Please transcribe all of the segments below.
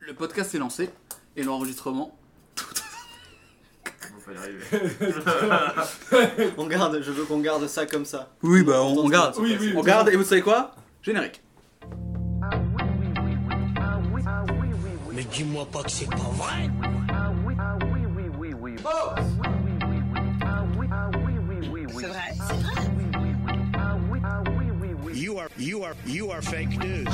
Le podcast est lancé et l'enregistrement. Bon, faut y arriver. On garde, je veux qu'on garde ça comme ça. Oui, bah on garde. Euh, Oui, oui. On garde et vous savez quoi Générique. Mais dis-moi pas que c'est pas vrai C'est vrai. You are, you are, you are fake news.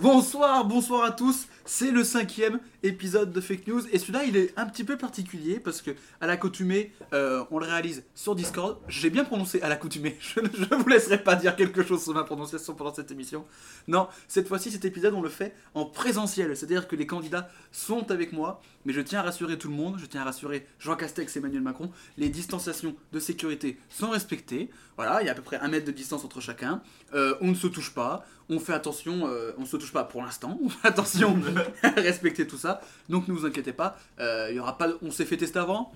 Bonsoir, bonsoir à tous. C'est le cinquième épisode de Fake News et celui-là il est un petit peu particulier parce que à l'accoutumée, euh, on le réalise sur Discord. J'ai bien prononcé à l'accoutumée. Je ne je vous laisserai pas dire quelque chose sur ma prononciation pendant cette émission. Non, cette fois-ci cet épisode on le fait en présentiel, c'est-à-dire que les candidats sont avec moi. Mais je tiens à rassurer tout le monde, je tiens à rassurer Jean Castex et Emmanuel Macron. Les distanciations de sécurité sont respectées. Voilà, il y a à peu près un mètre de distance entre chacun. Euh, on ne se touche pas, on fait attention, euh, on ne se touche pas pour l'instant, on fait attention à respecter tout ça. Donc ne vous inquiétez pas, euh, il y aura pas, de- on s'est fait tester avant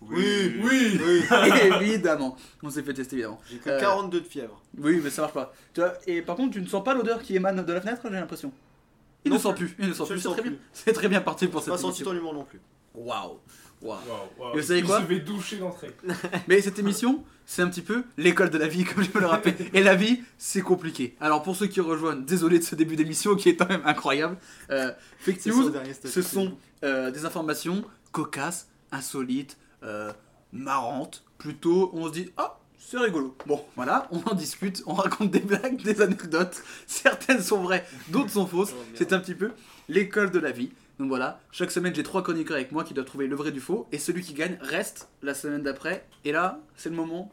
Oui, oui. oui. Évidemment, on s'est fait tester évidemment. J'ai que Euh, 42 de fièvre. Oui, mais ça marche pas. Tu vois, et par contre, tu ne sens pas l'odeur qui émane de la fenêtre, j'ai l'impression. Il Non ne sent plus, il ne sent Je plus, le c'est sens très plus. bien. C'est très bien parti pour J'ai Pas cette senti émission. ton humour non plus. Waouh, waouh. Waouh, waouh. Et vous savez quoi Il se fait doucher d'entrée. Mais cette émission, c'est un petit peu l'école de la vie, comme je me le rappelle. Et la vie, c'est compliqué. Alors pour ceux qui rejoignent, désolé de ce début d'émission qui est quand même incroyable. Euh, Fake C'est News, son dernier statut. ce sont euh, des informations cocasses, insolites, euh, marrantes. Plutôt, on se dit, ah, c'est rigolo. Bon, voilà, on en discute, on raconte des blagues, des anecdotes. Certaines sont vraies, d'autres sont fausses. Oh, merde. C'est un petit peu l'école de la vie. Donc voilà, chaque semaine j'ai trois chroniqueurs avec moi qui doivent trouver le vrai du faux. Et celui qui gagne reste la semaine d'après. Et là, c'est le moment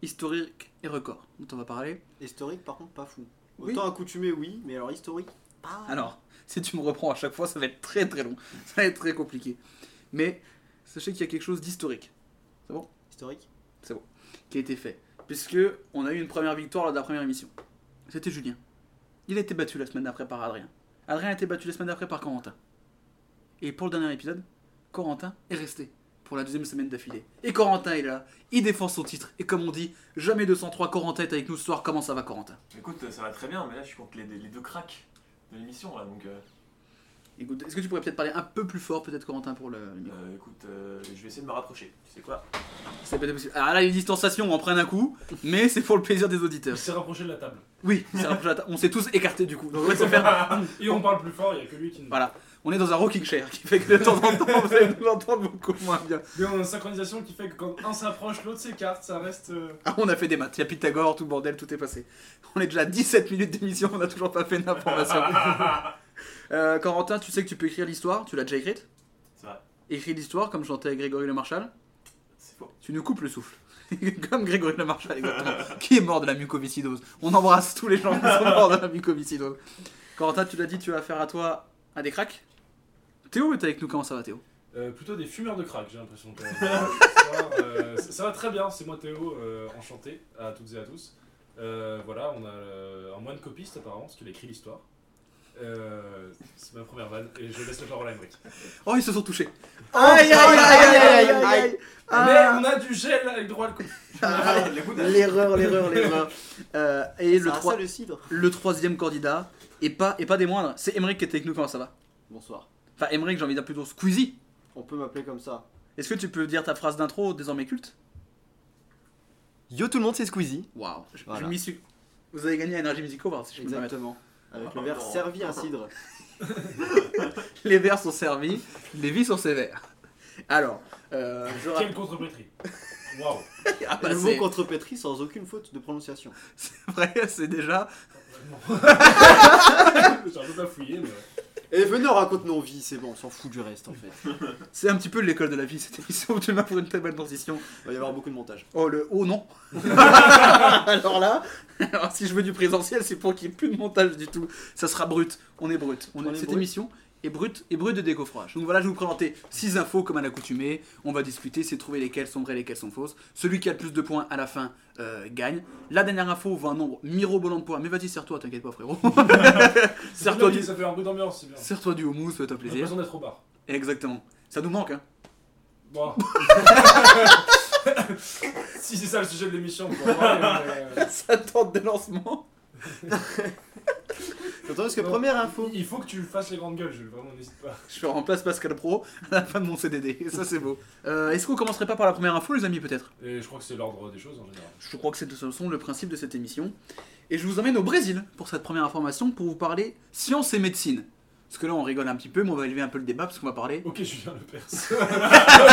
historique et record dont on va parler. Historique, par contre, pas fou. Oui. Ah, Autant accoutumé, oui, mais alors historique, pas. Alors, si tu me reprends à chaque fois, ça va être très très long. Ça va être très compliqué. Mais sachez qu'il y a quelque chose d'historique Historique qui a été fait. Puisque on a eu une première victoire lors de la première émission. C'était Julien. Il a été battu la semaine d'après par Adrien. Adrien a été battu la semaine d'après par Corentin. Et pour le dernier épisode, Corentin est resté pour la deuxième semaine d'affilée. Et Corentin est là, il défend son titre. Et comme on dit, jamais 203, Corentin est avec nous ce soir. Comment ça va, Corentin Écoute, euh, ça va très bien, mais là, je compte les, les deux cracks de l'émission, là, donc... euh, Écoute, est-ce que tu pourrais peut-être parler un peu plus fort, peut-être, Corentin, pour le, le micro euh, écoute, euh, je vais essayer de me rapprocher. Tu sais quoi C'est peut-être possible. Alors là, les distanciations, on en prenne un coup, mais c'est pour le plaisir des auditeurs. Il s'est rapproché de la table. Oui, c'est rapproché de la ta- on s'est tous écartés du coup. Donc on va se faire. Et on parle plus fort, il n'y a que lui qui nous. Voilà, on est dans un rocking chair qui fait que de temps en temps, vous allez nous entendre beaucoup moins bien. Mais on a une synchronisation qui fait que quand un s'approche, l'autre s'écarte, ça reste. euh, Ah, on a fait des maths, il y a Pythagore, tout bordel, tout est passé. On est déjà à 17 minutes d'émission, on n'a toujours pas fait d'information. Euh, Corentin, tu sais que tu peux écrire l'histoire, tu l'as déjà écrite C'est vrai, Écris l'histoire comme chantait Grégory Le Marchal. c'est faux. Tu nous coupes le souffle. Comme Grégory Le Marchal, exactement. qui est mort de la mucoviscidose. On embrasse tous les gens qui sont morts de la mucoviscidose. Corentin, tu l'as dit, tu vas faire à toi à des cracks Théo est avec nous, comment ça va Théo euh, plutôt des fumeurs de crack, j'ai l'impression. quand même. Ce soir, euh, ça ça va très bien, c'est moi Théo, euh, enchanté à toutes et à tous. Euh, voilà, on a euh, un moine copiste apparemment, parce qu'il écrit l'histoire. Euh, c'est ma première vanne, et je laisse la parole à Emmerich. Oh, ils se sont touchés Aïe, aïe, aïe, aïe, aïe, aïe. Ah, Mais on a du gel avec droit le coup. ah, L'erreur, l'erreur, l'erreur Euh, Et Et le, le trois- le cidre le troisième candidat, et pas, et pas des moindres, c'est Emmerich qui est avec nous, comment ça va Bonsoir. Enfin, Emmerich, j'ai envie de dire plutôt Squeezie. On peut m'appeler comme ça. Est-ce que tu peux dire ta phrase d'intro désormais culte Yo tout le monde, c'est Squeezie. Waouh, je, je Voilà. m'y suis. Vous avez gagné à Energy Music Award, si je peux me permettre. Exactement. Avec Ah, le verre non. servi un cidre. Les verres sont servis, les vies sont sévères. Alors, euh, je rappelle. Quelle contrepétrie. Waouh. Ah bah, le mot c'est contrepétrie sans aucune faute de prononciation. c'est vrai, c'est déjà. J'ai un peu pas fouillé, mais. Et Eh, venez, on raconte nos vies, c'est bon, on s'en fout du reste en fait. C'est un petit peu l'école de la vie, cette émission. Tu m'as pour une très belle transition. Il va y avoir beaucoup de montage. Oh, le oh non Alors là, alors, si je veux du présentiel, c'est pour qu'il n'y ait plus de montage du tout. Ça sera brut. On est brut. On est- On est cette brut. émission est brute et brute de décoffrage. Donc voilà, je vais vous présenter 6 infos comme à l'accoutumée. On va discuter, c'est trouver lesquelles sont vraies, lesquelles sont fausses. Celui qui a le plus de points à la fin euh, gagne. La dernière info voit un nombre mirobolant de points. Mais vas-y, serre-toi, t'inquiète pas, frérot. serre-toi Là, du, Ça fait un peu d'ambiance, c'est bien. serre du houmous, fais-toi J'ai plaisir. l'impression d'être au bar. Exactement. Ça nous manque, hein. Bon. si c'est ça le sujet de l'émission, pour moi, euh, Ça tente des lancements. D'autant plus que Non. première info. Il faut que tu fasses les grandes gueules, Jules, vraiment, n'hésite pas. Je remplace Pascal Pro à la fin de mon CDD. Et Ça, c'est beau. Euh, Est-ce qu'on commencerait pas par la première info, les amis, peut-être Et je crois que c'est l'ordre des choses en général. Je crois que c'est de toute façon le principe de cette émission. Et je vous emmène au Brésil pour cette première information pour vous parler science et médecine. Parce que là, on rigole un petit peu, mais on va élever un peu le débat parce qu'on va parler. Ok, Julien Lepers.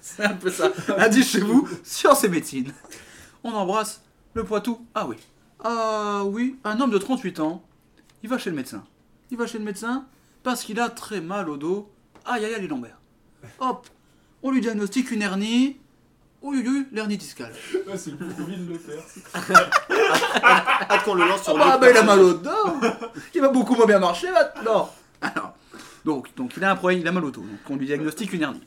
C'est un peu ça. Lundi chez vous, science et médecine. On embrasse le Poitou. Ah oui. Ah oui, un homme de 38 ans, il va chez le médecin. Il va chez le médecin parce qu'il a très mal au dos. Aïe aïe aïe les lombaires. Hop, on lui diagnostique une hernie. Oui, oui, oui, l'hernie discale. Ouais, c'est Ludovine Lepers. Hâte qu'on le lance sur Ah bah, bah, il a d'autres mal personnes. au dos Il va beaucoup moins bien marcher maintenant Alors, donc, donc il a un problème, il a mal au dos, donc on lui diagnostique une hernie.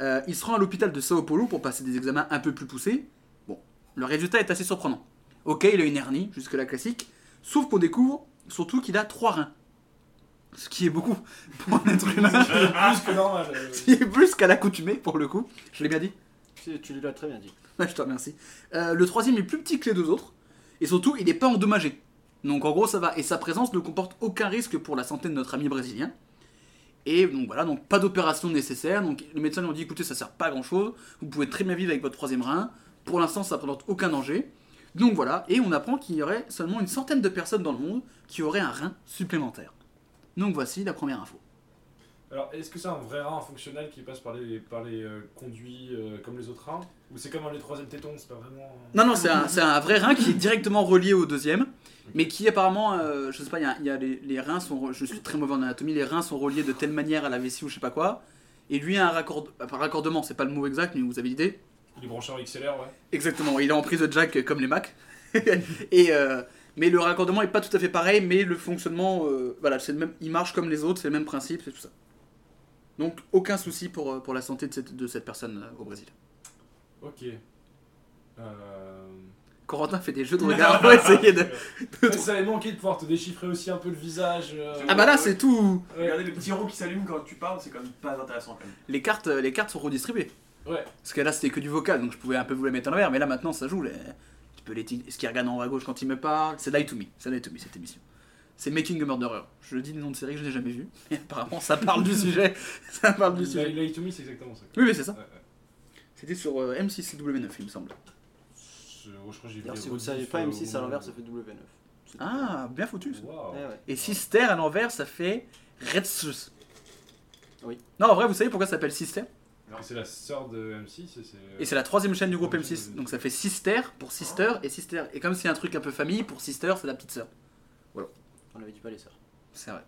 Euh, il se rend à l'hôpital de Sao Paulo pour passer des examens un peu plus poussés. Bon, le résultat est assez surprenant. Ok, il a une hernie, jusque-là classique, sauf qu'on découvre surtout qu'il a trois reins. Ce qui est beaucoup pour un être humain, Plus que normal. euh. qui est plus qu'à l'accoutumée pour le coup. Je l'ai bien dit Tu- Tu l'as très bien dit. Ouais, je te remercie. Euh, le troisième est plus petit que les deux autres, et surtout, il n'est pas endommagé. Donc en gros, ça va. Et sa présence ne comporte aucun risque pour la santé de notre ami brésilien. Et donc voilà, donc pas d'opération nécessaire. Donc les médecins lui ont dit écoutez, ça sert pas à grand chose, vous pouvez très bien vivre avec votre troisième rein. Pour l'instant, ça ne présente aucun danger. Donc voilà, et on apprend qu'il y aurait seulement une centaine de personnes dans le monde qui auraient un rein supplémentaire. Donc voici la première info. Alors, est-ce que c'est un vrai rein fonctionnel qui passe par les, par les euh, conduits euh, comme les autres reins Ou c'est comme un des troisième tétons C'est pas vraiment. euh, Non, non, c'est un, c'est un vrai rein qui est directement relié au deuxième, mais qui apparemment, euh, je sais pas, il y a, il y a les, les reins sont, re- je suis très mauvais en anatomie, les reins sont reliés de telle manière à la vessie ou je sais pas quoi, et lui a un raccord, enfin, raccordement, c'est pas le mot exact, mais vous avez l'idée Les brancheurs XLR, ouais. Exactement, il est en prise de jack euh, comme les Mac, et euh, mais le raccordement est pas tout à fait pareil, mais le fonctionnement, euh, voilà, c'est le même, il marche comme les autres, c'est le même principe, c'est tout ça. Donc aucun souci pour, euh, pour la santé de cette, de cette personne euh, au Brésil. Ok. Euh... Corentin fait des jeux de regard pour essayer de... Ouais, ça avait manqué de pouvoir te déchiffrer aussi un peu le visage. euh, Ah bah là c'est tout ouais. Regardez le petit rond qui s'allume quand tu parles, c'est quand même pas intéressant quand même. les cartes, euh, les cartes sont redistribuées. Ouais. Parce que là, c'était que du vocal, donc je pouvais un peu vous les mettre en l'air, mais là, maintenant, ça joue. Les... Tu peux les tig- Ce qu'il regarde en haut à gauche quand il me parle, c'est Lie to Me, c'est Lie to Me, cette émission. C'est Making a Murderer. Je dis le nom de série que je n'ai jamais vu, mais apparemment, ça parle du sujet. Ça parle du Lie sujet. Lie to Me, c'est exactement ça. Euh, Oui, oui, c'est ça. Ouais, ouais. C'était sur euh, M6CW9, il me semble. Je, oh, je crois que j'ai vu D'ailleurs, les si vous ne rediffs, saviez pas, euh, M6 à au- l'envers, ça fait W9. C'est tout. Ah, bien foutu, ça. Waouh. Eh ouais. Et Sister, à l'envers, ça fait Red Sus. Oui. Non, en vrai, vous savez pourquoi ça s'appelle Sister Et C'est la sœur de M6 et c'est. euh, Et c'est la troisième chaîne du groupe M6. Donc ça fait Sister pour Sister et Sister. Et comme c'est un truc un peu famille, pour Sister, c'est la petite sœur. On avait dit pas les sœurs. C'est vrai.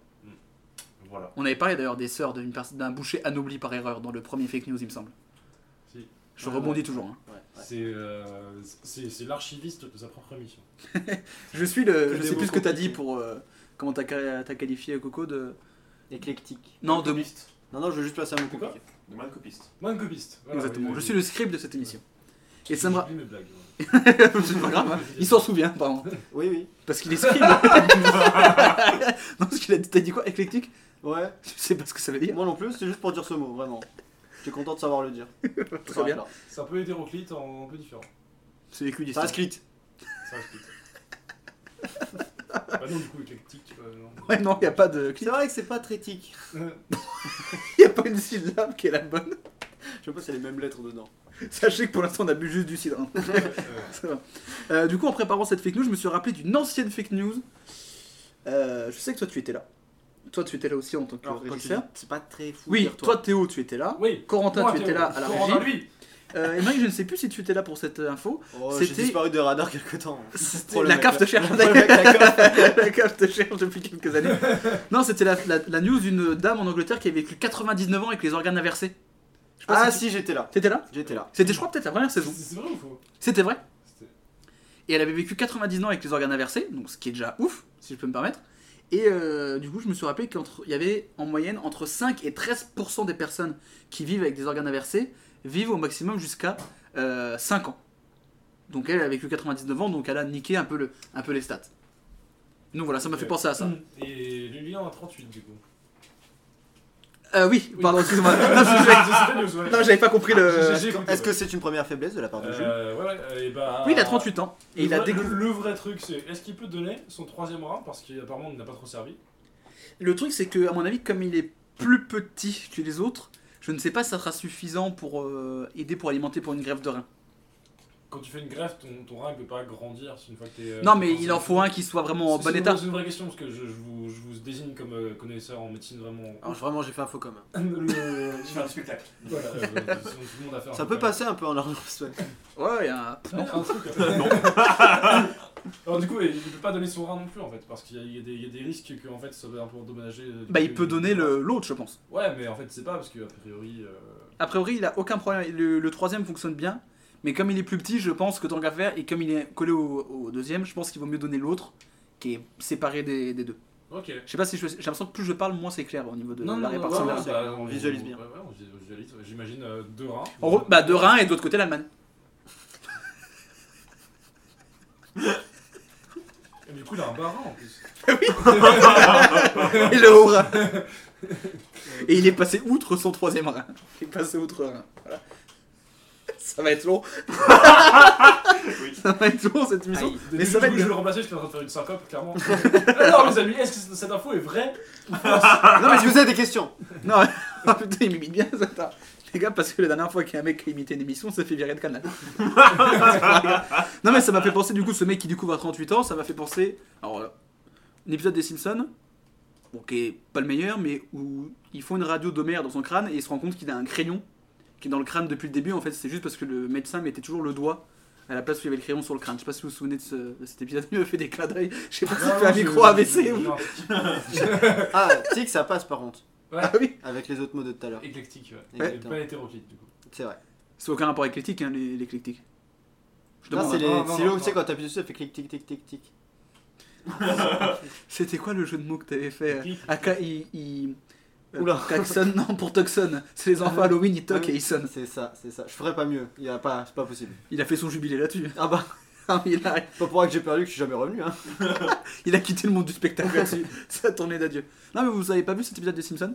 Voilà. On avait parlé d'ailleurs des sœurs d'une pers- d'un boucher anobli par erreur dans le premier fake news, il me semble. Si. Je Ouais, rebondis ouais. toujours. hein. Ouais, ouais. C'est euh, c'est- c'est l'archiviste de sa propre émission. Je suis le. Que Je des sais mots plus ce que t'as dit compliqués. pour. euh, comment t'as ca- t'as qualifié Coco de. Éclectique. Non, de. copiste. Non, non, je veux juste passer à mon Quoi compliqué. De moins de copiste. Moi, une copiste. Voilà, Exactement. Ah oui, Je oui. suis le script de cette émission. Et ça me. ra- J'oublie mes blagues. ouais. C'est pas grave, hein. il s'en souvient, apparemment. Oui, oui. Parce qu'il est script. non, parce qu'il a dit. T'as dit quoi Éclectique Ouais. Je sais pas ce que ça veut dire. Moi non plus, c'est juste pour dire ce mot, vraiment. Je suis content de savoir le dire. Ça Très s'arrête bien. là. C'est un peu hétéroclite, en- un peu différent. C'est les culs Ça inscrite. Ça explique. bah non, du coup, éclectique. euh, non. Ouais, non, y a pas de. C'est vrai que c'est pas très tic. Y a pas une syllabe qui est la bonne. Je sais pas s'il y a les mêmes lettres dedans. Sachez que pour l'instant, on abuse juste du cidre. hein. Euh, Ça va. Euh, du coup, en préparant cette fake news, je me suis rappelé d'une ancienne fake news. Euh, je sais que toi, tu étais là. Toi, tu étais là aussi en tant que Alors, quand tu dis, régisseur. c'est pas très fou. Oui, dire toi, Théo, tu étais là. Oui. Corentin, Moi, tu Théo. étais là à la Corentin, régie. lui. Euh, et Mike, je ne sais plus si tu étais là pour cette euh, info. Oh, j'ai c'était- disparu des radars quelque temps. C'était- Problème La avec CAF la- te cherche. Problème avec la CAF. la CAF te cherche depuis quelques années. Non, c'était la, la- la news d'une dame en Angleterre qui a vécu 99 ans avec les organes inversés. Je sais pas Ah si si, j'étais là. tu- T'étais là J'étais là. C'était, je crois, peut-être la première C'est saison. c'est vrai ou faux C'était vrai C'était- Et elle avait vécu 90 ans avec les organes inversés, donc ce qui est déjà ouf, si je peux me permettre. Et euh, du coup, je me suis rappelé qu'il y avait en moyenne entre 5 et 13% des personnes qui vivent avec des organes inversés vivent au maximum jusqu'à euh, 5 ans. Donc elle elle a vécu 99 ans, donc elle a niqué un peu, le, un peu les stats. Donc voilà, ça m'a Ok. Mm. fait penser à ça. Et Lilian a 38 du coup. Euh, oui, pardon, excusez-moi. Non, C'est- je- c'est la news, ouais. je- non, j'avais pas compris le. J'ai- j'ai écouté, Est-ce que ouais. c'est une première faiblesse de la part de Jules Euh, ouais, ouais, euh, et bah, Oui, il a 38 ans. Et le il a vrai- découvert. le, le vrai truc, c'est est-ce qu'il peut donner son troisième round parce qu'apparemment il n'a pas trop servi Le truc, c'est que, à mon avis, comme il est plus petit que les autres, je ne sais pas si ça sera suffisant pour euh, aider pour alimenter pour une grève de rein. Quand tu fais une greffe, ton, ton rein ne peut pas grandir c'est une fois que t'es. euh, non, mais commencé. il en faut un qui soit vraiment en C'est- bon c'est une- état. C'est une vraie question parce que je, je vous, je vous désigne comme euh, connaisseur en médecine vraiment. Ah. Alors, Vraiment, j'ai fait un faux commun. Le- Je fais un spectacle. voilà, euh, sinon tout le monde a fait un Ça peu peut pareil. passer un peu en argent. Ouais, il y a un- Ouais, un truc, hein. Alors du coup, il ne peut pas donner son rein non plus en fait, parce qu'il y a- il y, a des- il y a des risques que en fait ça va un peu endommager. euh, Bah, il que- peut donner le- l'autre, je pense. Ouais, mais en fait c'est pas parce que a priori. euh, A priori, il a aucun problème. Le, le troisième fonctionne bien. Mais comme il est plus petit, je pense que tant qu'à faire, et comme il est collé au, au deuxième, je pense qu'il vaut mieux donner l'autre, qui est séparé des, des deux. Ok. Je sais pas si je- j'ai l'impression que plus je parle, moins c'est clair au niveau de la ouais, répartition. ouais, des reins. c'est- bah, on visualise bien. Ouais, ouais, on vis- on visualise. J'imagine euh, deux reins. En gros, bah, de Rhin et de l'autre côté, l'Allemagne. Et du coup, il a un bas rein en plus. Et le haut rein. Et il est passé outre son troisième rein. Il est passé outre rein. Voilà. Ça va être long. Ça va être long cette mission. Des- Mais des- ça va du être coup, je vais le bien. remplacer, je suis en train de faire une syncope, clairement. Alors, les amis, est-ce que cette info est vraie Non, mais je vous ai des questions. Non, ah, putain, il m'imite bien ça. attends. Les gars, parce que la dernière fois qu'il y a un mec qui a imité une émission, ça fait virer de canal. non, mais ça m'a fait penser, du coup, ce mec qui découvre à 38 ans, ça m'a fait penser. Alors, euh, un épisode des Simpsons, bon, qui est pas le meilleur, mais où ils font une radio d'Homère dans son crâne et il se rend compte qu'il a un crayon qui est dans le crâne depuis le début. En fait, c'est juste parce que le médecin mettait toujours le doigt à la place où il y avait le crayon sur le crâne. Je sais pas si vous vous souvenez de, ce- de cet épisode, il me fait des clins d'œil. Je sais pas si Non, tu as un non, je- micro AVC ou. Non, Ah, tic, ça passe par contre. Ouais, Ah oui, Avec les autres mots de tout à l'heure. éclectique, ouais. Ouais. Et Exactement. Pas hétéroclite, du coup. C'est vrai. c'est aucun rapport avec l'éclectique, hein, les- l'éclectique. Je Non, demande, c'est hein. les- non, non, c'est là où non. tu sais quand t'appuies dessus, ça fait clic, tic, tic, tic, tic. C'était quoi le jeu de mots que t'avais fait euh, Clic. à Ka- i- i- euh, Oula. Ah. pour Caxon, non, pour Toxon. C'est les enfants Halloween, ils toquent et ils sonnent. C'est ça, c'est ça. Je ferais pas mieux. Il y a pas, c'est pas possible. Il a fait son jubilé là-dessus. Ah bah, Ah, il, a, pas pour rien que j'ai perdu, que je suis jamais revenu. Hein. il a quitté le monde du spectacle là-dessus. Ça tournée d'adieu. Non, mais vous avez pas vu cet épisode des Simpsons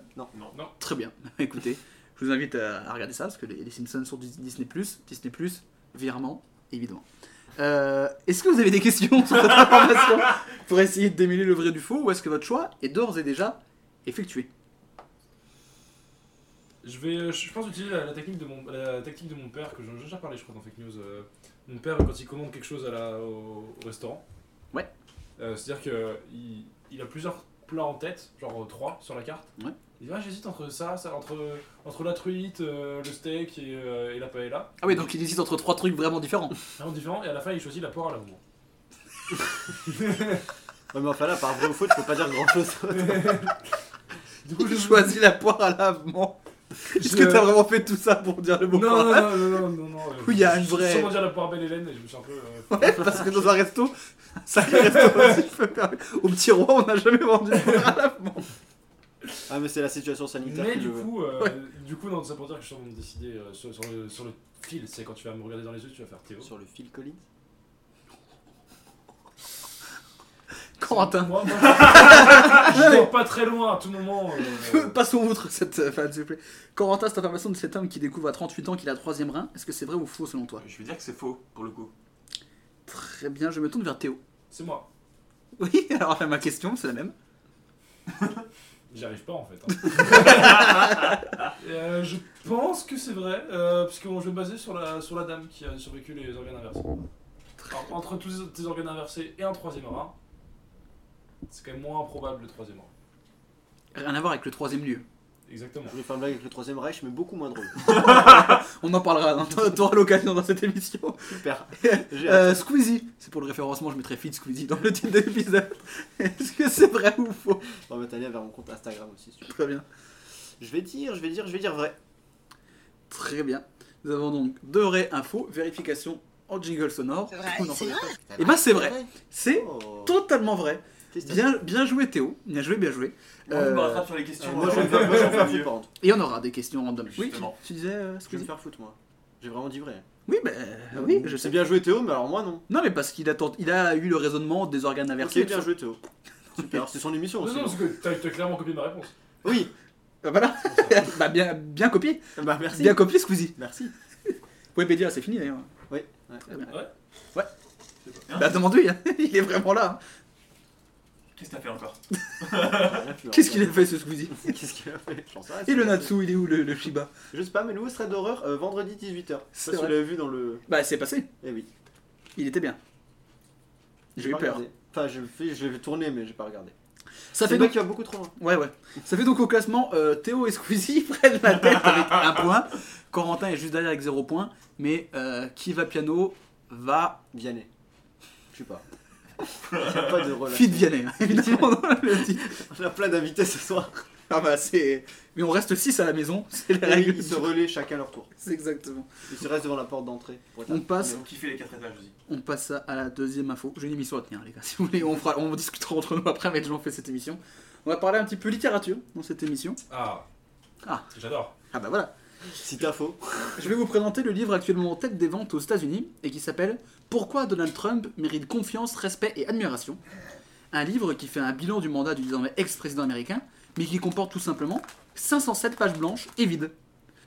Très bien. Écoutez, je vous invite euh, à, à regarder ça parce que les, les Simpsons sont du Disney. Disney, virement, évidemment. Euh, est-ce que vous avez des questions sur cette information pour essayer de démêler le vrai du faux ou est-ce que votre choix est d'ores et déjà effectué Je vais, euh, je pense utiliser la, la technique de mon, la tactique de mon père que j'en ai déjà parlé, je crois, dans Fake News. euh, mon père, quand il commande quelque chose à la, au, au restaurant, Ouais. euh, c'est-à-dire que il, il a plusieurs plats en tête, genre euh, trois sur la carte. Ouais. Il dit ah, j'hésite entre ça, ça, entre entre la truite, euh, le steak et, euh, et la paella. Ah oui, donc il hésite entre trois trucs vraiment différents. Vraiment différent. Et à la fin, il choisit la poire à l'amour. Ouais, mais enfin là, par vrai ou faux, je peux pas dire grand chose. Du coup, Il choisit la poire à l'avant. Est-ce que t'as vraiment fait tout ça pour dire le mot Non, non, poire non, non, non, non, non. euh, Oui, il y a je- une je- vraie- Sans dire la poire belle Hélène, et je me suis un peu. euh, Ouais, Parce que dans un resto, ça resto aussi, je peux faire- Au petit roi, on n'a jamais vendu de poire à l'avant. Ah, mais c'est la situation sanitaire Mais qui du le veut. coup, euh, du coup, non, ça pour dire que je suis en train de décider euh, sur, sur le, sur le fil. C'est quand tu vas me regarder dans les yeux, tu vas faire Théo. Sur le fil Collins. Corentin, Moi, moi, je dors pas très loin à tout moment. euh, passons outre cette euh, fan, s'il vous plaît. Corentin, cette information de cet homme qui découvre à 38 ans qu'il a le troisième rein, est-ce que c'est vrai ou faux selon toi Je vais dire que c'est faux, pour le coup. Très bien, je me tourne vers Théo. c'est moi. Oui, alors enfin, ma question, c'est la même. J'y arrive pas en fait. hein. Euh, je pense que c'est vrai, euh, parce que je vais me baser sur la, sur la dame qui a survécu les organes inversés. Alors, entre tous tes organes inversés et un troisième rein, c'est quand même moins improbable le troisième rein. Rien à voir avec le troisième lieu. Exactement. Je voulais faire une blague avec le troisième Reich, mais beaucoup moins drôle. On en parlera, hein, t'auras- t'auras l'occasion dans cette émission. Super. J'ai hâte. Euh, Squeezie, c'est pour le référencement, je mettrai Fit Squeezie dans le titre de l'épisode. Est-ce que c'est vrai ou faux On va mettre un lien vers mon compte Instagram aussi. si tu veux. Très bien. Je vais dire, je vais dire, je vais dire vrai. Très bien. Nous avons donc deux vraies infos, vérification en jingle sonore. C'est vrai. On en C'est parle après. Eh ben c'est vrai. C'est Oh. totalement vrai. Félicitations. Bien, bien joué Théo. Bien joué, bien joué. On me Euh, rattrape sur les questions. hein, Moi, je vais me faire- moi, je vais me faire foutre, par contre. et on aura des questions random. Oui, tu, Justement. tu disais. euh, Je vais me Squeezie faire foutre, moi. J'ai vraiment dit vrai. oui, ben oui, je sais C'est bien. bien joué Théo, mais alors moi non. Non, mais parce qu'il a, tenté- il a eu le raisonnement des organes Ok, inversés. bien joué Théo. Super, c'est son émission Non, aussi. non, parce que t'as t'as clairement copié ma réponse. Oui, Bah voilà, bah bien, bien copié, Bah merci. bien copié Squeezie. Merci. Wikipédia, c'est fini d'ailleurs. Oui. ouais, eh ouais. Ah. Bah demande-lui, hein. il est vraiment là. hein. Qu'est-ce que t'as fait encore bah, Là, tu vas Qu'est-ce qu'il regarder. a fait ce Squeezie Qu'est-ce qu'il ben, a fait J'en sais rien, Et le c'est- Natsu, il est où le, le Shiba Je sais pas, mais nouveau thread d'horreur euh, vendredi 18h. C'est Ça, tu vrai. l'avais vu dans le. Bah c'est passé, Eh oui. il était bien. J'ai eu pas peur. regardé. Enfin, je, fais- je l'ai tourné, mais j'ai pas regardé. Ça fait le mec donc qui va beaucoup trop loin. Ouais, ouais. Ça fait donc au classement, euh, Théo et Squeezie prennent la tête avec un point. Corentin est juste derrière avec zéro point. Mais euh, qui va piano va Vianney. Je sais pas. Il y a pas de relation. fit Vianney, hein, évidemment. dans le titre. On a plein d'invités ce soir. ah bah c'est. Mais on reste 6 à la maison, c'est la Et oui, règle. ils se relaient chacun leur tour. C'est exactement. Ils se restent devant la porte d'entrée. pour être On là. passe, Ils ont kiffé les 4 étages aussi. on passe à la deuxième info. J'ai une émission à tenir, les gars. Si vous voulez, on, fera, on discutera entre nous après, mais j'en fais cette émission. On va parler un petit peu littérature dans cette émission. Ah. Ah. J'adore. Ah bah voilà. Si t'as faux. Je vais vous présenter le livre actuellement en tête des ventes aux États-Unis et qui s'appelle Pourquoi Donald Trump mérite confiance, respect et admiration. Un livre qui fait un bilan du mandat du désormais ex-président américain, mais qui comporte tout simplement 507 pages blanches et vides.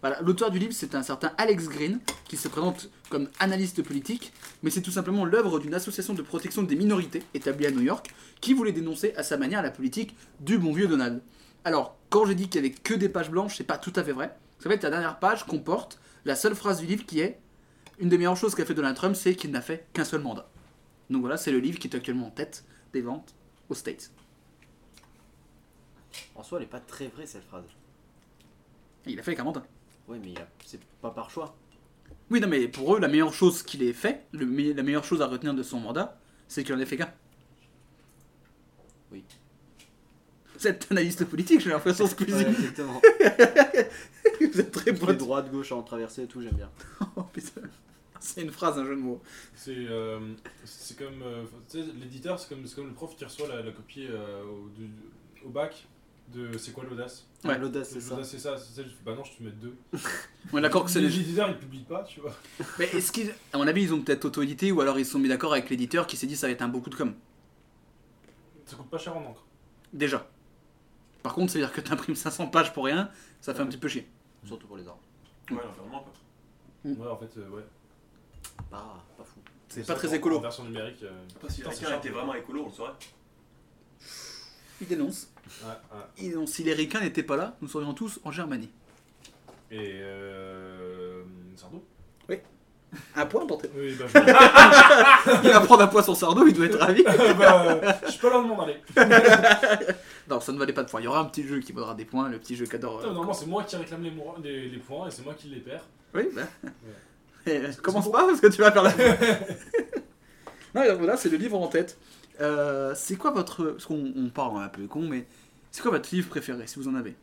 Voilà, l'auteur du livre, c'est un certain Alex Green, qui se présente comme analyste politique, mais c'est tout simplement l'œuvre d'une association de protection des minorités établie à New York, qui voulait dénoncer à sa manière la politique du bon vieux Donald. Alors, quand j'ai dit qu'il n'y avait que des pages blanches, c'est pas tout à fait vrai. Ça fait que la dernière page comporte la seule phrase du livre qui est Une des meilleures choses qu'a fait Donald Trump, c'est qu'il n'a fait qu'un seul mandat. Donc voilà, c'est le livre qui est actuellement en tête des ventes aux States. En soi, elle est pas très vraie cette phrase. Et il a fait qu'un mandat. Oui, mais il y a- c'est pas par choix. Oui, non, mais pour eux, la meilleure chose qu'il ait fait, le me- la meilleure chose à retenir de son mandat, c'est qu'il en ait fait qu'un. Oui. Cette analyste politique, j'ai l'impression, Ouais, Squeezie. exactement. Vous êtes très Toutes les pointu. droites, gauche à en traverser et tout, j'aime bien. Oh, putain. C'est une phrase, un jeu de mots. C'est euh, c'est comme. euh, tu sais, l'éditeur, c'est comme, c'est comme le prof qui reçoit la, la copie euh, au, du- au bac de C'est quoi l'audace Ouais. L'audace, c'est ça. L'audace, c'est ça. c'est ça, je fais, bah non, je te mets deux. On est d'accord que c'est les L'éditeur, il publie pas, tu vois. Mais est-ce qu'ils, à mon avis, ils ont peut-être auto-édité ou alors ils se sont mis d'accord avec l'éditeur qui s'est dit ça va être un beaucoup de com. Ça coûte pas cher en encre. Déjà. Par contre, ça veut dire que t'imprimes 500 pages pour rien, ça fait un petit peu chier. Surtout pour les arbres. Ouais, l'environnement quoi. Ouais, en fait, euh, ouais. Pas, pas fou. C'est Ça, pas très en- En écolo. version numérique. euh, Après, si Putain, c'est quelqu'un cher. était vraiment écolo, on le saurait. Il dénonce. ouais, ouais. Il dénonce. Si les ricains n'étaient pas là, nous serions tous en Germanie. Et. Euh, Sardou Un point pour Théo. Oui, bah je. Il va prendre un point sur Sardo, il doit être ravi. bah, je suis pas loin de m'en aller. Non, ça ne valait pas de points. Il y aura un petit jeu qui vaudra des points, le petit jeu qu'adore. euh, Putain, Normalement, c'est moi qui réclame les, mois- les, les points et c'est moi qui les perds. Oui, ben. Eh, commence pas parce que tu vas faire la. non, et donc voilà, c'est le livre en tête. Euh, c'est quoi votre. Parce qu'on on part un peu con, mais. C'est quoi votre livre préféré si vous en avez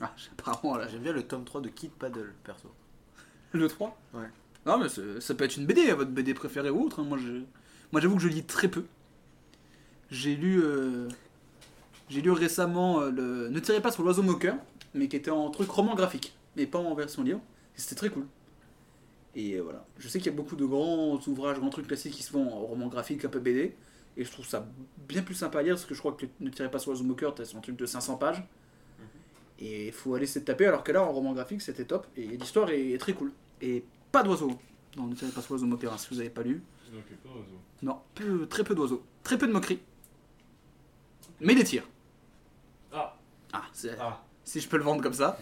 Ah, j'ai- apparemment, là, j'ai J'aime bien le tome 3 de Kid Paddle, perso. le 3 Ouais. Non, mais c'est- ça peut être une BD, votre BD préférée ou autre. hein. Moi, je... Moi, j'avoue que je lis très peu. J'ai lu. euh, J'ai lu récemment euh, le Ne tirez pas sur l'oiseau moqueur, mais qui était en truc roman graphique, mais pas en version livre. Et C'était très cool. Et euh, voilà. Je sais qu'il y a beaucoup de grands ouvrages, grands trucs classiques qui se font en roman graphique, un peu BD. Et je trouve ça bien plus sympa à lire, parce que je crois que Ne tirez pas sur l'oiseau moqueur, t'as un truc de 500 pages. Et il faut aller se taper, alors que là, en roman graphique, c'était top. Et l'histoire est, est très cool. Et pas d'oiseaux. Non, Ne tirez pas sur l'oiseau moqueur, hein, si vous avez pas lu. Donc, euh, quoi, euh, Non, peu- très peu d'oiseaux. Très peu de moqueries. Mais des tirs. Ah, Ah, c'est- ah. si je peux le vendre comme ça.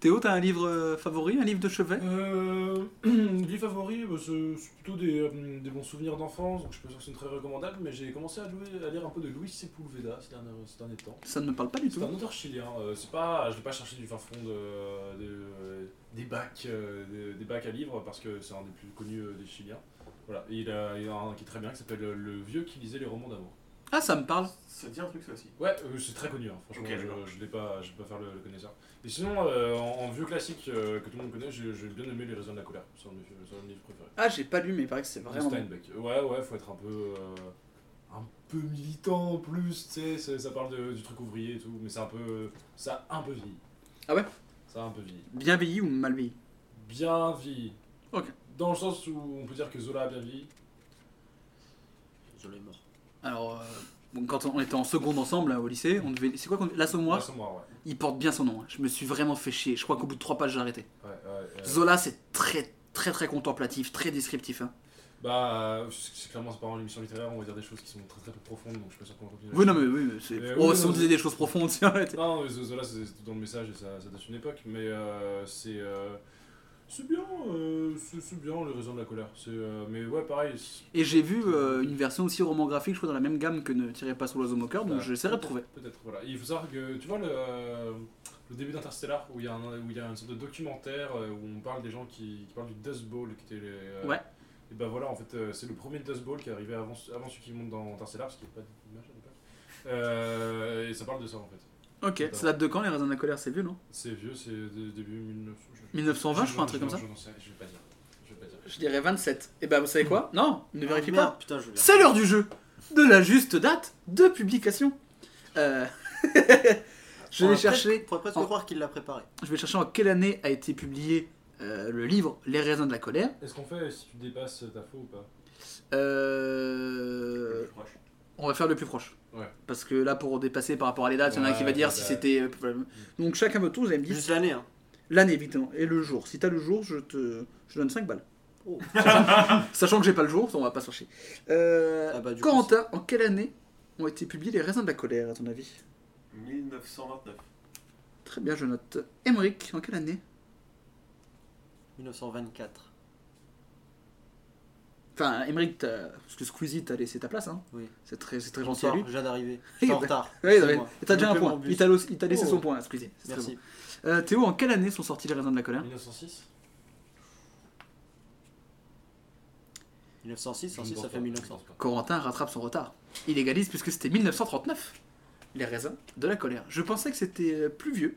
Théo, t'as un livre euh, favori, un livre de chevet Euh, livre favori, bah, c'est c'est plutôt des, euh, des bons souvenirs d'enfance, donc je suis pas sûr que c'est très recommandable, mais j'ai commencé à, louer- à lire un peu de Luis Sepulveda ces derniers, ces derniers temps. Ça ne me parle pas du C'est tout. un auteur chilien, euh, c'est pas, je l'ai pas cherché du fin fond de, de- des, bacs, euh, des, des bacs à livres, parce que c'est un des plus connus euh, des Chiliens. Voilà, et il, a, il y en a un qui est très bien, qui s'appelle euh, Le vieux qui lisait les romans d'amour. Ah, ça me parle. Ça te dit un truc ça aussi. Ouais, euh, c'est très connu, hein. franchement, Ok, je- d'accord. je ne vais pas je vais pas faire le, le connaisseur. Et sinon, euh, en, en vieux classique euh, que tout le monde connaît, j'ai j'ai bien aimé Les raisons de la colère, c'est un de mes c'est un de mes livres préférés. Ah, j'ai pas lu, mais il paraît que c'est De vraiment. bon. Steinbeck. Ouais, ouais, faut être un peu. euh, un peu militant en plus, tu sais, ça, ça parle de- du truc ouvrier et tout, mais c'est un peu. ça a un peu vieilli. Ah ouais Ça a un peu vieilli. Bien vieilli ou mal vieilli Bien vieilli. Ok. Dans le sens où on peut dire que Zola a bien vieilli. Je l'ai mort. Alors, euh, bon, quand on était en seconde ensemble là, au lycée, on devait. C'est quoi qu'on... La Moi, Sommoire c'est moi, ouais. Il porte bien son nom. hein. Je me suis vraiment fait chier. Je crois qu'au bout de trois pages, j'ai arrêté. ouais, ouais, euh, Zola, c'est très, très, très contemplatif, très descriptif. hein. Bah, c'est c'est clairement, c'est pas une émission littéraire, on va dire des choses qui sont très très peu profondes, donc je suis pas sûr qu'on va continuer. Oui, non, mais oui, mais c'est. Euh, oh, oui, si non, on mais- disait des choses profondes, c'est arrêté. Non, mais Zola, c'est c'est dans le message et ça, ça date une époque, mais euh, c'est. euh, c'est bien, euh, c'est c'est bien les raisons de la colère. C'est, euh, mais ouais, pareil. c'est- Et j'ai vu euh, une version aussi roman graphique, je crois, dans la même gamme que Ne tirez pas sur l'oiseau moqueur, Ah, donc Ouais. j'essaierai de trouver. Peut-être, voilà. Il faut savoir que, tu vois, le, euh, le début d'Interstellar, où il y, a un- où il y a une sorte de documentaire euh, où on parle des gens qui, qui parlent du Dust Bowl, qui était les. euh, Ouais. Et ben voilà, en fait, euh, c'est le premier Dust Bowl qui est arrivé avant, avant celui qui monte dans Interstellar, parce qu'il n'y a pas d'image à l'époque. Euh, et ça parle de ça, en fait. Ok, D'accord. ça date de quand les raisins de la colère C'est vieux, non C'est vieux, c'est dé- début 1900. je- 1920, je crois, un truc comme ça. Je n'en sais- je vais pas dire. Je vais pas dire. Je dirais 27. Et bah, vous savez quoi Non, ne vérifie Ah, pas. merde, Putain, je l'ai. C'est l'heure du jeu De la juste date de publication Euh, Je On vais va presque- chercher. On pourrait presque en- croire qu'il l'a préparé. Je vais chercher en quelle année a été publié euh, le livre Les raisins de la colère. Est-ce qu'on fait si tu dépasses ta faux ou pas Euh, on va faire le plus proche. Ouais. Parce que là, pour dépasser par rapport à les dates, il y en a un qui va Ouais, dire bah, si bah. c'était. euh, Donc chacun votre tour, vous allez me dire Juste l'année, hein. l'année, évidemment, et le jour. Si t'as le jour, je te je te donne 5 balles. Oh. Sachant que j'ai pas le jour, on va pas chercher. Euh, Ah bah, du coup, Corentin, en quelle année ont été publiés les raisins de la colère, à ton avis 1929. Très bien, je note. Emmerich, en quelle année 1924. Enfin, Emmerich, t'as- parce que Squeezie t'a laissé ta place, hein. Oui. C'est très, c'est très J'en gentil à sors, lui. je viens d'arriver. Je suis en Oui, retard. Oui, C'est oui. moi. Et t'as déjà Je un fais mon point. bus. Il t'a il t'a laissé Oh. son point, à Squeezie. C'est très Merci. bon. Euh, Théo, en quelle année sont sortis les raisins de la colère 1906 1906, Je ne 106, pense ça pas, fait je ne 1900. pense pas. Corentin rattrape son retard. Il égalise puisque c'était 1939. Les raisins de la colère. Je pensais que c'était euh, plus vieux.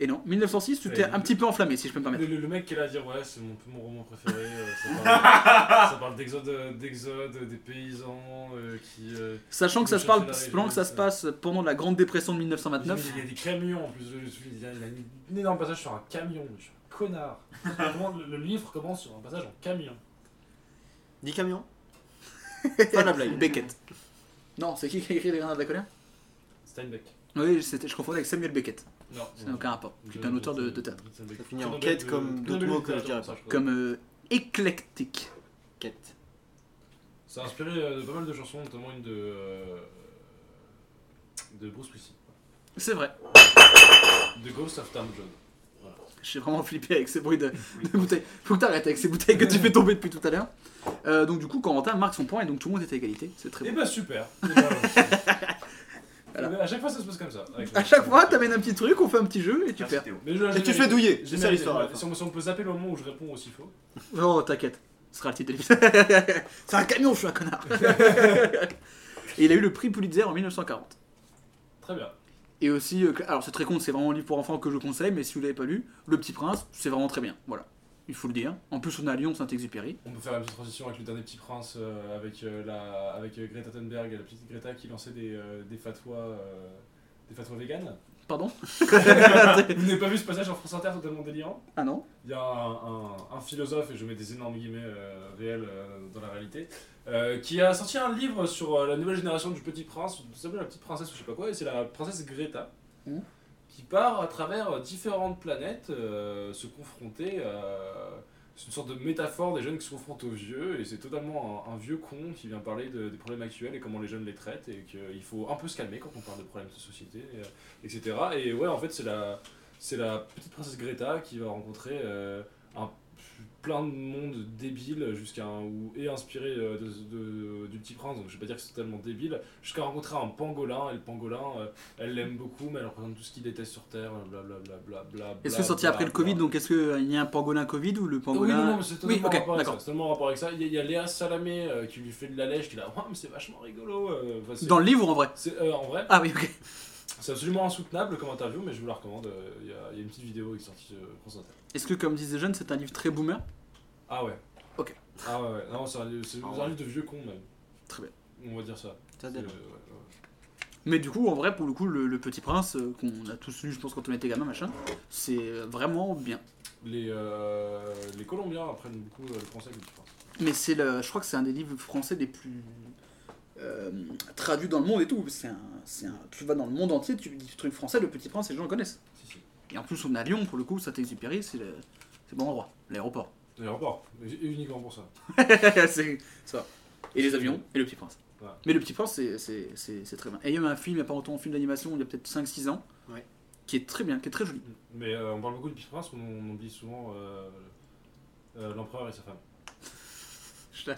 Et non, 1906, tu Ouais, t'es il- un petit peu enflammé, si je peux me Le, permettre. le- le mec qui est là à dire ouais c'est mon, mon roman préféré, euh, ça parle, ça parle d'exode, euh, d'exode, euh, des paysans euh, qui... euh, Sachant que ça Je se parle, cherche la pendant que ça se réponse, passe pendant la Grande Dépression de il y a- 1929. Il y a des camions en plus, je- je- il y a, il y a une- un énorme passage sur un camion, mais je suis un connard. Comment le, le livre commence sur un passage en camion. 10 camions Pas la blague. Beckett. Non, c'est qui qui a écrit les raisins de la colère Steinbeck. Oui, c'était- je confondais avec Samuel Beckett. Non. Ça n'a aucun rapport. C'est un auteur de, de théâtre. Steinbeck. Ça finit en Très quête belle- comme très d'autres belle mots que je littérature, dirais ça, pas. crois. Comme euh, éclectique. Quête. Ça a inspiré euh, de pas mal de chansons, notamment une de, euh, de Bruce Willis. C'est vrai. The Ghost of Tom John. J'ai vraiment flippé avec ces bruits de, de bouteilles. Faut que t'arrêtes avec ces bouteilles que tu fais tomber depuis tout à l'heure. Euh, donc du coup, Corentin marque son point et donc tout le monde est à égalité. C'est très Et bon. bah super Eh ben, Voilà. Mais Eh ben, À chaque fois ça se passe comme ça. avec- À chaque fois, t'amènes un petit truc, on fait un petit jeu et tu perds. Mais je- Et j'ai- tu te fais douiller, c'est j'ai- ça j'ai- l'histoire, à la ouais, fin. Si on, si on peut zapper le moment où je réponds aussi faux. Oh, t'inquiète. Ce sera le titre de l'épisode. C'est un camion, je suis un connard. et il a eu le prix Pulitzer en 1940. Très bien. Et aussi, euh, que- alors c'est très con, c'est vraiment un livre pour enfants que je conseille, mais si vous l'avez pas lu, Le Petit Prince, c'est vraiment très bien. Voilà. Il faut le dire. En plus, on est à Lyon, Saint-Exupéry. On peut faire la petite transition avec le dernier petit prince, euh, avec, euh, la, avec euh, Greta Thunberg et la petite Greta qui lançait des, euh, des fatwas. euh, des fatwas véganes. Pardon Vous n'avez pas vu ce passage en France Inter totalement délirant Ah non Il y a un, un- un philosophe, et je mets des énormes guillemets euh, réels euh, dans la réalité, euh, qui a sorti un livre sur euh, la nouvelle génération du Petit Prince, ou ça s'appelle la petite princesse ou je sais pas quoi, et c'est la princesse Greta, Mhm. qui part à travers euh, différentes planètes euh, se confronter. euh, c'est une sorte de métaphore des jeunes qui se confrontent aux vieux, et c'est totalement un, un vieux con qui vient parler de- des problèmes actuels et comment les jeunes les traitent, et qu'il faut un peu se calmer quand on parle de problèmes de société, euh, etc. Et ouais, en fait, c'est la, c'est la petite princesse Greta qui va rencontrer euh, un, plein de monde débile jusqu'à un, ou, et inspiré euh, de, de- du petit prince, donc je vais pas dire que c'est totalement débile, jusqu'à rencontrer un pangolin, et le pangolin, euh, elle l'aime beaucoup, mais elle représente tout ce qu'il déteste sur Terre, blablabla. Bla, bla, Est-ce que c'est sorti après le Covid, donc est-ce qu'il y a un pangolin Covid ou le oui, pangolin non, non, mais c'est totalement Oui, ok, en rapport avec d'accord. ça, c'est totalement en rapport avec ça. Il y a, il y a Léa Salamé euh, qui lui fait de la lèche, qui est là, ouais, mais c'est vachement rigolo. euh, enfin, c'est- Dans le livre ou en vrai c'est- euh, en vrai, Ah oui, ok. c'est absolument insoutenable comme interview, mais je vous la recommande. euh, Il y, a- il y a une petite vidéo qui est sortie euh, France Inter. Est-ce que, comme disait Jeune, c'est un livre très boomer Ah ouais. Ok. Ah ouais, ouais. Non, c'est un, c'est Ah un ouais. livre de vieux con même. Très bien. On va dire ça. Ça C'est, dépend. euh, ouais, ouais. Mais du coup, en vrai, pour le coup, le, le Petit Prince, euh, qu'on a tous lu, je pense, quand on était gamin, machin, c'est euh, vraiment bien. Les, euh, les Colombiens apprennent beaucoup euh, le français, je pense. Mais c'est le, je crois que c'est un des livres français les plus euh, traduit dans le monde et tout. C'est un, c'est un- tu vas dans le monde entier, tu dis truc français, le petit prince, les gens le connaissent. Si, si. Et en plus, on est à Lyon, pour le coup, Saint-Exupéry, c'est le, c'est le bon endroit, l'aéroport. L'aéroport, mais uniquement pour ça. c'est ça. Et les avions, et le petit prince. Voilà. Mais le petit prince, c'est- c'est c'est- c'est très bien. Et il y a eu un film, il n'y a pas longtemps, un film d'animation, il y a peut-être 5-6 ans, Ouais. qui est très bien, qui est très joli. Mais euh, on parle beaucoup du Petit Prince, on, on oublie souvent euh, euh, l'empereur et sa femme. Je la-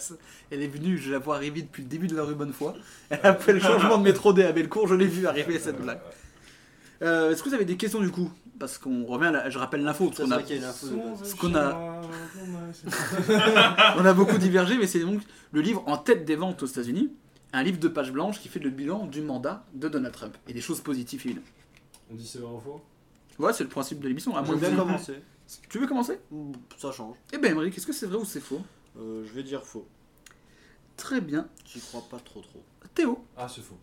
Elle est venue, je la vois arriver depuis le début de la rue Bonnefoy. Après le changement de métro D à Bellecour, je l'ai vu arriver cette Euh, blague. Euh, Est-ce que vous avez des questions du coup Parce qu'on revient, à la- je rappelle l'info, parce Ça, qu'on c'est a, vrai qu'il y a une info de base. Ce qu'on a- on a beaucoup divergé, mais c'est donc le livre en tête des ventes aux États-Unis, un livre de page blanche qui fait le bilan du mandat de Donald Trump et des choses positives évidemment. On dit c'est vrai ou faux Ouais, c'est le principe de l'émission. à Je moins que vais vous- commencer. Tu veux commencer Ouh, Ça change. Eh ben, Emery, est-ce que c'est vrai ou c'est faux Euh, je vais dire faux. Très bien. J'y crois pas trop trop. Théo, Ah, c'est faux.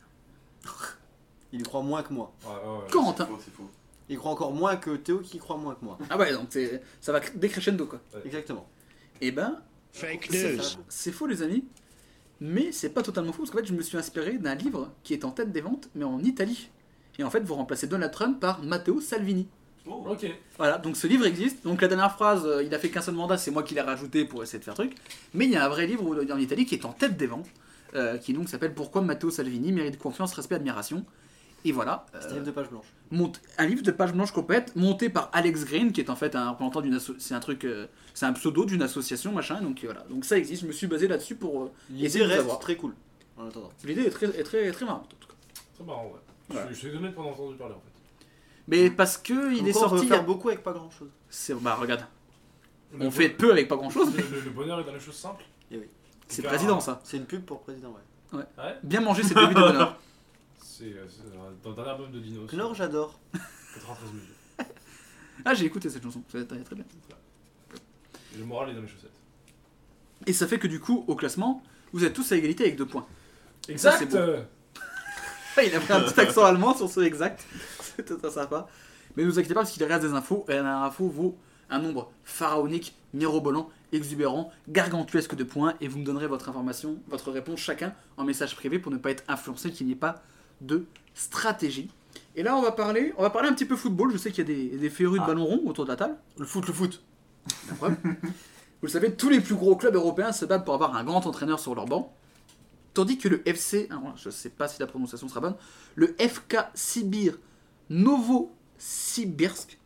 Il y croit moins que moi. Ouais, ouais, ouais. C'est Corentin. faux, c'est faux. Il croit encore moins que Théo qui y croit moins que moi. Ah ouais, donc c'est- ça va cr- décrescendo quoi. Exactement. Eh ben, Fake C'est news. faux. C'est faux, les amis. Mais c'est pas totalement faux, parce qu'en fait, je me suis inspiré d'un livre qui est en tête des ventes, mais en Italie. Et en fait, vous remplacez Donald Trump par Matteo Salvini. Oh, Ok. Voilà, donc ce livre existe. Donc la dernière phrase, euh, il a fait qu'un seul mandat, c'est moi qui l'ai rajouté pour essayer de faire truc. Mais il y a un vrai livre où- en Italie qui est en tête des ventes, euh, qui donc s'appelle Pourquoi Matteo Salvini mérite confiance, respect, admiration. Et voilà. euh, C'est un livre de page blanche. monte- un livre de page blanche complète monté par Alex Green qui est en fait un représentant d'une asso- c'est un truc euh, c'est un pseudo d'une association machin donc euh, voilà donc ça existe je me suis basé là-dessus pour euh, essayer L'idée de reste savoir. très cool. En attendant. l'idée est très, est très très marrante en tout cas Très marrant, ouais. Voilà. Je, je suis étonné de pas en entendu parler en fait. mais parce que il Comme est quoi, On sorti peut il y a- euh, faire beaucoup avec pas grand chose. c'est bah regarde Le on fait bon- peu avec pas grand chose Le, le- le bonheur est dans les choses simples. Eh oui. c'est Car- président ça C'est une pub pour président, ouais. Ouais. bien manger c'est le début de bonheur C'est euh, c'est dans dans le dernier album de Dino. c'est Knorr, j'adore. 93 minutes. ah j'ai écouté cette chanson c'est très, très bien Et Le moral est dans les chaussettes. et ça fait que du coup au classement vous êtes tous à égalité avec deux points Ça, c'est Exact beau. euh, Ah, il a pris un petit accent allemand sur ce exact. C'était très sympa. Mais ne vous inquiétez pas parce qu'il reste des infos. Et la info vaut un nombre pharaonique, mirobolant, exubérant, gargantuesque de points. Et vous me donnerez votre information, votre réponse chacun en message privé pour ne pas être influencé qu'il n'y ait pas de stratégie. Et là, on va parler, on va parler un petit peu football. Je sais qu'il y a des, des férus de ballon rond autour de la table. Ah. Le foot, le foot. La preuve. vous le savez, tous les plus gros clubs européens se battent pour avoir un grand entraîneur sur leur banc. Tandis que le FC, alors, je ne sais pas si la prononciation sera bonne, le FK Sibir Novosibirsk.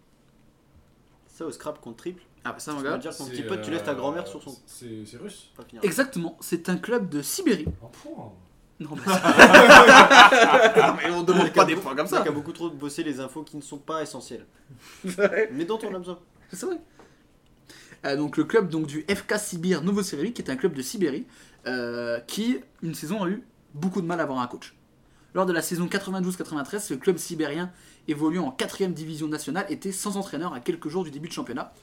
Ça au scrap contre triple. Ah bah ça mon Tu vas gars. dire ton c'est, petit pote, tu lèves ta grand-mère sur son. euh, C'est c'est russe Pas finir. Exactement, c'est un club de Sibérie. Un point Non, bah, non, mais on demande pas des points comme ça. Qui a beaucoup trop de bosser les infos qui ne sont pas essentielles. Ouais, Mais dont on a besoin. c'est vrai. Euh, donc le club donc du FK Sibir Novosibirsk qui est un club de Sibérie euh, qui une saison a eu beaucoup de mal à avoir un coach. Lors de la saison 92-93, ce club sibérien évoluant en 4ème division nationale était sans entraîneur à quelques jours du début de championnat.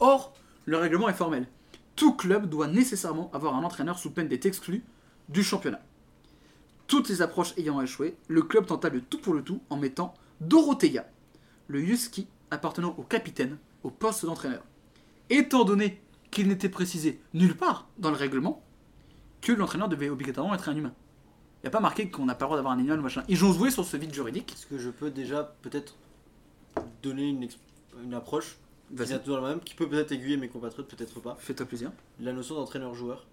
Or, le règlement est formel. Tout club doit nécessairement avoir un entraîneur sous peine d'être exclu du championnat. Toutes les approches ayant échoué, le club tenta le tout pour le tout en mettant Dorothea, le Yuski appartenant au capitaine, au poste d'entraîneur. Étant donné qu'il n'était précisé nulle part dans le règlement que l'entraîneur devait obligatoirement être un humain. Il n'y a pas marqué qu'on n'a pas le droit d'avoir un animal, machin. Ils ont joué sur ce vide juridique. Est-ce que je peux déjà peut-être donner une, exp- une approche qui vient Vas-y, toujours la même, qui peut peut-être aiguiller mes compatriotes, peut-être pas. fais-toi plaisir. La notion d'entraîneur-joueur.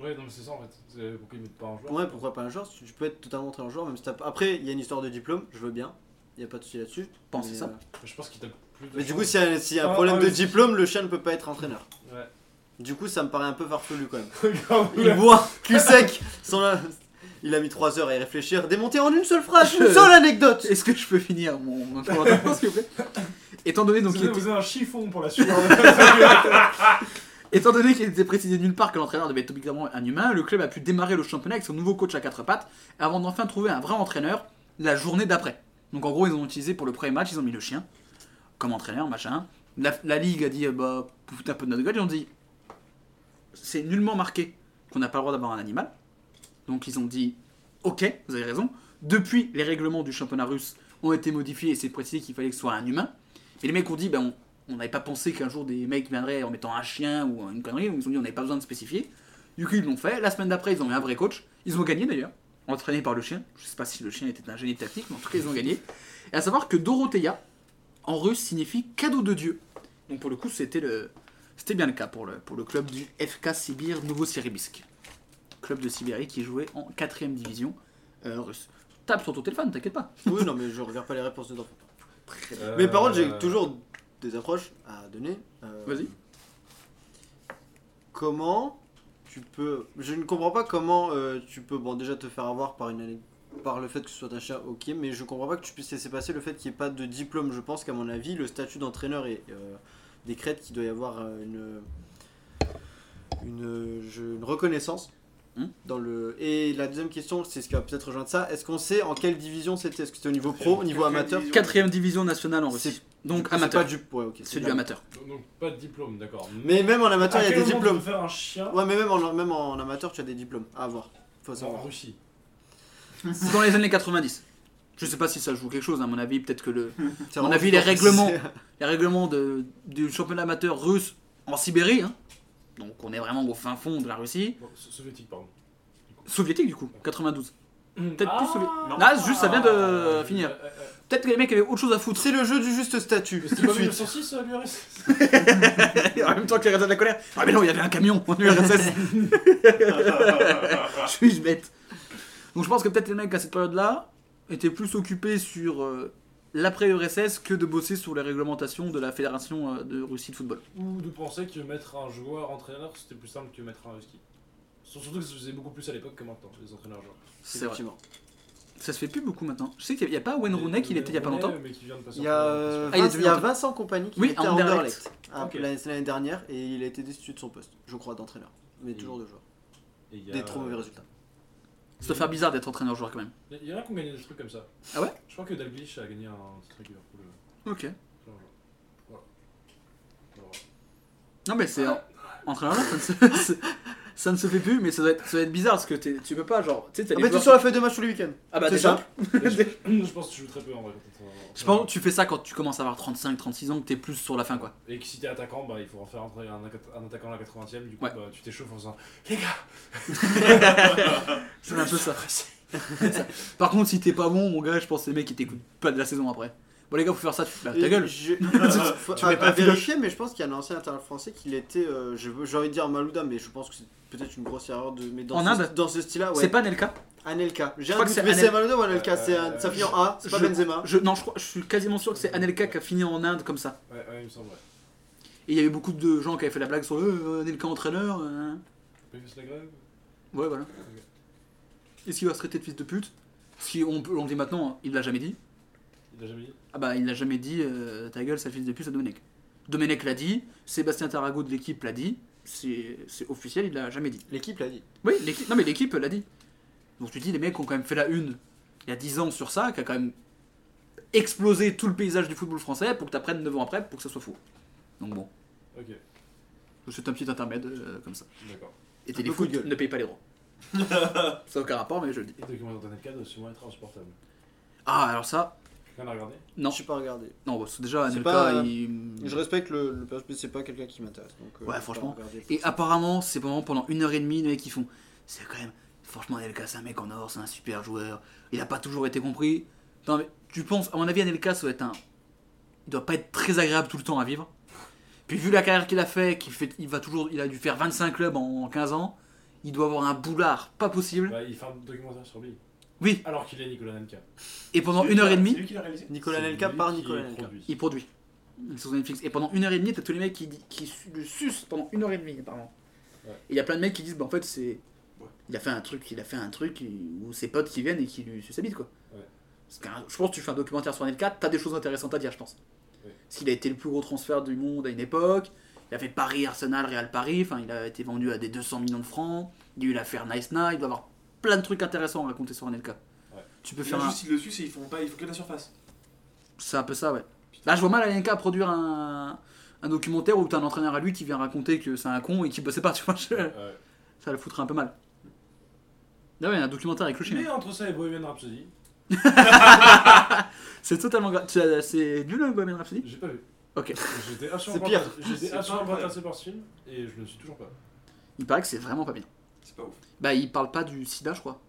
Ouais, non, mais c'est ça en fait. C'est pourquoi ils mettent pas un joueur Ouais, pourquoi pas un joueur Tu tu peux être totalement entraîneur-joueur, même si t'as pas- Après, il y a une histoire de diplôme, je veux bien. Il n'y a pas de souci là-dessus. Pensez Mais, ça. euh, Je pense qu'ils tapent plus de Mais du chances. coup, s'il y a- s'il y a un Ah, problème ah, de oui. diplôme, le chien ne peut pas être entraîneur. Ouais. Du coup, ça me paraît un peu farfelu quand même. Grave. Il boit cul sec sans la- Il a mis 3 heures à y réfléchir, démonter en une seule phrase, Ah, une seule anecdote Est-ce que je peux finir mon, mon commentaire, s'il vous plaît Étant donné donc vous, qu'il avez, était, vous avez un chiffon pour la suite. étant donné qu'il était précisé nulle part que l'entraîneur devait être obligatoirement un humain, le club a pu démarrer le championnat avec son nouveau coach à quatre pattes avant d'enfin trouver un vrai entraîneur la journée d'après. Donc en gros, ils ont utilisé pour le premier match, ils ont mis le chien comme entraîneur, machin. La, la ligue a dit euh, bah vous foutez un peu de notre gueule, ils ont dit c'est nullement marqué qu'on n'a pas le droit d'avoir un animal. Donc ils ont dit ok, vous avez raison. Depuis, les règlements du championnat russe ont été modifiés et c'est précisé qu'il fallait que ce soit un humain. Et les mecs ont dit, ben, on- on n'avait pas pensé qu'un jour des mecs viendraient en mettant un chien ou une connerie. Ils ont dit, on n'avait pas besoin de spécifier. Du coup, ils l'ont fait. La semaine d'après, ils ont eu un vrai coach. Ils ont gagné d'ailleurs. entraînés par le chien. Je sais pas si le chien était un génie tactique, mais en tout cas, ils ont gagné. Et à savoir que Dorothea, en russe, signifie cadeau de Dieu. Donc pour le coup, c'était le, c'était bien le cas pour le, pour le club du FK Sibir Nouveau-Siribisk. Club de Sibérie qui jouait en 4ème division euh, russe. Tape sur ton téléphone, t'inquiète pas. Oui, non, mais je regarde pas les réponses des enfants. Euh, Mais par contre, j'ai toujours des approches à donner. Euh, Vas-y. Comment tu peux. Je ne comprends pas comment euh, tu peux. Bon, déjà te faire avoir par une année. Par le fait que ce soit un chat, ok, mais je comprends pas que tu puisses laisser passer le fait qu'il n'y ait pas de diplôme. Je pense qu'à mon avis, le statut d'entraîneur et euh, décrète qu'il doit y avoir euh, une, une, euh, je- une reconnaissance. Hmm. Dans le... Et la deuxième question, c'est ce qui va peut-être rejoindre ça. Est-ce qu'on sait en quelle division c'était Est-ce que c'était au niveau pro, au niveau amateur 4ème division nationale en Russie. C'est- Donc C'est amateur. pas du... ouais, ok, C'est de du la- amateur. Donc, donc pas de diplôme, d'accord. Mais même en À amateur, il y a quel des moment diplômes. tu peux faire un chien Ouais, mais même en, même en amateur, tu as des diplômes à avoir. Faut en savoir. Russie C'est dans les années 90. Je sais pas si ça joue quelque chose, à mon avis, peut-être que le, C'est À vraiment- mon avis, les c'est- règlements. les règlements de, du championnat amateur russe en Sibérie, hein. donc on est vraiment au fin fond de la Russie, Bon, so- Soviétique, pardon. soviétique du coup, 92. Peut-être plus soviétique. Là, juste, ça vient Euh, de finir. Peut-être que les mecs avaient autre chose à foutre. C'est le jeu du juste statut. C'était Tout de pas suite. 1906 euh, l'URSS en même temps que les raisins de la colère. Ah mais non, il y avait un camion en URSS. je suis bête. Donc je pense que peut-être les mecs à cette période-là étaient plus occupés sur euh, l'après-URSS que de bosser sur les réglementations de la Fédération euh, de Russie de football. Ou de penser que mettre un joueur entraîneur c'était plus simple que mettre un husky. Surtout que ça se faisait beaucoup plus à l'époque que maintenant, les entraîneurs joueurs. C'est vrai. Effectivement. Ça se fait plus beaucoup maintenant. Je sais qu'il n'y a pas Owen Rooney qui l'était il y a pas Rooney, longtemps. Mais qui vient de passer Il y a, en euh, première Ah, il est vingt- il y a devenu Vincent Compagnie qui Oui, était à à Anderlecht un- Ok. Ah, l'année- l'année dernière et il a été destitué de son poste, je crois, d'entraîneur. Mais toujours de joueur. Et il y a- Des trop mauvais résultats. Ça doit faire bizarre d'être entraîneur-joueur quand même. Il y en a qui ont gagné des trucs comme ça. Ah ouais Je crois que Dalglish a gagné un titre euh, régulier pour le. Ok. pour le joueur. Voilà. Voilà. Non mais c'est entraîneur là, ça ne, se... ça ne se fait plus, mais ça doit être, ça doit être bizarre parce que t'es- tu peux pas genre, tu sais, t'as Ah, les mais t'es joueurs- sur la feuille de match tous les week-ends. Ah bah c'est déjà. simple. je pense que tu joues très peu en vrai. quand on- Je pense que tu fais ça quand tu commences à avoir 35-36 ans, que t'es plus sur la fin quoi. Et que si t'es attaquant, bah, il faut en faire entrer un, atta- un attaquant à la 80 e du coup Ouais. bah, tu t'échauffes en disant Les gars C'est un peu ça. Par contre, si t'es pas bon, mon gars, je pense que les mecs ils t'écoutent pas de la saison après. Bon les gars, faut faire ça, tu bah, ta Et gueule. je- Faut- tu à- mets pas à de pilote. vérifier, mais je pense qu'il y a un ancien international français qui était, j'ai envie de dire Malouda, mais je pense que c'est peut-être une grosse erreur de. Mais dans En ce, Inde dans ce style-là, ouais. C'est pas Nelka Anelka. J'ai Je un crois que doute, c'est mais c'est Anel- Malouda ou Anelka C'est un- Euh, ça finit en A, c'est pas je- Benzema. je, Non, je, crois, je suis quasiment sûr que c'est Anelka qui a fini en Inde comme ça. Ouais, ouais, il me semble, ouais. Et il y avait beaucoup de gens qui avaient fait la blague sur euh, Anelka entraîneur. euh, T'as pas vu la grève Ouais, voilà. Est-ce qu'il va se traiter de fils de pute Si on peut, on le dit maintenant, hein, il l'a jamais dit. Il l'a jamais dit Ah bah, il l'a jamais dit, euh, ta gueule, sale fils de pute à Domenech. Domenech l'a dit, Sébastien Tarago de l'équipe l'a dit, c'est c'est officiel, il l'a jamais dit. L'équipe l'a dit. Oui, l'équipe, non mais l'équipe l'a dit. Donc tu dis, les mecs ont quand même fait la une il y a 10 ans sur ça, qui a quand même explosé tout le paysage du football français pour que t'apprennes 9 ans après pour que ça soit faux. Donc bon, Ok, c'est un petit intermède euh, comme ça. d'accord. Et peu coup Téléfoot de gueule. ne paye pas les droits. ça n'a aucun rapport, mais je le dis. Et documentaire dans le cadre, sûrement être insupportable. Ah, alors ça, Quelqu'un l'a regardé Non. Je sais pas regardé. Non, bah, c'est déjà C'est Anelka, pas, euh, il... Je respecte le, le personnage, mais c'est pas quelqu'un qui m'intéresse. donc, euh, Ouais, je vais franchement. pas regarder. Et apparemment, c'est pendant, pendant une heure et demie, les mecs, ils font... C'est quand même... Franchement, Anelka, c'est un mec en or, c'est un super joueur. Il a pas toujours été compris. Non, mais tu penses... À mon avis, Anelka, ça doit être un... Il doit pas être très agréable tout le temps à vivre. Puis vu la carrière qu'il a fait, qu'il fait... Il va toujours... Il a dû faire 25 clubs en 15 ans. Il doit avoir un boulard pas possible. Bah, il fait un documentaire sur lui. Oui, Alors qu'il est Nicolas Nanka. et pendant une heure et C'est demie, lui qui l'a réalisé Nicolas C'est Nelka lui par qui Nicolas le Nelka. produit. il produit. Sur Netflix. Et pendant une heure et demie, t'as tous les mecs qui, di- qui su- le sucent pendant une heure et demie, apparemment. Ouais. Et il y a plein de mecs qui disent, bah en fait, c'est. Ouais. Il a fait un truc, il a fait un truc où ses potes qui viennent et qui lui sucent la bite, quoi. Ouais. Parce qu'un- je pense que tu fais un documentaire sur Nelka, t'as des choses intéressantes à dire, je pense. Ouais. Parce qu'il a été le plus gros transfert du monde à une époque, il a fait Paris, Arsenal, Real Paris, enfin, il a été vendu à des 200 millions de francs, il y a eu l'affaire Nice Night, il doit y avoir plein de trucs intéressants à raconter sur Nelka. Ouais. Tu peux Il y a faire un. juste ils le sucent et ils font pas, ils font que la surface. C'est un peu ça, ouais. Là, je vois mal Alenka produire un, un documentaire où t'as un entraîneur à lui qui vient raconter que c'est un con et qui bossait pas, tu vois. je- Ouais. Ça le foutrait un peu mal. D'ailleurs, il y a un documentaire avec le chien. Mais entre ça et Bohemian Rhapsody, C'est totalement. gra- tu as- C'est nul, le Bohemian Rhapsody j'ai pas vu. Ok. J'étais assuré C'est par- pire. J'étais C'est pas assuré incroyable. intéressé par ce film et je ne le suis toujours pas. Il paraît que c'est vraiment pas bien. C'est pas ouf. Bah, il parle pas du sida, je crois.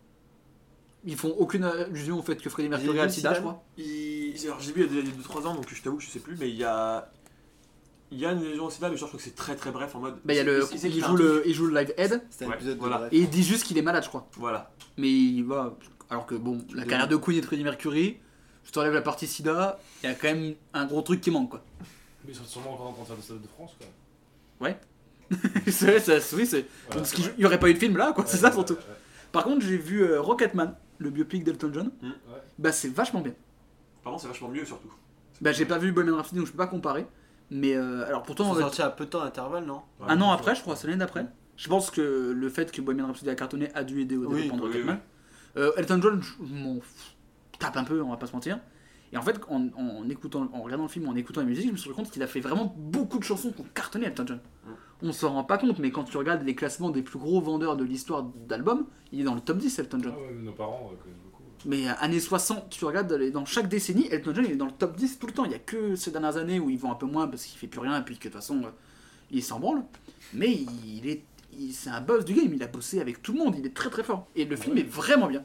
Ils font aucune allusion au fait que Freddie Mercury Il y a a le sida, je Zidane crois. Il- Alors, j'ai vu il y a 2-3 ans, donc je t'avoue que je sais plus, mais il y a. Il y a une allusion au sida, mais genre, je crois que c'est très très bref en mode. Bah, il, y a le, c'est- c'est- il, c'est joue un le, truc. il joue le live head C'était un Ouais, épisode voilà. de Bref. et il dit juste qu'il est malade, je crois. Voilà. Mais il va. Alors que bon, la Denis. carrière de Queen et de Freddie Mercury, je t'enlève la partie sida, il y a quand même un gros truc qui manque quoi. Mais ils sont sûrement encore en train de faire le Stade de France, quoi. C'est vrai, ça- oui, c'est. Voilà, parce c'est qu'il vrai. il y aurait pas eu de film là quoi, c'est Ouais, ça ouais, surtout. ouais, ouais. Par contre, j'ai vu euh, Rocketman, le biopic d'Elton John. Mm, ouais. Bah, c'est vachement bien. Par contre, c'est vachement mieux surtout. Bah, j'ai pas vu Bohemian Rhapsody donc je peux pas comparer. Mais euh, alors pourtant, Ils sont en fait, sortis à peu de temps d'intervalle, non un an après, je crois, c'est l'année d'après. Je pense que le fait que Bohemian Rhapsody a cartonné a dû aider au Oui, développement de oui, Rocketman. Euh, Elton John, je m'en f- tape un peu, on va pas se mentir. Et en fait, en, en écoutant, en regardant le film, en écoutant la musique, je me suis rendu compte qu'il a fait vraiment beaucoup de chansons qui ont cartonné Elton John. Mm. On s'en rend pas compte, mais quand tu regardes les classements des plus gros vendeurs de l'histoire d'albums, il est dans le top 10 Elton John. Ah ouais, mais nos parents euh, connaissent beaucoup. Mais euh, années 60, tu regardes dans les- dans chaque décennie, Elton John il est dans le top 10 tout le temps. Il n'y a que ces dernières années où il vend un peu moins parce qu'il fait plus rien et puis que de toute façon euh, il s'en branle. Mais il est, il- c'est un boss du game. Il a bossé avec tout le monde. Il est très très fort. Et le film est vraiment bien.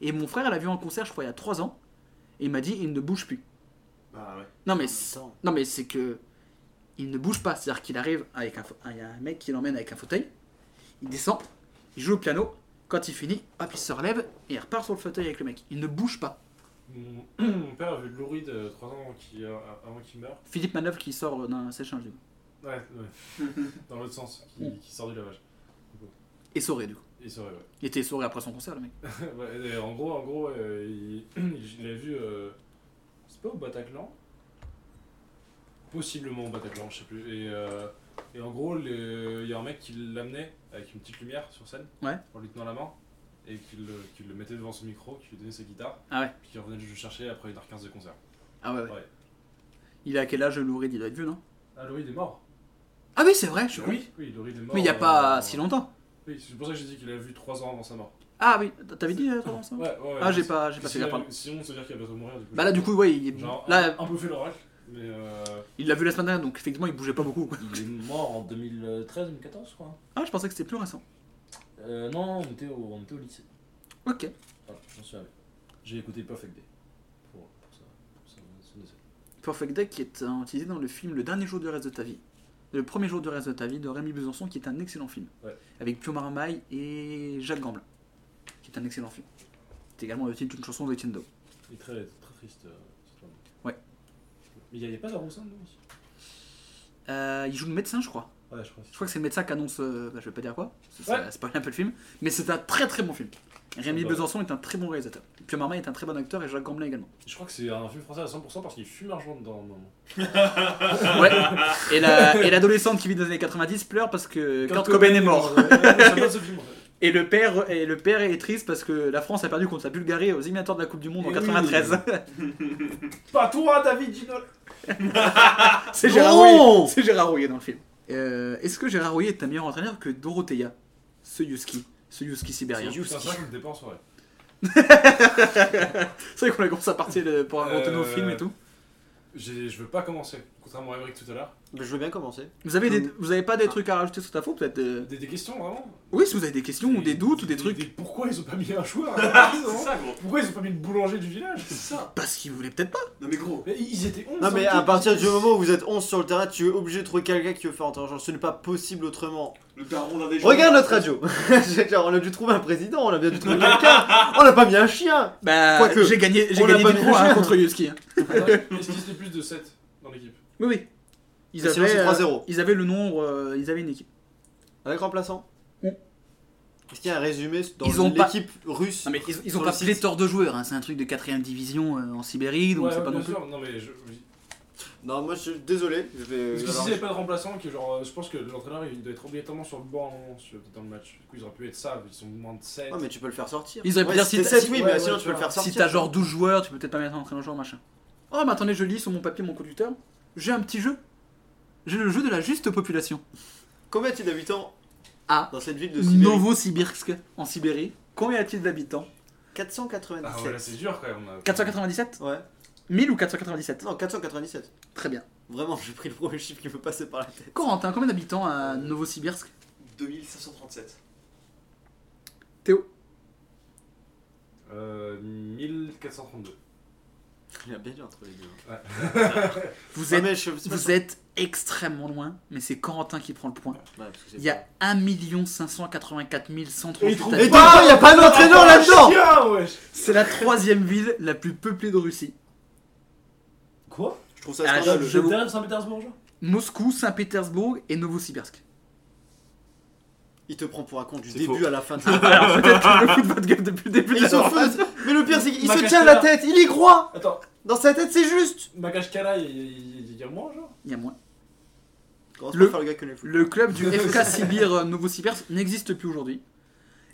Et mon frère l'a vu en concert, je crois, il y a 3 ans. Et il m'a dit il ne bouge plus. Bah ouais. Non mais, En c'est- même temps. non mais c'est que il ne bouge pas. C'est-à-dire qu'il arrive avec un, fa- il y a un mec qui l'emmène avec un fauteuil. Il descend, il joue au piano. Quand il finit, hop, il se relève et il repart sur le fauteuil avec le mec. Il ne bouge pas. Mon, mon père a vu Lou Reed 3 ans avant qu'il euh, avant qu'il meure. Philippe Manœuvre qui sort euh, d'un séchage du coup. Ouais, ouais. Dans l'autre sens, qui, qui sort du lavage. Et Sauré du coup. Et c'est vrai, ouais. Il était Sauré après son concert le mec. Ouais, et en gros, en gros, euh, il, il l'a vu. euh, c'est pas au Bataclan Possiblement au Bataclan, je sais plus. Et, euh, et en gros, le- il y a un mec qui l'amenait avec une petite lumière sur scène, Ouais. en lui tenant la main, et qui le, qui le mettait devant son micro, qui lui donnait sa guitare, Ah ouais. puis qui revenait le chercher après une heure 15 de concert. Ah ouais, ouais. Ouais. Il est à quel âge Louride Il doit être vieux non Ah, Laurie est mort Ah oui c'est vrai, je suis con. Oui, oui, Laurie est mort. Mais il n'y a pas euh, si longtemps. Oui, c'est pour ça que j'ai dit qu'il l'a vu 3 ans avant sa mort. Ah oui, t'avais dit euh, pendant ça Ouais, ouais, ouais. Ah j'ai pas, j'ai pas fait Sinon, gaffe. hein. pardon. Sinon, ça veut dire qu'il va bientôt mourir. Du coup, Bah là du coup ouais, il, Genre, hein. là, un peu fait l'oracle, mais euh, il l'a vu la semaine dernière donc effectivement il bougeait pas beaucoup. quoi. Il est mort en 2013-2014, quoi. Ah je pensais que c'était plus récent. Euh, non, on était au, on était au lycée. Ok. Voilà, j'en suis arrivé. J'ai écouté Perfect Day pour, pour ça. pour son- son décès. Perfect Day qui est euh, utilisé dans le film Le dernier jour du reste de ta vie. Le premier jour du reste de ta vie de Rémi Besançon qui est un excellent film. Ouais. Avec Pio Marmaille et Jacques Gamblin. Qui est un excellent film. C'est également le titre d'une chanson de Etienne Dao. Il est très, très triste, euh, cette femme. Ouais. Mais il n'y avait pas la Roussin dedans aussi Euh, il joue le médecin, je crois. Ouais, je crois. Je crois que c'est le médecin qui annonce. euh, bah, je vais pas dire quoi, parce que Ouais. ça spoil un peu le film. Mais c'est un très très bon film. Rémi bah. Besançon est un très bon réalisateur. Pio Marmaille est un très bon acteur et Jacques Gamblin également. je crois que c'est un film français à 100% parce qu'il fume un joint dedans. Non. Ouais. Et la- et l'adolescente qui vit dans les années 90 pleure parce que Kurt, Cobain est mort. Ouais, ça me donne ce film en fait. Et le père et le père est triste parce que la France a perdu contre la Bulgarie aux éliminatoires de la Coupe du Monde en Eh 93. Pas toi, David Ginola c'est Gérard Rouillet. C'est Gérard Rouillet dans le film. Oh Euh, Est-ce que Gérard Rouillet est un meilleur entraîneur que Dorothea Soyuski Soyuski sibérien. C'est un film dépense, ouais. C'est vrai qu'on a commencé à partir euh, pour inventer nos Euh, films et tout. J'ai- Je veux pas commencer, contrairement à Eric tout à l'heure. Mais Je veux bien commencer. Vous avez, des- vous avez pas des trucs à rajouter sur ta faute peut-être euh, Des, des questions vraiment Oui, si vous avez des questions ou des doutes ou des trucs. Pourquoi ils ont pas mis un joueur C'est hein ça, gros. Pourquoi ils ont pas mis le boulanger du village C'est ça Parce qu'ils voulaient peut-être pas. Non, mais gros. Mais Ils étaient 11 Non, hein, mais à tout- partir du moment où vous êtes 11 sur le terrain, tu es obligé de trouver quelqu'un qui veut faire entendre. Genre, ce n'est pas possible autrement. Le daron d'un des Regarde notre radio Genre, on a dû trouver un président, on a bien dû trouver quelqu'un On n'a pas mis un chien Bah, Quoique, j'ai gagné, j'ai on l'a gagné pas du mis coup le hein, jeu. contre Yuski. hein. Est-ce qu'ils étaient plus de 7 dans l'équipe Oui, oui. Ils Mais sinon, c'est avaient, euh, 3-0. ils avaient le nombre, euh, ils avaient une équipe. Avec remplaçant Mm. Est-ce qu'il y a un résumé dans Ils ont pas- l'équipe russe Non mais ils, ils ont Sur pas le site. pléthore de joueurs, hein, c'est un truc de 4ème division euh, en Sibérie, donc Ouais, c'est ouais, pas bien non plus. sûr. Non, mais je, Non, moi je suis désolé, je vais. Parce que si alors, s'il n'y avait pas de remplaçant, que genre, euh, je pense que l'entraîneur il doit être obligatoirement sur le banc sur- dans le match. Du coup, ils auraient pu être ça, ils sont moins de 7. Ouais, mais tu peux le faire sortir. Ils auraient pu dire si c'était t'as- sept, si- oui, ouais, mais ouais, sinon tu tu peux le vois. faire sortir. Si t'as genre 12 joueurs, tu peux peut-être pas mettre un entraîneur joueur machin. Oh mais attendez, je lis sur mon papier mon conducteur, j'ai un petit jeu. J'ai le jeu de la juste population. Combien y a d'habitants Ah. Dans cette ville de Sibérie Novosibirsk en Sibérie. Combien y a-t-il d'habitants 497. Ah ouais, là c'est dur quand même. on a- 497 ouais. 1000 ou 497 Non, 497. Très bien. Vraiment, j'ai pris le premier chiffre qui me passait par la tête. Corentin, combien d'habitants à Novosibirsk 2537. Théo Euh, 1432. Il y a bien dit entre les deux. Vous Ouais, êtes, mais je- c'est pas sûr. hein. vous êtes extrêmement loin, mais c'est Corentin qui prend le point. Ouais, parce que c'est Il y a 1 584 Et il 138 trouve Et habitants. pourquoi il n'y a pas Ah, d'entraîneur là-dedans Chien, wesh C'est la troisième ville la plus peuplée de Russie. Quoi Je trouve ça Ah, scandaleux. je- vous- Derrière Saint-Pétersbourg, genre Moscou, Saint-Pétersbourg et Novosibirsk. Il te prend pour un con du C'est début faux. à la fin de Alors peut-être que je me fous de votre gueule depuis le début de Il la s'en soirée. fout Mais le pire, c'est qu'il se Macassar. tient la tête, il y croit Attends, Dans sa tête, c'est juste Magashkara, il- il il- il y a moins, genre Il y a moins. Comment Le- le... faire le gars qui connaît le foot Le club du FK Sibir euh, Novosibirsk n'existe plus aujourd'hui.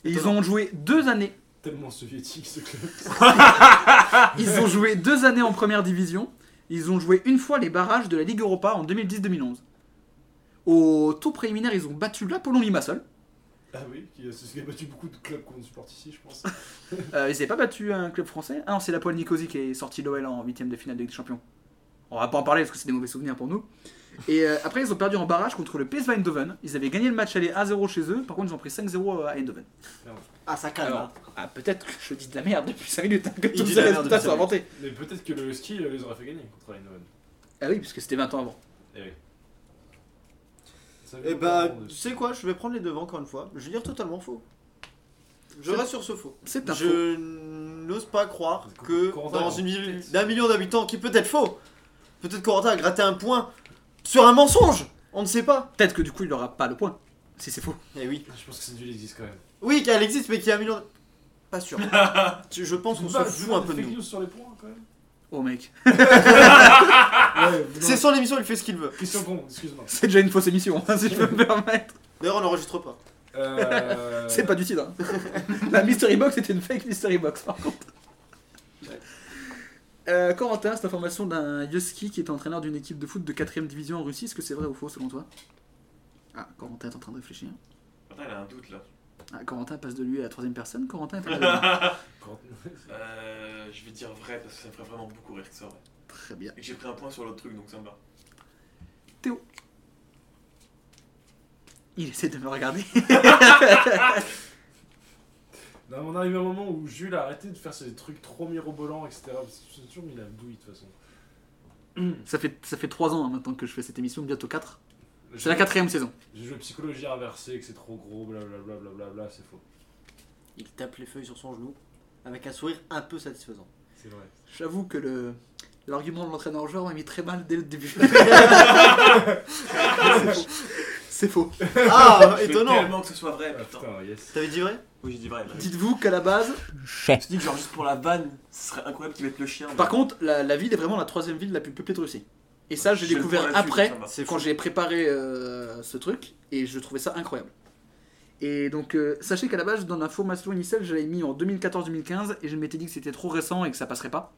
Et Ils ont joué deux années. Tellement soviétique ce club. Ah, Ils ont joué deux années en première division. Ils ont joué une fois les barrages de la Ligue Europa en 2010-2011. Au tour préliminaire, ils ont battu l'Apollon Limassol. Ah oui, qui- c'est ce qui a battu beaucoup de clubs qu'on supporte ici, je pense. Euh, ils n'avaient pas battu un club français. Ah non, c'est l'Apollon Nicosie qui est sorti l'OL en huitième de finale de Ligue des Champions. On va pas en parler parce que c'est des mauvais souvenirs pour nous. Et euh, après, ils ont perdu en barrage contre le PSV Eindhoven. Ils avaient gagné le match aller 1-0 chez eux. Par contre, ils ont pris 5-0 à Eindhoven. Ah, ça calme. Alors, ah, peut-être que je dis de la merde depuis 5 minutes, hein, que Il tous dit ces de la merde résultats depuis sont cinq inventés. Mais peut-être que le ski, euh, ils auraient fait gagner contre Eindhoven. Ah oui, parce que c'était 20 ans avant. Eh oui. Ça veut Et dire bah, qu'on- tu sais quoi, je vais prendre les devants encore une fois. Je vais dire totalement faux. Je C'est- reste sur ce faux. C'est un faux. Je n'ose pas croire que Corentin, dans il a une ville peut-être- d'un million d'habitants qui peut être faux, peut-être Corentin a gratté un point sur un mensonge. On ne sait pas. Peut-être que du coup, il aura pas le point. Si c'est faux. Eh oui. Je pense que cette ville existe quand même. Oui, qu'elle existe, mais qu'il y a un million. Pas sûr. Tu- je pense qu'on se Bah, fout veux un des peu de fake nous. news sur les points quand même. Oh mec, Ouais, C'est son émission, il fait ce qu'il veut. Question con, excuse-moi. c'est déjà une fausse émission, hein, si je peux me permettre. D'ailleurs, on n'enregistre pas. Euh... C'est pas du titre. hein. La Mystery Box était une fake Mystery Box, par contre. Euh, Corentin, cette information d'un Yoski qui est entraîneur d'une équipe de foot de 4ème division en Russie, est-ce que c'est vrai ou faux selon toi Ah, Corentin est en train de réfléchir. Attends, il a un doute là. Ah, Corentin passe de lui à la troisième personne. Corentin est en train de- Quand- Euh, je vais dire vrai parce que ça me ferait vraiment beaucoup rire que ça. ouais. Très bien. Et que j'ai pris un point sur l'autre truc donc ça me va. Il essaie de me regarder. Non, mais on arrive à un moment où Jules a arrêté de faire ces trucs trop mirobolants, etc. Parce que c'est toujours mis la douille de toute façon. Ça fait, ça fait 3 ans hein, maintenant que je fais cette émission, bientôt 4. C'est J'ai- la quatrième saison. J'ai joué psychologie inversée, que c'est trop gros, blablabla, blablabla, c'est faux. Il tape les feuilles sur son genou avec un sourire un peu satisfaisant. C'est vrai. J'avoue que le l'argument de l'entraîneur joueur m'a mis très mal dès le début. C'est faux. Ah, Je veux étonnant. tellement que ce soit vrai, Ah, putain. putain, yes. T'avais dit vrai Oui, j'ai dit vrai. là. Dites-vous qu'à la base, Je me suis dit que genre juste pour la vanne, ce serait incroyable qu'ils mettent le chien. par contre, la, la ville est vraiment la troisième ville la plus peuplée de Russie. Et ça, j'ai J'ai le point découvert là-dessus, après, ça me va. C'est quand faux. j'ai préparé euh, ce truc, et je trouvais ça incroyable. Et donc, euh, sachez qu'à la base, dans la formation initiale, je l'avais mis en 2014-2015, et je m'étais dit que c'était trop récent et que ça passerait pas.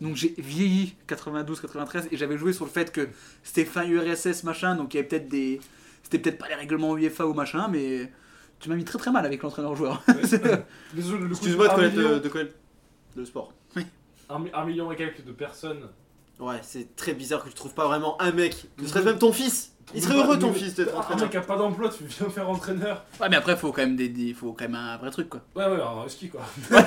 Donc j'ai vieilli 92-93, et j'avais joué sur le fait que c'était fin URSS, machin, donc il y avait peut-être des... C'était peut-être pas les règlements UEFA ou machin, mais... Tu m'as mis très très mal avec l'entraîneur-joueur. Désolé, le coup, Excuse-moi de un connaître, million- euh, de connaître le sport. un, mi- un million et quelques de personnes. Ouais, c'est très bizarre que tu trouves pas vraiment un mec. Ne serait-ce même ton fils. Il serait heureux ton fils d'être Ah, Un entraîneur. mec qui a pas d'emploi, tu viens faire entraîneur. ouais, mais après, faut quand même des, des- faut quand même un vrai truc, quoi. Ouais, ouais, un ski quoi.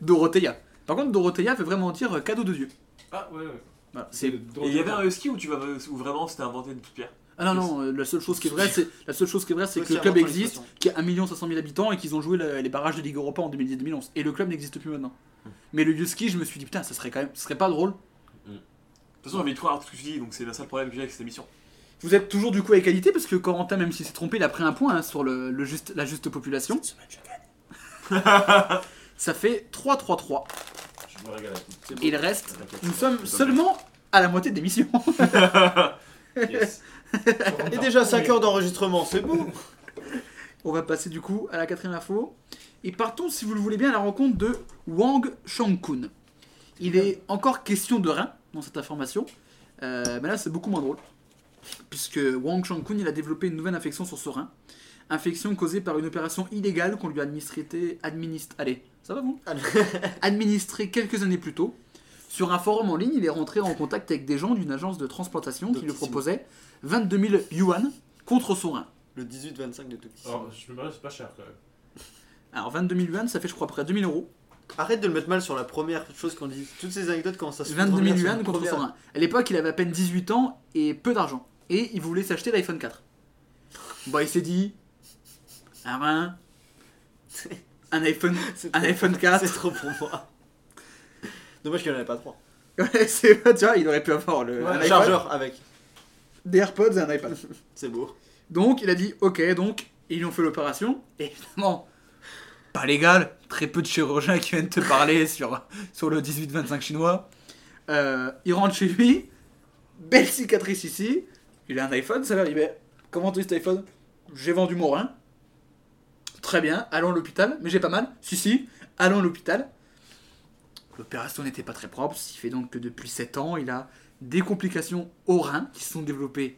Dorothea. Par contre, Dorothea veut vraiment dire euh, cadeau de Dieu. Ah, ouais, ouais. Voilà, c'est Et il y avait un husky où tu vas où vraiment c'était inventé de toute pierre. Ah non, non, euh, la seule chose qui est vraie, c'est, la seule chose qui est vraie, c'est que Aussi le club inventant existe, l'expression. qu'il y a 1 500 000 habitants et qu'ils ont joué la- les barrages de Ligue Europa en 2010-2011. Et le club n'existe plus maintenant. Mais le Yuski, je me suis dit, putain, ça serait quand même, ce serait pas drôle. De toute façon, j'avais croire à tout ce que tu dis, donc c'est bien ça le problème que j'ai avec cette émission. Vous êtes toujours du coup à égalité parce que Corentin, même s'il s'est trompé, il a pris un point hein, sur le, le juste, la juste population. ça fait 3-3-3. Je me régale. Et il reste, nous sommes seulement à la moitié de l'émission. Yes. Et déjà 5 heures d'enregistrement, c'est beau. On va passer du coup à la quatrième info. Et partons, si vous le voulez bien, à la rencontre de Wang Shangkun. Il est encore question de rein dans cette information, euh, mais là c'est beaucoup moins drôle. Puisque Wang Shangkun, il a développé une nouvelle infection sur ce rein. Infection causée par une opération illégale qu'on lui a administrée. Administre, allez, ça va vous Administrée quelques années plus tôt. Sur un forum en ligne, il est rentré en contact avec des gens d'une agence de transplantation qui lui Doctissimo. proposait 22 000 yuan contre son rein. Le 18-25 de Tokyo. Oh. Alors, je me régale, c'est pas cher quand même. Alors 22 000 yuan, ça fait je crois près de 2000 euros. Arrête de le mettre mal sur la première chose qu'on dit. Toutes ces anecdotes commencent à se 22 000 contredire sur yuan la contre première. 101. À l'époque, il avait à peine 18 ans et peu d'argent. Et il voulait s'acheter l'iPhone 4. Bah, il s'est dit. Un rein. Un iPhone, C'est un trop- iPhone C'est 4. trop pour moi. Dommage qu'il n'y en avait pas trois. Ouais, c'est tu vois, il aurait pu avoir le, un Un iPhone, chargeur avec. des AirPods et un iPad. C'est beau. Donc, il a dit OK, donc, ils lui ont fait l'opération. Et Évidemment, pas légal. Très peu de chirurgiens qui viennent te parler sur, sur le 18-25 chinois. Euh, il rentre chez lui. Belle cicatrice ici. Il a un iPhone. Ça va arriver. Comment tu cet iPhone J'ai vendu mon rein. Très bien. Allons à l'hôpital. Mais j'ai pas mal. Si, si. Allons à l'hôpital. L'opération n'était pas très propre. Ce qui fait donc que depuis 7 ans, il a des complications au rein qui se sont développées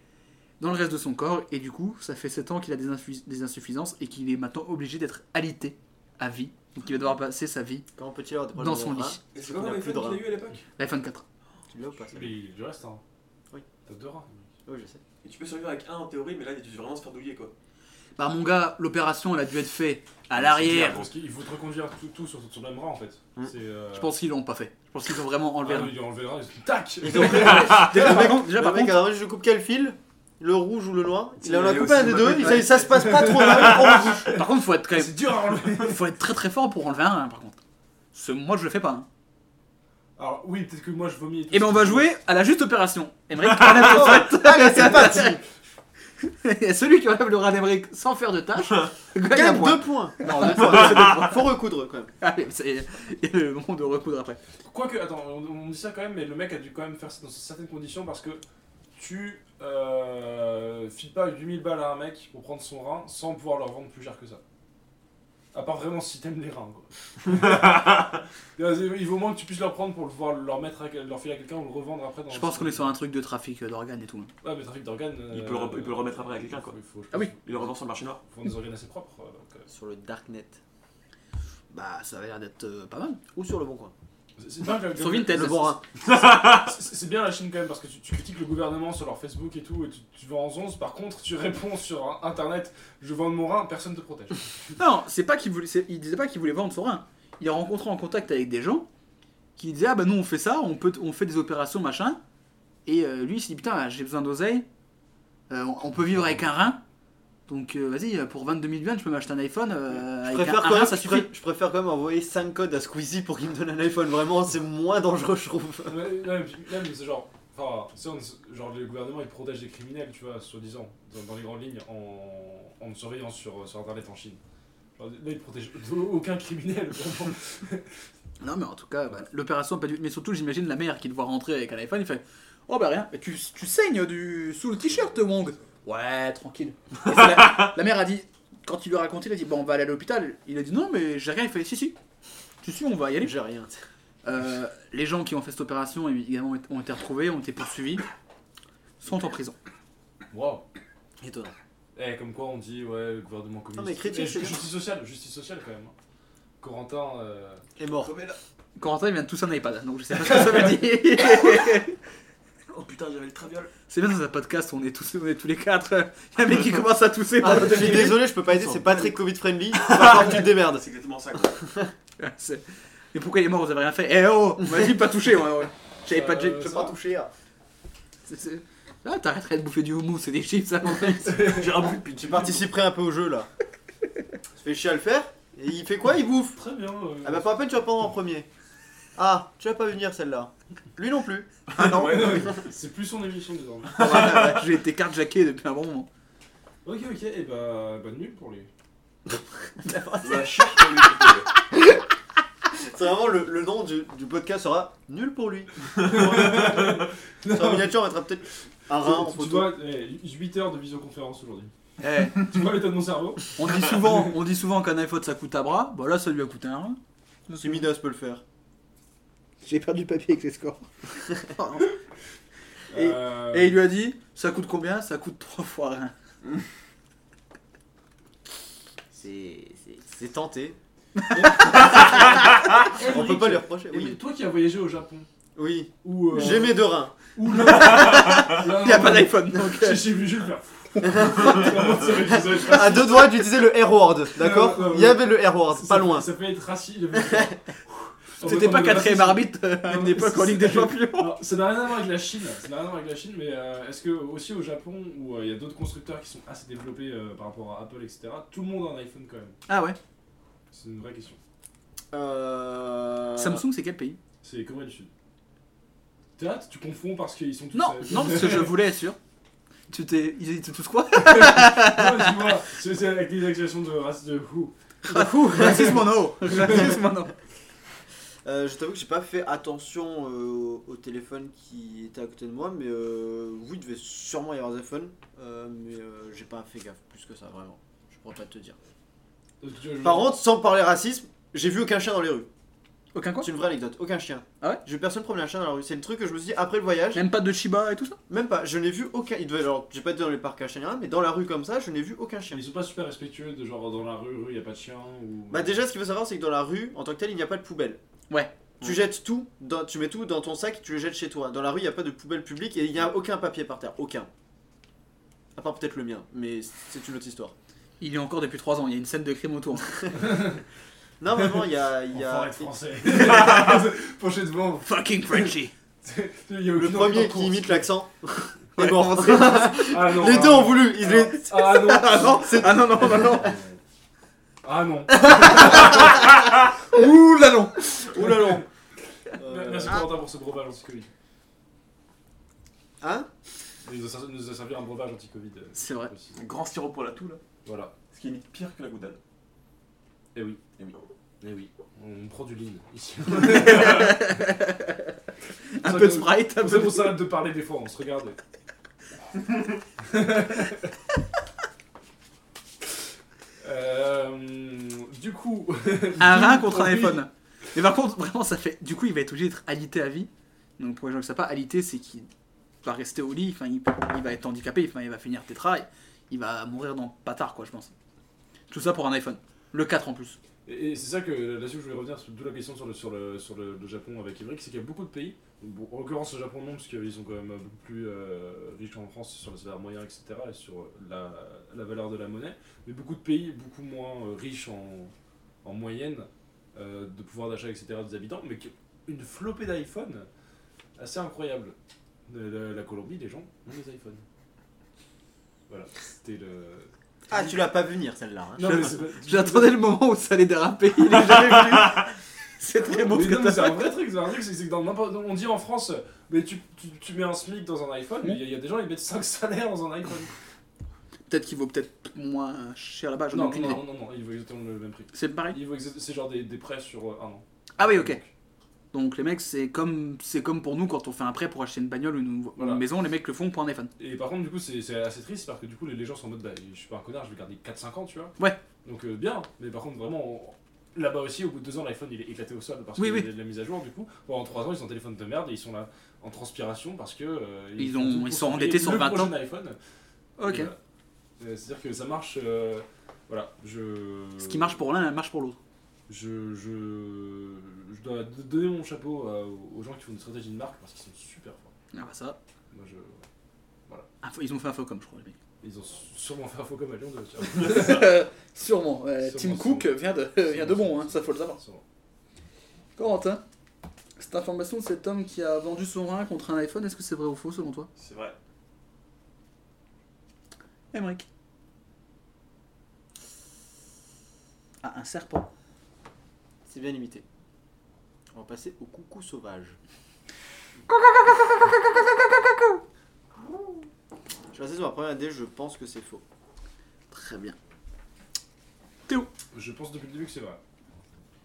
dans le reste de son corps et du coup ça fait 7 ans qu'il a des, infu- des insuffisances et qu'il est maintenant obligé d'être alité à vie donc il va devoir passer sa vie Comment peut-il avoir des problèmes dans de son reins lit Et c'est Il quoi y a comme plus iPhone de qu'il a eu reins. à l'époque l'iPhone 4 Tu l'as ou pas ça Mais il lui reste un. Oui. T'as deux reins. Oui, je sais. Et tu peux survivre avec un en théorie, mais là, tu dois vraiment se faire douiller, quoi. bah mon gars l'opération elle a dû être faite Ah, à Je l'arrière pense qu'il faut te reconduire tout, tout sur ton même rein en fait. Hmm. C'est, euh, je pense qu'ils l'ont pas fait je pense qu'ils ont vraiment ah, enlevé oui, un- il a enlevé le rein, il- Tac Déjà, par contre, déjà, le par mec, contre- alors, je coupe quel fil Le rouge ou le noir Il en Il a est coupé aussi un des mal deux, il préparé. s'est- ça se passe pas trop mal. on le bouge. par contre faut être quand même- C'est dur à enlever faut être très très fort pour enlever un hein, par contre Ce- moi je le fais pas hein. Alors oui, peut-être que moi je vomis. tout et ben on va jouer à la juste opération Emmerich enlève le rein. Allez, Ah, c'est parti Et celui qui enlève le rein d'Emmerich sans faire de tâche gagne un Gagne point 2 points Non, deux points, c'est deux points. Faut recoudre quand même. Allez, c'est- il y a le moment de recoudre après Quoique, attends, on, on dit ça quand même, mais le mec a dû quand même faire ça dans certaines conditions parce que tu euh, files pas 8000 balles à un mec pour prendre son rein sans pouvoir leur vendre plus cher que ça. À part vraiment si t'aimes les reins, quoi. Il vaut au moins que tu puisses leur prendre pour le voir leur mettre, à, quel- leur filer à quelqu'un ou le revendre après. Oh, Dans je pense qu'on est sur un truc de trafic euh, d'organes et tout hein. Ouais, mais trafic d'organes. Il peut le re- il peut le remettre après à quelqu'un, quoi. Il faut, Ah oui. Il le revend sur le marché noir. Faut des organes assez propres. euh, donc, euh, Sur le Darknet. Bah, ça a l'air d'être euh, pas mal. Ou sur le bon coin. c'est- c'est bien que- Sur Vinted. Le bon rein. C'est c'est bien la Chine quand même parce que tu, tu critiques le gouvernement sur leur Facebook et tout et tu, tu vas en 11. Par contre, tu réponds sur un- internet je vends de mon rein, personne te protège. Non, c'est pas qu'il voulait, c'est- il disait pas qu'il voulait vendre son rein. Il est rencontré en contact avec des gens qui disaient ah bah nous on fait ça, on peut, on fait des opérations machin. Et euh, lui il s'est dit putain j'ai besoin d'oseille, Euh, on- on peut vivre avec un rein. Donc euh, vas-y euh, pour 22 000 yuan je peux m'acheter un iPhone euh, Je avec un, préfère, un quand rein même, ça je suffit. pré- je préfère quand même envoyer 5 codes à Squeezie pour qu'il me donne un iPhone. Vraiment, c'est moins dangereux, je trouve. Ouais, ouais, mais puis- ouais, mais c'est genre. Enfin, c'est on- genre le gouvernement il protège les criminels, tu vois, soi-disant, dans, dans les grandes lignes, en, en surveillant sur, sur internet en Chine. Genre, là, ils protègent aucun criminel. vraiment. Non mais en tout cas bah, l'opération a pas dû, mais surtout j'imagine la mère qui doit rentrer avec un iPhone il fait oh bah rien, mais tu, tu saignes du sous le t-shirt Wong. Ouais tranquille. Et c'est la, la mère a dit quand il lui a raconté il a dit bon on va aller à l'hôpital. Il a dit non mais j'ai rien il fait si si. Si si on va y aller. J'ai rien. Euh, les gens qui ont fait cette opération évidemment ont été retrouvés, ont été poursuivis, sont en prison. Waouh! Étonnant. Eh, comme quoi on dit, ouais, le gouvernement communiste. mais critique, Eh, c'est bien. justice sociale, justice sociale quand même. hein. Corentin. euh, Et mort. Corentin il vient de tous un iPad donc je sais pas ce que ça veut dire. Oh putain, j'avais le traviole. C'est bien dans un podcast on est tous on est tous les quatre. Il y a un mec qui commence à tousser. Ah, pendant je deux suis minutes. désolé, je peux pas aider, c'est pas très Covid friendly. Il va que tu te démerdes. C'est exactement ça, quoi. C'est- Mais pourquoi les morts vous avez rien fait Eh oh Vas-y, pas touché ouais, ouais. J'avais pas hein. de jet. Euh, Je peux pas toucher. C'est- c'est- Ah, t'arrêterais de bouffer du houmous et des chips avant J'ai un bout depuis tu Je participerai un peu au jeu là. Je fais chier à le faire. Et il fait quoi Il bouffe. Très bien. euh, Ah bah pas à peine, tu vas prendre en premier. Ah, tu vas pas venir celle-là. Lui non plus. Ah non Ouais, non, c'est plus son émission désormais. J'ai été carjacké depuis un bon moment. Ok, ok, et bah bonne nuit pour lui. vas cher pour lui. couper. C'est vraiment le, le nom du, du podcast sera nul pour lui. Non, Sur la miniature, on mettra peut-être un rein Ah, en tu, tu photo. dois 8 heures de visioconférence aujourd'hui. Eh, tu vois l'état de mon cerveau on dit souvent, on dit souvent qu'un iPhone ça coûte à bras. Bah là, ça lui a coûté un rein. Si Midas peut le faire. J'ai perdu le papier avec les scores. Et- Euh, Et il lui a dit, ça coûte combien Ça coûte trois fois rien. C'est c'est tenté. eh, On Loïc, peut pas lui reprocher. eh, mais Oui, Toi qui as voyagé au Japon, oui. ou. euh, J'ai mes deux reins. ou le- Il n'y a pas d'iPhone donc. euh, J'ai j'ai vu Jules faire. À deux doigts, j'utilisais le R-word, d'accord Non, non, Il y avait le R-word, Ça- pas loin. Ça peut être raciste. C'était pas quatrième arbitre euh, à Non, une mais époque en c'est- Ligue des Champions. Alors, ça n'a rien à voir avec la Chine, ça n'a rien à voir avec la Chine, mais euh, est-ce que aussi au Japon, où euh, il y a d'autres constructeurs qui sont assez développés euh, par rapport à Apple, etc., tout le monde a un iPhone quand même Ah ouais. C'est une vraie question. Euh... Samsung, c'est quel pays C'est Corée du Sud. T'as tu confonds parce qu'ils sont tous. Non, euh, non, parce que je voulais être sûr. Tu t'es. Ils étaient tous quoi Non, tu vois, c'est c'est avec des accusations de race de who. Racisme en haut Racisme en haut Euh, je t'avoue que j'ai pas fait attention euh, au- au téléphone qui était à côté de moi, mais euh, oui, il devait sûrement y avoir des iPhones, euh, mais euh, j'ai pas fait gaffe plus que ça, vraiment. Je pourrais pas te dire. Parce que tu vois, je- Par contre, sans parler racisme, j'ai vu aucun chien dans les rues. Aucun quoi C'est une vraie anecdote, aucun chien. Ah ouais J'ai vu personne promener un chien dans la rue. C'est le truc que je me suis dit après le voyage, Même pas de Chiba et tout ça même pas, je n'ai vu aucun. Il devait, alors, j'ai pas été dans les parcs à chiens, ni rien, mais dans la rue comme ça, je n'ai vu aucun chien. Ils sont pas super respectueux de genre dans la rue, rue, y a pas de chien ou. Bah déjà, ce qu'il faut savoir, c'est que dans la rue, en tant que tel, il n'y a pas de poubelle. Ouais. Tu jettes tout, dans- tu mets tout dans ton sac, tu le jettes chez toi. Dans la rue, il n'y a pas de poubelle publique et il n'y a aucun papier par terre, aucun. À part peut-être le mien, mais c'est une autre histoire. Il est encore depuis 3 ans, il y a une scène de crime autour. Non, vraiment, il y a, il y a- Enfoiré de français. Penché devant. Fucking Frenchie le premier qui imite l'accent. est Ouais. mort. Ah non. les ah deux ont voulu. Ils les- Ah non. Ah non, c'est- Ah non, non, non, non Ah non. Ouh là non Ouh là là. Euh, Me- Merci ah. Corentin pour ce breuvage anti-Covid. Hein Il nous a, il nous a servi un breuvage anti-Covid. euh, C'est vrai. aussi. Un grand styropore à tout là. Voilà. Ce qui imite pire que la goudale. Eh oui. Eh oui. Eh oui. On prend du lean ici. Un peu de Sprite, un C'est peu pour ça de parler des fois, on se regarde. Euh, du coup, Un rein contre un Oui. iPhone. Mais par contre, vraiment, ça fait. Du coup, il va être obligé d'être alité à vie. Donc pour les gens qui savent pas, alité, c'est qu'il va rester au lit, enfin, il, il va être handicapé, enfin, il va finir tétra, il va mourir dans pas tard, quoi, je pense. Tout ça pour un iPhone. Le 4 en plus. et, et c'est ça que là-dessus que je voulais revenir, sur- d'où la question sur le, sur le, sur le, le Japon avec Evric, c'est qu'il y a beaucoup de pays, bon, en l'occurrence le Japon non, parce qu'ils sont quand même beaucoup plus euh, riches en France sur le salaire moyen, etc., et sur la, la valeur de la monnaie, mais beaucoup de pays beaucoup moins euh, riches en, en moyenne euh, de pouvoir d'achat, etc., des habitants, mais qui- une flopée d'iPhone assez incroyable. De la, la Colombie, les gens ont des iPhones. Voilà, c'était le. Ah, tu l'as pas vu venir celle-là. hein. Non, mais c'est pas- J'attendais le moment où ça allait déraper, il est jamais venu. C'est très beau Mais ce que non, mais t'as c'est un vrai truc, c'est un truc, c'est c'est que dans n'importe. On dit en France, mais tu, tu, tu mets un SMIC dans un iPhone, mais il y a- il y, a des gens, ils mettent 5 salaires dans un iPhone. Ah, Peut-être qu'il vaut peut-être moins cher là-bas, j'en ai Non, aucune non, idée. non, non, non, ils vaut exactement le même prix. C'est pareil Ils vaut exact- C'est genre des, des prêts sur euh, un an. Ah oui, ok. Donc, Donc les mecs, c'est comme, c'est comme pour nous quand on fait un prêt pour acheter une bagnole ou une, ou une Voilà. maison, les mecs le font pour un iPhone. Et par contre, du coup, c'est c'est assez triste parce que du coup, les, les gens sont en mode, bah, je suis pas un connard, je vais garder 4-5 ans, tu vois. Ouais. Donc, euh, bien, mais par contre, vraiment, on- là-bas aussi, au bout de 2 ans, l'iPhone il est éclaté au sol parce Oui, qu'il oui. y a de la mise à jour, du coup. Pendant 3 ans, ils ont un téléphone de merde et ils sont là en transpiration parce que. euh, Ils font ont- tout pour ils sont se payer endettés sur le 20 ans. prochain iPhone. Ok. Et voilà. Euh, C'est-à-dire que ça marche. euh, voilà, je. Ce qui marche pour l'un, marche pour l'autre. Je, je, je dois d- donner mon chapeau à- aux gens qui font des stratégies de marque parce qu'ils sont super forts. Ah bah ça. Moi, je, Info- ils ont fait un faux comme je crois les mecs. ils ont sûrement fait un faux comme à Lyon 2. Sûrement. euh, Sûrement, Tim sûrement. Cook vient de, vient de bon, hein, ça, faut le savoir. Corentin, cette information de cet homme qui a vendu son rein contre un iPhone, est-ce que c'est vrai ou faux selon toi C'est vrai. Emmerich. Ah, un serpent. C'est bien limité. On va passer au coucou sauvage. Je suis resté sur ma première idée, je pense que c'est faux. Très bien. Je pense depuis le début que c'est vrai.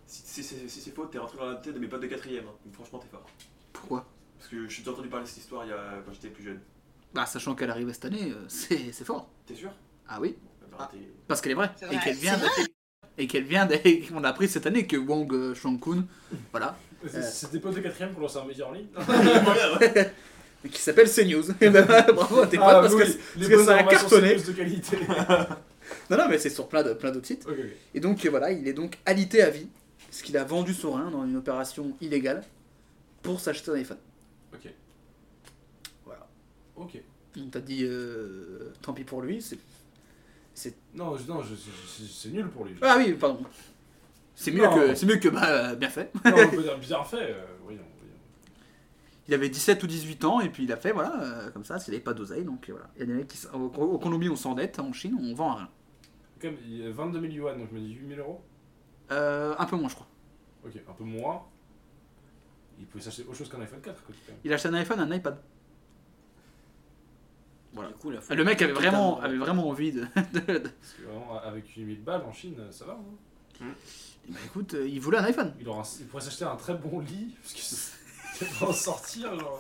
Si, si- si- si c'est faux, t'es rentré dans la tête de mes potes de quatrième. hein. Donc franchement, t'es fort. Pourquoi Parce que j'ai déjà entendu parler de cette histoire il y a- quand j'étais plus jeune. Bah, sachant qu'elle arrivait cette année, euh, c'est c'est fort. T'es sûr Ah oui Bah, Ah. t'es- Parce qu'elle est vraie. C'est Et vrai. qu'elle vient de... Et qu'elle vient de... On a appris cette année que Wang euh, Shang-kun, voilà, C'était pas de quatrième pour lancer un média en ligne qui s'appelle CNews. Et ben, Bravo à tes Ah, Ah potes parce que... parce que ça a cartonné. de qualité. Non, non, mais c'est sur plein de, plein d'autres sites. ok, ok. Et donc, euh, voilà, il est donc alité à vie, parce qu'il a vendu son rein dans une opération illégale pour s'acheter un iPhone. Ok. Voilà. Ok. On t'a dit, euh, tant pis pour lui. c'est- Non, je- non, je- je- je- c'est nul pour lui. Ah oui, pardon. C'est mieux Non. que, c'est mieux que bah, euh, bien fait. Non, on peut dire bien fait, euh, voyons, voyons. Il avait 17 ou 18 ans et puis il a fait, voilà, euh, comme ça, s'il n'avait pas d'oseille. Donc euh, voilà. Il y a des mecs qui. s- Au, au Colombie, on s'endette. En Chine, on vend à rien. Quand même, il y a 22 000 yuan, donc je me dis 8 000 euros. Euh, un peu moins, je crois. Ok, un peu moins. Il pouvait s'acheter autre chose qu'un iPhone 4, quoi, quand même. Il a acheté un iPhone, un iPad. Voilà. Du coup, la Le mec avait vraiment, Totalement. avait vraiment envie de. de- de- Parce que vraiment, avec 8 000 balles en Chine, ça va. hein. Bah écoute, euh, il voulait un iPhone. il, aura un- il pourrait s'acheter un très bon lit, parce que c'est- il pourrait en sortir, genre.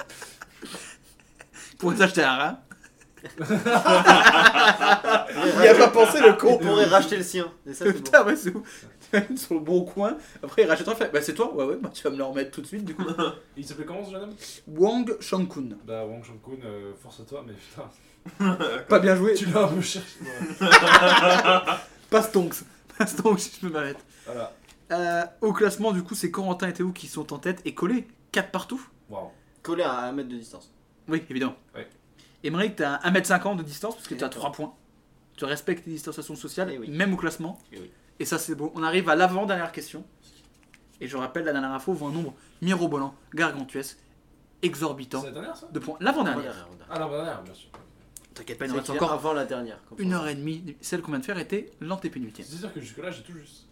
Pour s'acheter un rein. Il a pas pensé le On con. pourrait racheter le sien. Et ça, c'est bon. Putain, ouais, c'est où Sur le bon coin. Après, il rachète un fait. Bah, c'est toi Ouais, ouais, bah, tu vas me le remettre tout de suite, du coup. Et il s'appelait comment ce jeune homme Wang Shankun. Bah, Wang Shankun, euh, force à toi, mais putain, Pas bien joué. tu l'as un peu cherché. ouais. Passe Tonks. Passe Tonks, si je peux m'arrêter. Voilà, Euh, au classement, du coup, c'est Corentin et Théo qui sont en tête et collés. 4 partout. waouh. Collé à un mètre de distance. Oui, évidemment. Ouais. Aimerais que tu as 1m50 de distance parce que tu as 3 D'accord. points. Tu respectes les distanciations sociales, Eh oui. même au classement. Eh oui. Et ça, c'est beau. On arrive à l'avant-dernière question. Et je rappelle, la dernière info vaut un nombre mirobolant, gargantuesque, C'est exorbitant la dernière, ça de points. L'avant-dernière. Ah, la dernière, bien sûr. T'inquiète pas, il en C'est reste encore encore avant la dernière. comme une ça. heure et demie. Celle qu'on vient de faire était l'antépénultième. C'est sûr que jusque-là, j'ai tout juste.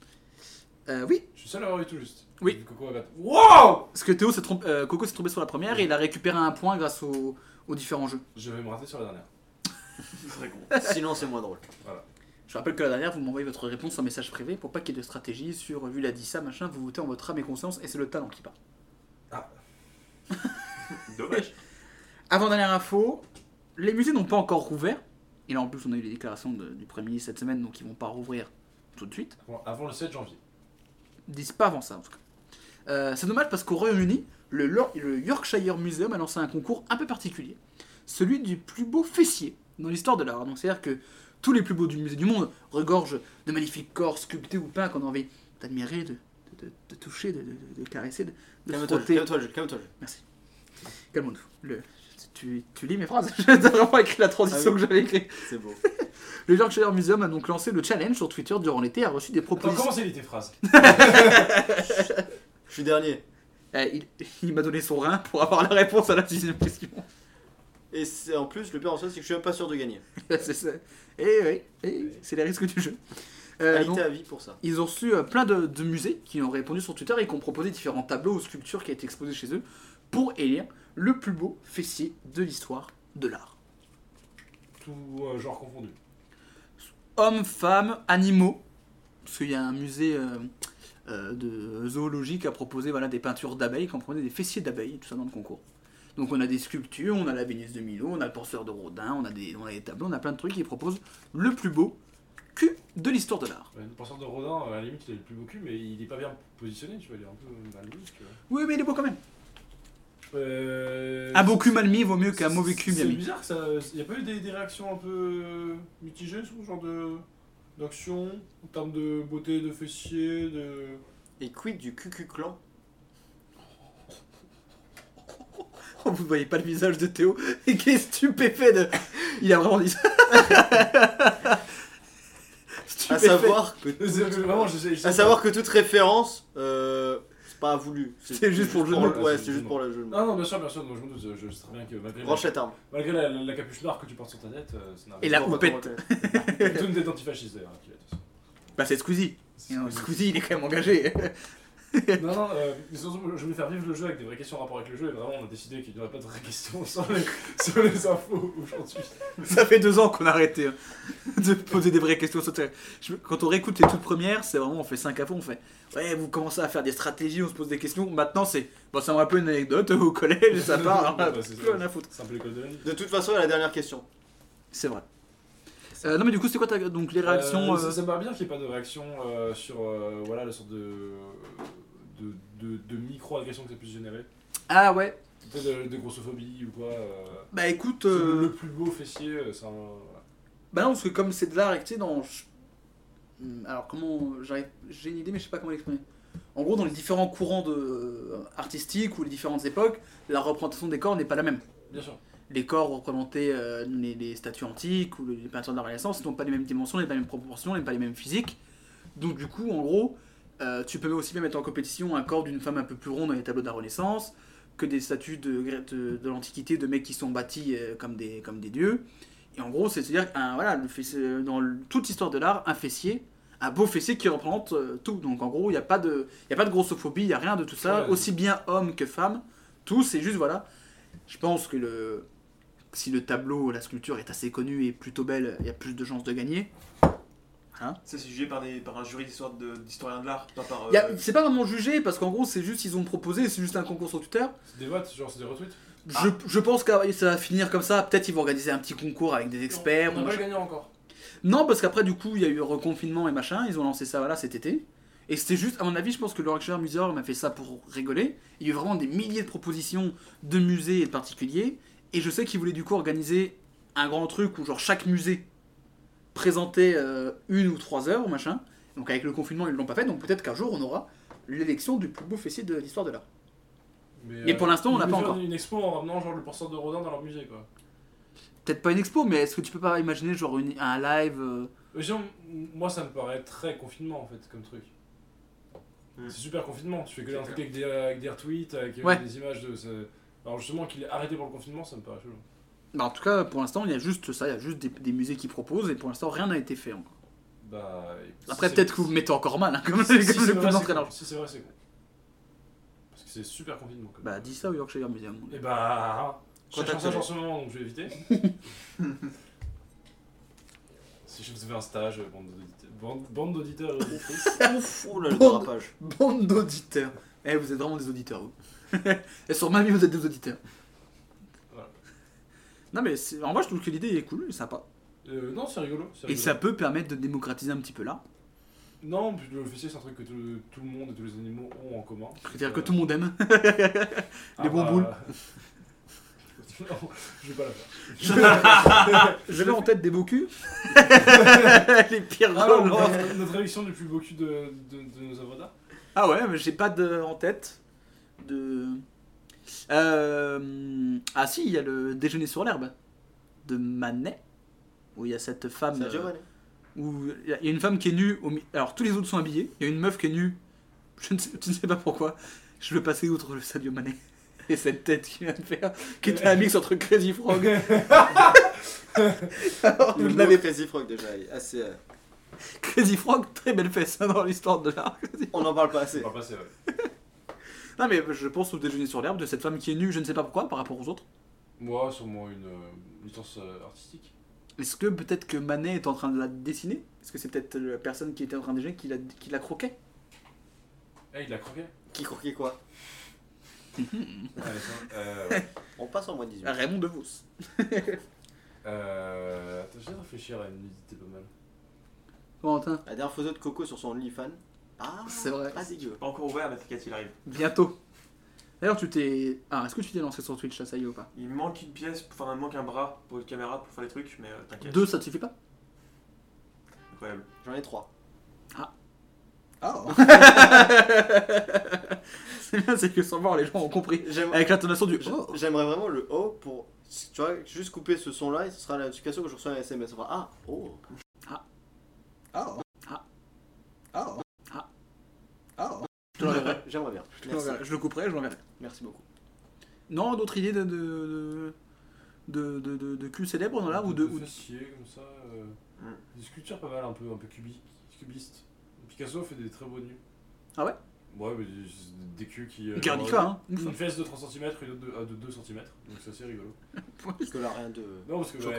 Euh, oui, Je suis seul à avoir eu tout juste. Oui. Vu que Coco Agathe- Wow parce que Théo s'est trompé, euh, Coco s'est trompé sur la première et il a récupéré un point grâce aux, aux différents jeux. Je vais me rater sur la dernière. Ce serait con. Sinon, c'est moins drôle. Je rappelle que la dernière, vous m'envoyez votre réponse en message privé pour pas qu'il y ait de stratégie sur euh, vu l'a dit ça, machin, vous votez en votre âme et conscience et c'est le talent qui part. Dommage. Avant dernière info, les musées n'ont pas encore rouvert. Et là en plus on a eu les déclarations de- du Premier ministre cette semaine, donc ils vont pas rouvrir tout de suite. Avant- Avant le 7 janvier. Ils disent pas avant ça en tout cas. Euh, c'est dommage parce qu'au Royaume-Uni, le, Lor- le Yorkshire Museum a lancé un concours un peu particulier. Celui du plus beau fessier dans l'histoire de l'art. Donc c'est-à-dire que tous les plus beaux du musée du monde regorgent de magnifiques corps sculptés ou peints qu'on a envie d'admirer, de, de- de- de toucher, de, de- de caresser, de, de Calme-toi, frotter. calme-toi, Jules, calme-toi. Jules. Calmons-nous. Le- Tu, tu lis mes phrases J'ai vraiment écrit la transition Ah oui. que j'avais écrite. C'est beau. Le Yorkshire Museum a donc lancé le challenge sur Twitter durant l'été et a reçu des Attends, propositions. comment c'est les tes phrases Je suis dernier. Euh, il il m'a donné son rein pour avoir la réponse à la deuxième question. Et c'est- en plus, le pire en soi, c'est que je suis même pas sûr de gagner. c'est ça. Et oui, et c'est les risques du jeu. Euh, donc, Alité à vie pour ça. ils ont reçu euh, plein de, de musées qui ont répondu sur Twitter et qui ont proposé différents tableaux ou sculptures qui a été exposé chez eux pour élire le plus beau fessier de l'histoire de l'art. Tout euh, genre confondu. Hommes, femmes, animaux. Parce qu'il y a un musée euh, euh, de zoologie qui a proposé voilà, des peintures d'abeilles, qui ont proposé des fessiers d'abeilles, tout ça dans le concours. Donc on a des sculptures, on a la Vénus de Milo, on a le penseur de Rodin, on a, des, on a des tableaux, on a plein de trucs qui proposent le plus beau cul de l'histoire de l'art. Ouais, Le penseur de Rodin, euh, à la limite, il a le plus beau cul, mais il est pas bien positionné, tu vois, il est un peu mal mis, tu vois. Oui, mais il est beau quand même. Euh, Un beau cul mal mis vaut mieux c'est- qu'un mauvais c'est- cul bien C'est mis. bizarre que ça. Il n'y a pas eu des, des réactions un peu euh, mitigées sur ce genre de. d'action, en termes de beauté, de fessiers, de. Et quid du QQ clan Oh, vous voyez pas le visage de Théo et qui est stupéfait de. Il a vraiment dit ça. À Stupéfait. savoir, que, C'est- Vraiment, je sais. je sais à pas. savoir que toute référence, euh, c'est pas voulu. C'est juste pour le jeu de mots. Ouais, c'est juste pour le jeu de mots. Non, non, bien sûr, bien sûr, non, je me doute, je sais très bien que malgré, Branche cette arme. malgré la, la- la capuche noire que tu portes sur ta tête, euh, ça n'a Et rien. la On va houppette. commenter. C'est une tête antifasciste d'ailleurs. hein, qui l'a, de toute façon. Bah, c'est Squeezie. C'est- Et, euh, Squeezie, il est quand même engagé. Non, non, euh, mais surtout, je voulais faire vivre le jeu avec des vraies questions en rapport avec le jeu, et vraiment, on a décidé qu'il n'y aurait pas de vraies questions sur les, sur les infos aujourd'hui. Ça fait deux ans qu'on a arrêté hein, de poser des vraies questions sur Terre. Je- Quand on réécoute les toutes premières, c'est vraiment on fait 5 à fond, on fait Ouais, vous commencez à faire des stratégies, on se pose des questions. Maintenant, c'est Bon, ça me rappelle une anecdote au collège, ça part. hein, Ouais, bah, c'est plus ça. rien à foutre. C'est un peu l'école de la vie. De toute façon, à la dernière question. C'est vrai. Euh, non, mais du coup, c'est quoi ta- donc les réactions Euh, ça- euh, Ça me va bien qu'il n'y ait pas de réaction euh, sur euh, voilà, la sorte de, de, de, de micro-agression que ça puisse générer. Ah ouais, Peut-être de, de grossophobie ou quoi. euh, bah écoute. parce que euh, le- Le plus beau fessier, euh, c'est un. voilà. Bah non, parce que comme c'est de l'art, et que, tu sais, dans. je- Hmm, Alors comment. j'arrive- J'ai une idée, mais je sais pas comment l'exprimer. En gros, dans les différents euh, courants de... artistiques ou les différentes époques, la représentation des corps n'est pas la même. Bien sûr. les corps représentaient euh, les, les statues antiques ou les peintures de la Renaissance n'ont pas les mêmes dimensions, n'ont pas les mêmes proportions, n'ont pas les mêmes physiques. Donc du coup, en gros, euh, tu peux aussi bien mettre en compétition un corps d'une femme un peu plus ronde dans les tableaux de la Renaissance que des statues de, Gré- de, de l'Antiquité de mecs qui sont bâtis euh, comme, des, comme des dieux. Et en gros, c'est- c'est-à-dire un- voilà, le fess- euh, dans le- toute l'histoire de l'art, un fessier, un beau fessier qui représente euh, tout. Donc en gros, il n'y a, pas de- il y a pas de grossophobie, il n'y a rien de tout ça, Ouais. aussi bien homme que femme. Tout, c'est juste, voilà. Je pense que le, si le tableau, la sculpture est assez connue et plutôt belle, il y a plus de chances de gagner. Hein Ça, c'est jugé par, des, par un jury d'histoire de- d'historiens de l'art, pas par. euh, Il y a- C'est pas vraiment jugé parce qu'en gros, c'est juste, ils ont proposé, c'est juste un concours sur Twitter. C'est des votes, genre c'est des retweets. Je, je pense que ça va finir comme ça. Peut-être ils vont organiser un petit concours avec des experts. On ou va machin. gagner encore. Non, parce qu'après, du coup, il y a eu reconfinement et machin. Ils ont lancé ça voilà, cet été. Et c'était juste, à mon avis, je pense que le Yorkshire Museum a fait ça pour rigoler. Il y a eu vraiment des milliers de propositions de musées et de particuliers. Et je sais qu'ils voulaient du coup organiser un grand truc où, genre, chaque musée présentait euh, une ou trois heures, machin. Donc, avec le confinement, ils l'ont pas fait. Donc, peut-être qu'un jour, on aura l'élection du plus beau fessier de l'histoire de l'art. Mais pour l'instant, on euh, ils l'a voulaient pas faire encore. Une expo en ramenant genre le pourcent de Rodin dans leur musée quoi. Peut-être pas une expo, mais est-ce que tu peux pas imaginer, genre, une- un live euh, Euh, genre, m- moi ça me paraît très confinement en fait comme truc. Hmm. C'est super confinement, tu fais que un truc avec des, avec des retweets, avec euh, Ouais. des images de. ça- Alors justement qu'il est arrêté pour le confinement, ça me paraît chelou. Bah, en tout cas, pour l'instant, il y a juste ça, il y a juste des, des musées qui proposent et pour l'instant, rien n'a été fait. encore. Bah. et- Après, c'est- peut-être que vous me mettez encore mal, hein, comme, Si, comme si, c'est le vrai, plus c'est d'entraîneurs. con. Si c'est vrai, c'est con. Parce que c'est super confinement quand Bah, même. dis ça au Yorkshire Museum. Et bah. Quand Quand t'as t'as fait- en ce moment, donc je vais éviter. si je faisais un stage, euh, bande d'auditeurs- bande- bande d'auditeurs. et auditrices. Ouf, oh là, le Bon. dérapage. Bande d'auditeurs. Eh, vous êtes vraiment des auditeurs, vous. et sur ma vie, vous êtes des auditeurs. Voilà. Non, mais c'est- en vrai, je trouve que l'idée est cool, sympa. Euh, non, c'est rigolo. c'est Et rigolo. ça peut permettre de démocratiser un petit peu là. Non, puis le fessier, c'est un truc que tout, tout le monde et tous les animaux ont en commun. Euh, C'est-à-dire que tout le monde aime. monde. les bons bah, boules. non, je vais pas la faire. Je mets en tête des beaux culs. Les pires Ah, gros non, noms. notre, notre élection du plus beau cul de, de, de nos œuvres d'art. Ah ouais, mais j'ai pas de, en tête de. Euh, Ah si, il y a le déjeuner sur l'herbe de Manet, où il y a cette femme. Sergio Mané. euh, où il y a une femme qui est nue. Au... mi- Alors tous les autres sont habillés. Il y a une meuf qui est nue. Je ne sais, je ne sais pas pourquoi. Je veux passer outre le Sadio Manet. Et cette tête qu'il vient de faire, qui était un mix entre Crazy Frog. Alors, vous Le l'avez- l'avez Crazy Frog déjà, il est assez. euh, Crazy Frog, très belle fesse hein, dans l'histoire de l'art. On n'en parle pas assez. On va passer, ouais. Non mais je pense au déjeuner sur l'herbe de cette femme qui est nue, je ne sais pas pourquoi, par rapport aux autres. Moi, sûrement une euh, licence euh, artistique. Est-ce que peut-être que Manet est en train de la dessiner Est-ce que c'est peut-être la personne qui était en train de déjeuner qui la, qui la croquait Eh, il l'a croqué Qui croquait quoi Allez, ça, euh, ouais. On passe en moins 18. Raymond DeVos. euh, Attends, j'ai réfléchir à une nudité pas mal. Valentin, La dernière photo de Coco sur son OnlyFans. Ah, C'est vrai. Pas dégueu. Pas encore ouvert, mais t'inquiète, il arrive. bientôt. D'ailleurs, tu t'es... Ah, est-ce que tu t'es lancé sur Twitch, là, ça y est ou pas Il me manque une pièce, enfin, il me manque un bras pour une caméra pour faire les trucs, mais euh, t'inquiète. Deux, ça te suffit pas Incroyable. J'en ai trois. Ah C'est bien, c'est que sans voir, les gens ont compris. J'aime- Avec l'intonation du... j'a- Oh. J'aimerais vraiment le oh pour. Tu vois, juste couper ce son là et ce sera la notification que je reçois un SMS. On fera, ah, oh. Oh. Ah. Oh. Ah. Oh. Je te l'enverrai. J'aimerais Ah. j'aimerais bien. Je te Merci. l'enverrai. Je le couperai, je l'enverrai. Merci beaucoup. Non, d'autres idées de... de... de... de... de... de- de cul célèbre dans l'art ou de... ou Mm. de- fessiers, comme ça. euh, Hmm. Des sculptures pas mal, un peu, un peu cubi- cubistes. Picasso fait des très beaux nus. Ah ouais Ouais, mais des, des culs qui. euh, Guernica, hein Une fesse de 3 cm, une autre de, ah, de 2 cm, donc c'est assez rigolo. Parce que là, rien de. Non, parce que Choquant.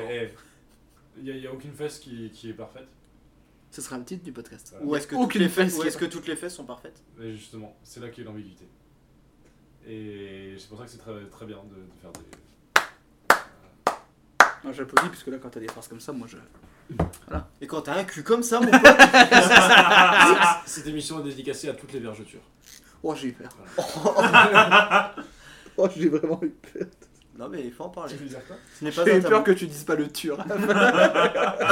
il n'y a, aucune fesse qui, qui est parfaite. Ce sera le titre du podcast. Voilà. Ou est-ce que, Aucune toutes les fesse fesses- ou qui est-ce est- que toutes les fesses sont parfaites Mais justement, c'est là qu'est l'ambiguïté. Et c'est pour ça que c'est très, très bien de, de faire des. Moi j'applaudis puisque là quand t'as des phrases comme ça, moi je. Et quand t'as un cul comme ça, mon Ah, Cette émission est dédicacée à toutes les vergetures. Oh j'ai eu peur. Oh j'ai vraiment eu peur. Non mais il faut en parler. Tu veux dire quoi Ce n'est pas J'ai un eu peur tabou. que tu dises pas le tur.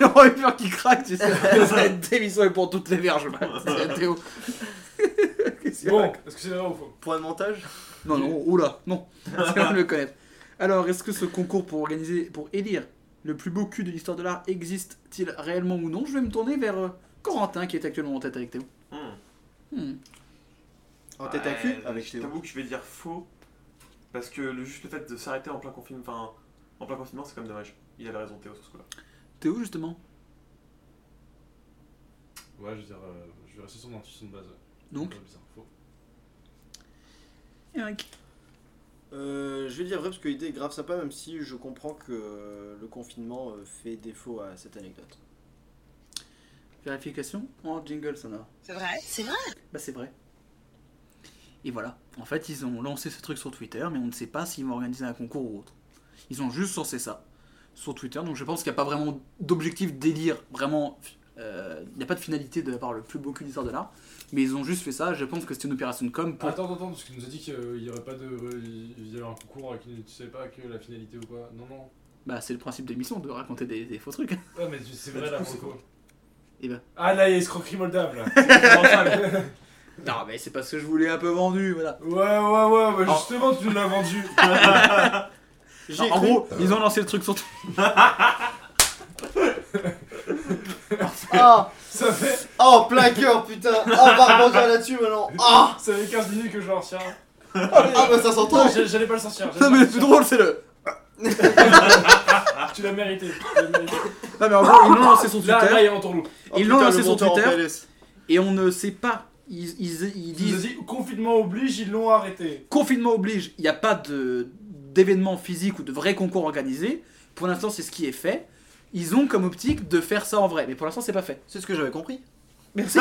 J'aurais eu peur qu'il craque, tu sais. Cette émission est pour toutes les verges. Théo. Qu'est-ce Bon, est-ce que c'est vrai ou faux Point de montage Non, non, oula, non. C'est loin de le connaître. Alors, est-ce que ce concours pour organiser, pour élire le plus beau cul de l'histoire de l'art existe-t-il réellement ou non Je vais me tourner vers euh, Corentin qui est actuellement en tête avec Théo. Hum. Hmm. En tête à cul Ouais, Avec Bah, Je Théo. t'avoue que je vais dire faux. Parce que le, juste le fait de s'arrêter en plein confinement, enfin, en plein confinement, c'est quand même dommage. Il avait raison Théo sur ce coup-là. Théo, justement Ouais, je veux dire, euh, je vais rester sur mon intuition de base. Donc Ouais, bizarre, faux. Eric Euh, je vais dire vrai parce que l'idée est grave sympa, même si je comprends que euh, le confinement euh, fait défaut à cette anecdote. Vérification en jingle sonore. C'est vrai C'est vrai Bah, c'est vrai. Et voilà. En fait, ils ont lancé ce truc sur Twitter, mais on ne sait pas s'ils vont organiser un concours ou autre. Ils ont juste lancé ça sur Twitter, donc je pense qu'il n'y a pas vraiment d'objectif délire, vraiment. euh, Il n'y a pas de finalité de la part le plus beau cul d'histoire de l'art, mais ils ont juste fait ça. Je pense que c'était une opération de com pour. Ah, Attends, attends, attends, parce qu'il nous a dit qu'il y aurait pas de. Il y avait un concours avec une- tu sais pas que la finalité ou quoi. Non, non. Bah, c'est le principe de l'émission, de raconter des, des faux trucs. Ouais, mais c'est vrai là, pour le Bah, coup. Et ben. Ah là, il y a escroquerie moldave là. C'est rentable. non, mais c'est parce que je vous l'ai un peu vendu, voilà. ouais, ouais, ouais, bah justement, tu nous l'as vendu. J'ai en cru- gros, ils ont lancé le truc sur Twitter. Ah, ça, fait, Oh, plein cœur, putain Oh, on va rebondir là-dessus maintenant Ah ça fait 15 minutes que je le retiens. Ah, bah ça s'entend Non, j'allais- j'allais pas le sortir. j'allais Non, pas mais le le plus sortir. Ah, drôle, c'est le. Tu l'as mérité. tu l'as mérité. Non, mais en gros, ils l'ont lancé sur Twitter. Là, là, il y a un tournoi. Oh, Ils l'ont putain, lancé le sur monteur en Twitter. PLS. Et on ne sait pas. Ils, ils- ils Ils nous ont disent dit confinement oblige, ils l'ont arrêté. confinement oblige, il n'y a pas de- d'événement physique ou de vrai concours organisé. Pour l'instant, c'est ce qui est fait. Ils ont comme optique de faire ça en vrai, mais pour l'instant, c'est pas fait. C'est ce que j'avais compris. Merci.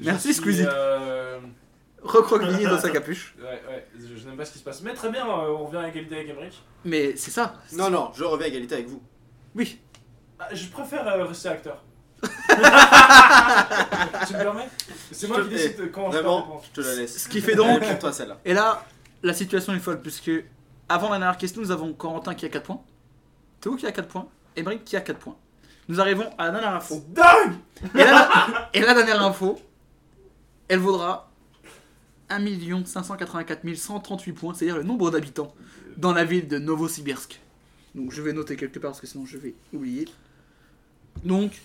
Merci, Je suis, Squeezie. euh, Recroquevillé dans sa capuche. Ouais, ouais, je, je n'aime pas ce qui se passe. Mais très bien, euh, on revient à égalité avec Emmerich. Mais c'est ça. Non, non, je reviens à égalité avec vous. Oui. Ah, je préfère euh, rester acteur. tu me permets C'est moi Je qui te- décide quand je parle. Vraiment, je te la laisse. Ce qui fait donc. Pour toi, celle-là. Et là, la situation est folle, puisque avant la dernière question, nous avons Corentin qui a 4 points, Théo qui a 4 points, Emmerich qui a 4 points. Nous arrivons à la dernière info. C'est dingue Et la, et la dernière info, elle vaudra 1 584 138 points, c'est-à-dire le nombre d'habitants dans la ville de Novosibirsk. Donc je vais noter quelque part parce que sinon je vais oublier. Donc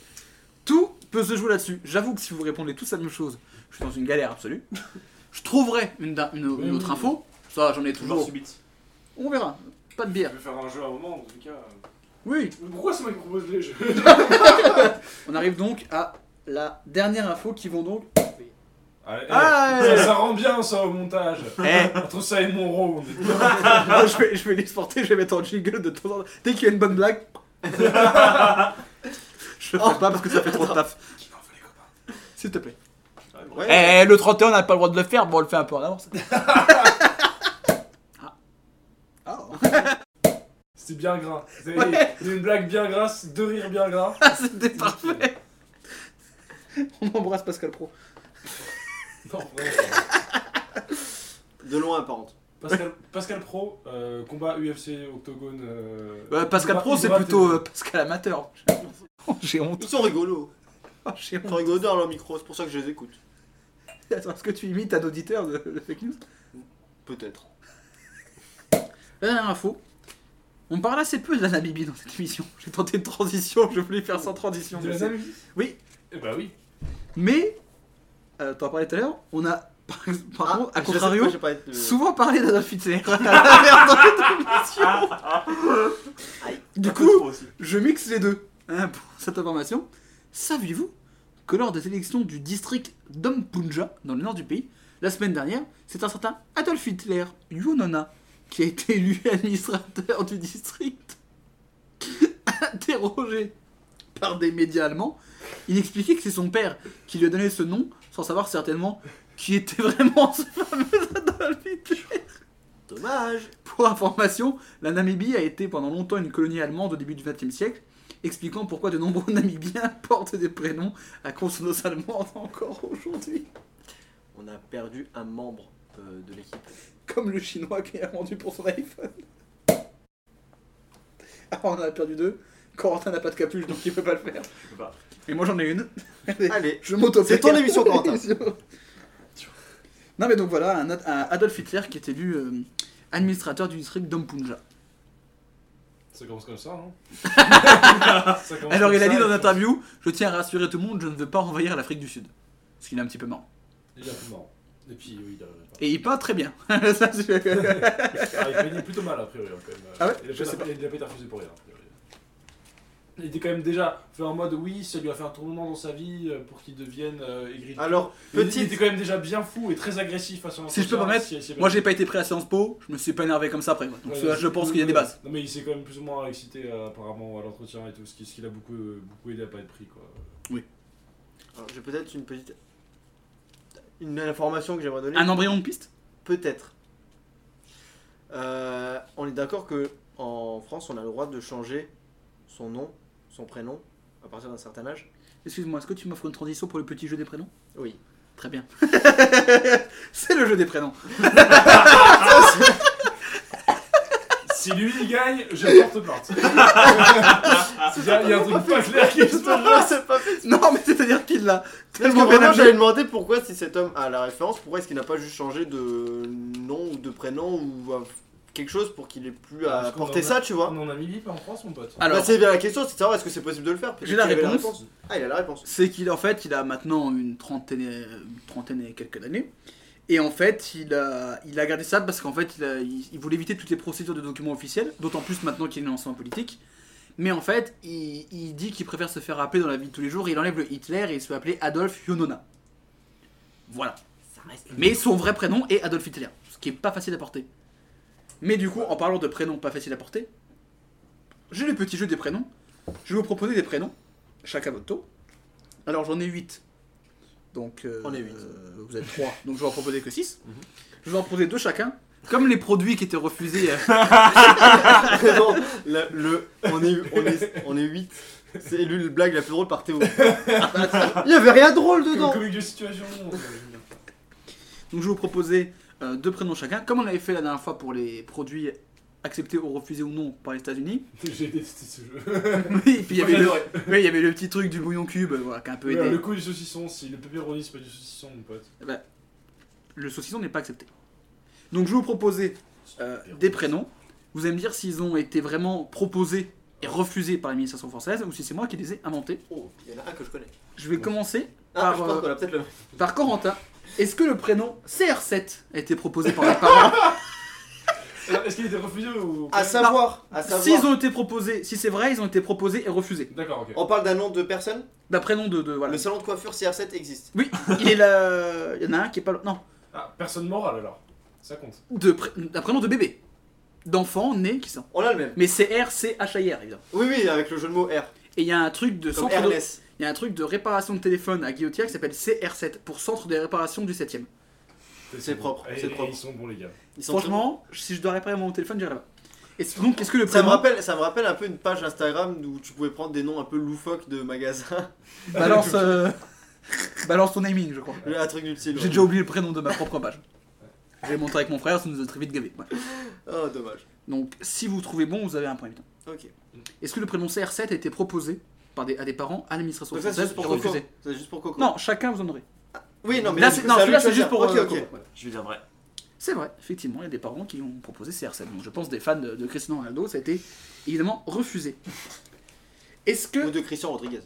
tout peut se jouer là-dessus. J'avoue que si vous répondez tous à la même chose, je suis dans une galère absolue. Je trouverai une, da- une- une Oui, autre oui. info. Ça, j'en ai Toujours toujours. subite. On verra. Pas de Je bière. vais faire un jeu à un moment, en tout cas. Oui. Mais pourquoi c'est moi qui propose les jeux On arrive donc à la dernière info qui vont donc. Allez, Ah, eh, ouais. ça, ça rend bien ça au montage. Eh, Entre ça et mon rôle. Ah, je vais, je vais l'exporter, je vais mettre en jingle de temps en temps. Dès qu'il y a une bonne blague. je le ferai pas parce que ça fait trop de taf. S'il te plaît. Ouais. Eh, le 31, on n'a pas le droit de le faire. Bon, on le fait un peu en avance. Ah. Ah. C'était bien gras. Vous avez une blague bien grasse, deux rires bien gras. Ah, C'était parfait. On embrasse Pascal Pro. Non, vraiment. De loin, apparente. Pascal, Pascal Pro, euh, combat UFC Octogone. euh, Euh, Pascal il Pro, va- c'est il va plutôt te- euh, Pascal Amateur. Oh, J'ai honte. Ils sont rigolos. Oh, J'ai honte. Ils sont rigolos dans leur micro, c'est pour ça que je les écoute. Attends, est-ce que tu imites un auditeur de, de fake news Peut-être. La dernière info. On parle assez peu de la Namibie dans cette émission. J'ai tenté une transition, je voulais faire sans transition. De mais la c'est- Namibie Oui. Eh bah oui. Mais, euh, t'en parlais tout à l'heure, on a, par, par contre, Ah, à je sais contrario, pourquoi j'ai pas été- souvent parlé d'Adolf Hitler à la merde dans cette Ah, émission. du Un peu trop coup, aussi. je mixe les deux hein, pour cette information. Saviez-vous que lors des élections du district d'Ompunja, dans le nord du pays, la semaine dernière, c'est un certain Adolf Hitler Yonona qui a été élu administrateur du district. Interrogé par des médias allemands, il expliquait que c'est son père qui lui a donné ce nom, sans savoir certainement qui était vraiment ce fameux Adolf Hitler. Dommage. Pour information, la Namibie a été pendant longtemps une colonie allemande au début du XXe siècle, expliquant pourquoi de nombreux Namibiens portent des prénoms à consonance allemande encore aujourd'hui, On a perdu un membre euh, de l'équipe. comme le chinois qui a vendu pour son iPhone. Ah, on en a perdu deux. Corentin n'a pas de capuche, donc il peut pas le faire. peux pas. Et moi j'en ai une. Allez, Je m'auto C'est ton émission, Corentin. non mais donc voilà, un, autre- un Adolf Hitler qui est élu euh, administrateur du district d'Ampunja. Ça commence comme ça, non Ça commence Alors comme il a ça, dit dans et- l'interview, je tiens à rassurer tout le monde, je ne veux pas envahir l'Afrique du Sud. Ce qu'il est un petit peu marrant. Il est un peu marrant. Et puis, oui, il arriverait pas. Et il peint très bien. Ça, c'est- Ah, il peignait plutôt mal, a priori, hein, quand même. Ah ouais il a Je pas- sais pas. Il a pas été refusé pour rien, a priori. Il était quand même déjà fait en mode oui, ça lui a fait un tournant dans sa vie euh, pour qu'il devienne euh, aigri. de alors, fou. il, il était petite. quand même déjà bien fou et très agressif à son Ah, Si je peux entretien, me permettre, si- si- Moi j'ai pas été prêt à séance po, je me suis pas énervé comme ça après. quoi. Donc Ouais, ça, ouais. je pense qu'il y a des bases. Non mais il s'est quand même plus ou moins excité euh, apparemment à l'entretien et tout, ce qui, ce qui l'a beaucoup, euh, beaucoup aidé à pas être pris quoi. Alors, J'ai peut-être une petite. Une information que j'aimerais donner. Un embryon de piste Peut-être. Euh, on est d'accord que en France, on a le droit de changer son nom, son prénom, à partir d'un certain âge. Excuse-moi, est-ce que tu m'offres une transition pour le petit jeu des prénoms Oui. Très bien. c'est le jeu des prénoms. Si lui il gagne, je porte plainte. Il y a, il y a un truc pas clair qui se passe. C'est pas fait. Non mais c'est-à-dire qu'il l'a Parce que tellement bien vraiment, amené. j'avais demandé pourquoi si cet homme a la référence, pourquoi est-ce qu'il n'a pas juste changé de nom ou de prénom ou à- quelque chose pour qu'il ait plus à Parce qu'on porter en a- ça, tu vois On en a mis Lip en France mon pote. Alors, Bah, c'est bien la question, c'est de savoir est-ce que c'est possible de le faire. Peut-être J'ai la qu'il avait réponse. Ah, il a la réponse. c'est qu'il en fait il a maintenant une trentaine, et- une trentaine et quelques années et en fait il a, il a gardé ça parce qu'en fait il, a- il- il voulait éviter toutes les procédures de documents officiels d'autant plus maintenant qu'il est lancé en politique mais en fait il, il dit qu'il préfère se faire appeler dans la vie de tous les jours il enlève le Hitler et il se fait appeler Adolf Yonona voilà mais son vrai prénom est Adolf Hitler ce qui est pas facile à porter mais du coup en parlant de prénoms pas facile à porter j'ai le petit jeu des prénoms je vais vous proposer des prénoms chacun votre tour alors j'en ai 8. Donc euh, On est huit. euh, vous êtes 3, donc je vais en proposer que 6. Mhm. Je vais en proposer 2 chacun. Comme les produits qui étaient refusés. euh, Vraiment, la- le, on, est, on, est, on est 8. C'est lui le blague la plus drôle par Théo. Il y avait rien de drôle Comme dedans. comique de situation. euh, donc je vais vous proposer euh, deux prénoms chacun. Comme on avait fait la dernière fois pour les produits acceptés ou refusés ou non par les États-Unis. J'ai détesté ce jeu. Oui, et puis il y Moi, avait le, j'adorais. oui, il y avait le petit truc du bouillon cube euh, voilà, qui a un peu Ouais, aidé. Le coup du saucisson, si le pepperoni c'est pas du saucisson, mon pote. le saucisson n'est pas accepté. Donc je vais vous proposer euh, des prénoms. Vous allez me dire s'ils ont été vraiment proposés et refusés par l'administration française ou si c'est moi qui les ai inventés. Oh, il y en a un que je connais. Je vais commencer Ah, par, je pense euh, qu'on a peut-être le par Corentin. Est-ce que le prénom CR7 a été proposé par les parents Alors, Est-ce qu'il était refusé ou. Ah, À savoir, à savoir. S'ils ont été proposés, si c'est vrai, ils ont été proposés et refusés. D'accord, ok. On parle d'un nom de personne D'un prénom de, de- voilà. Le salon de coiffure CR7 existe. Oui, il est là. Il y en a un qui est pas. Non, Ah, personne morale alors. Ça compte. de pré- d'un prénom de bébé, d'enfant né qui sont. On a le même. Mais CR, CHIR, évidemment. Oui, oui, avec le jeu de mots R. Et il y a un truc de Comme centre de- Ernest. il y a un truc de réparation de téléphone à Guillotière qui s'appelle CR7 pour centre des réparations du 7ème. C'est propre, Et- c'est et propre. Ils sont bons, les gars. Ils sont Franchement, si je dois réparer mon téléphone, j'irai là-bas. Et donc, qu'est-ce que le très bons. Ça me, prénom rappelle, ça me rappelle un peu une page Instagram où tu pouvais prendre des noms un peu loufoques de magasins. Balance, euh, balance ton naming, je crois. un truc du style. J'ai ouais. déjà oublié le prénom de ma propre page. J'ai monté avec mon frère, ça nous a très vite gavé. Ouais. Oh, dommage. Donc, si vous trouvez bon, vous avez un point. évidemment. Ok. Est-ce que le prénom CR7 a été proposé par des, à des parents à l'administration Donc, ça, française c'est juste pour pour Coco. refuser C'est juste pour Coco. Non, chacun vous en aurez. Oui, non, mais Là, du c'est- coup, non, à lui celui-là, de c'est choisir. juste pour, Ok, euh, ok. Coco. Je vais dire vrai. C'est vrai, effectivement, il y a des parents qui ont proposé CR7. Donc, je pense des fans de, de Cristiano Ronaldo, ça a été évidemment refusé. Est-ce Ou que. de Christian Rodriguez,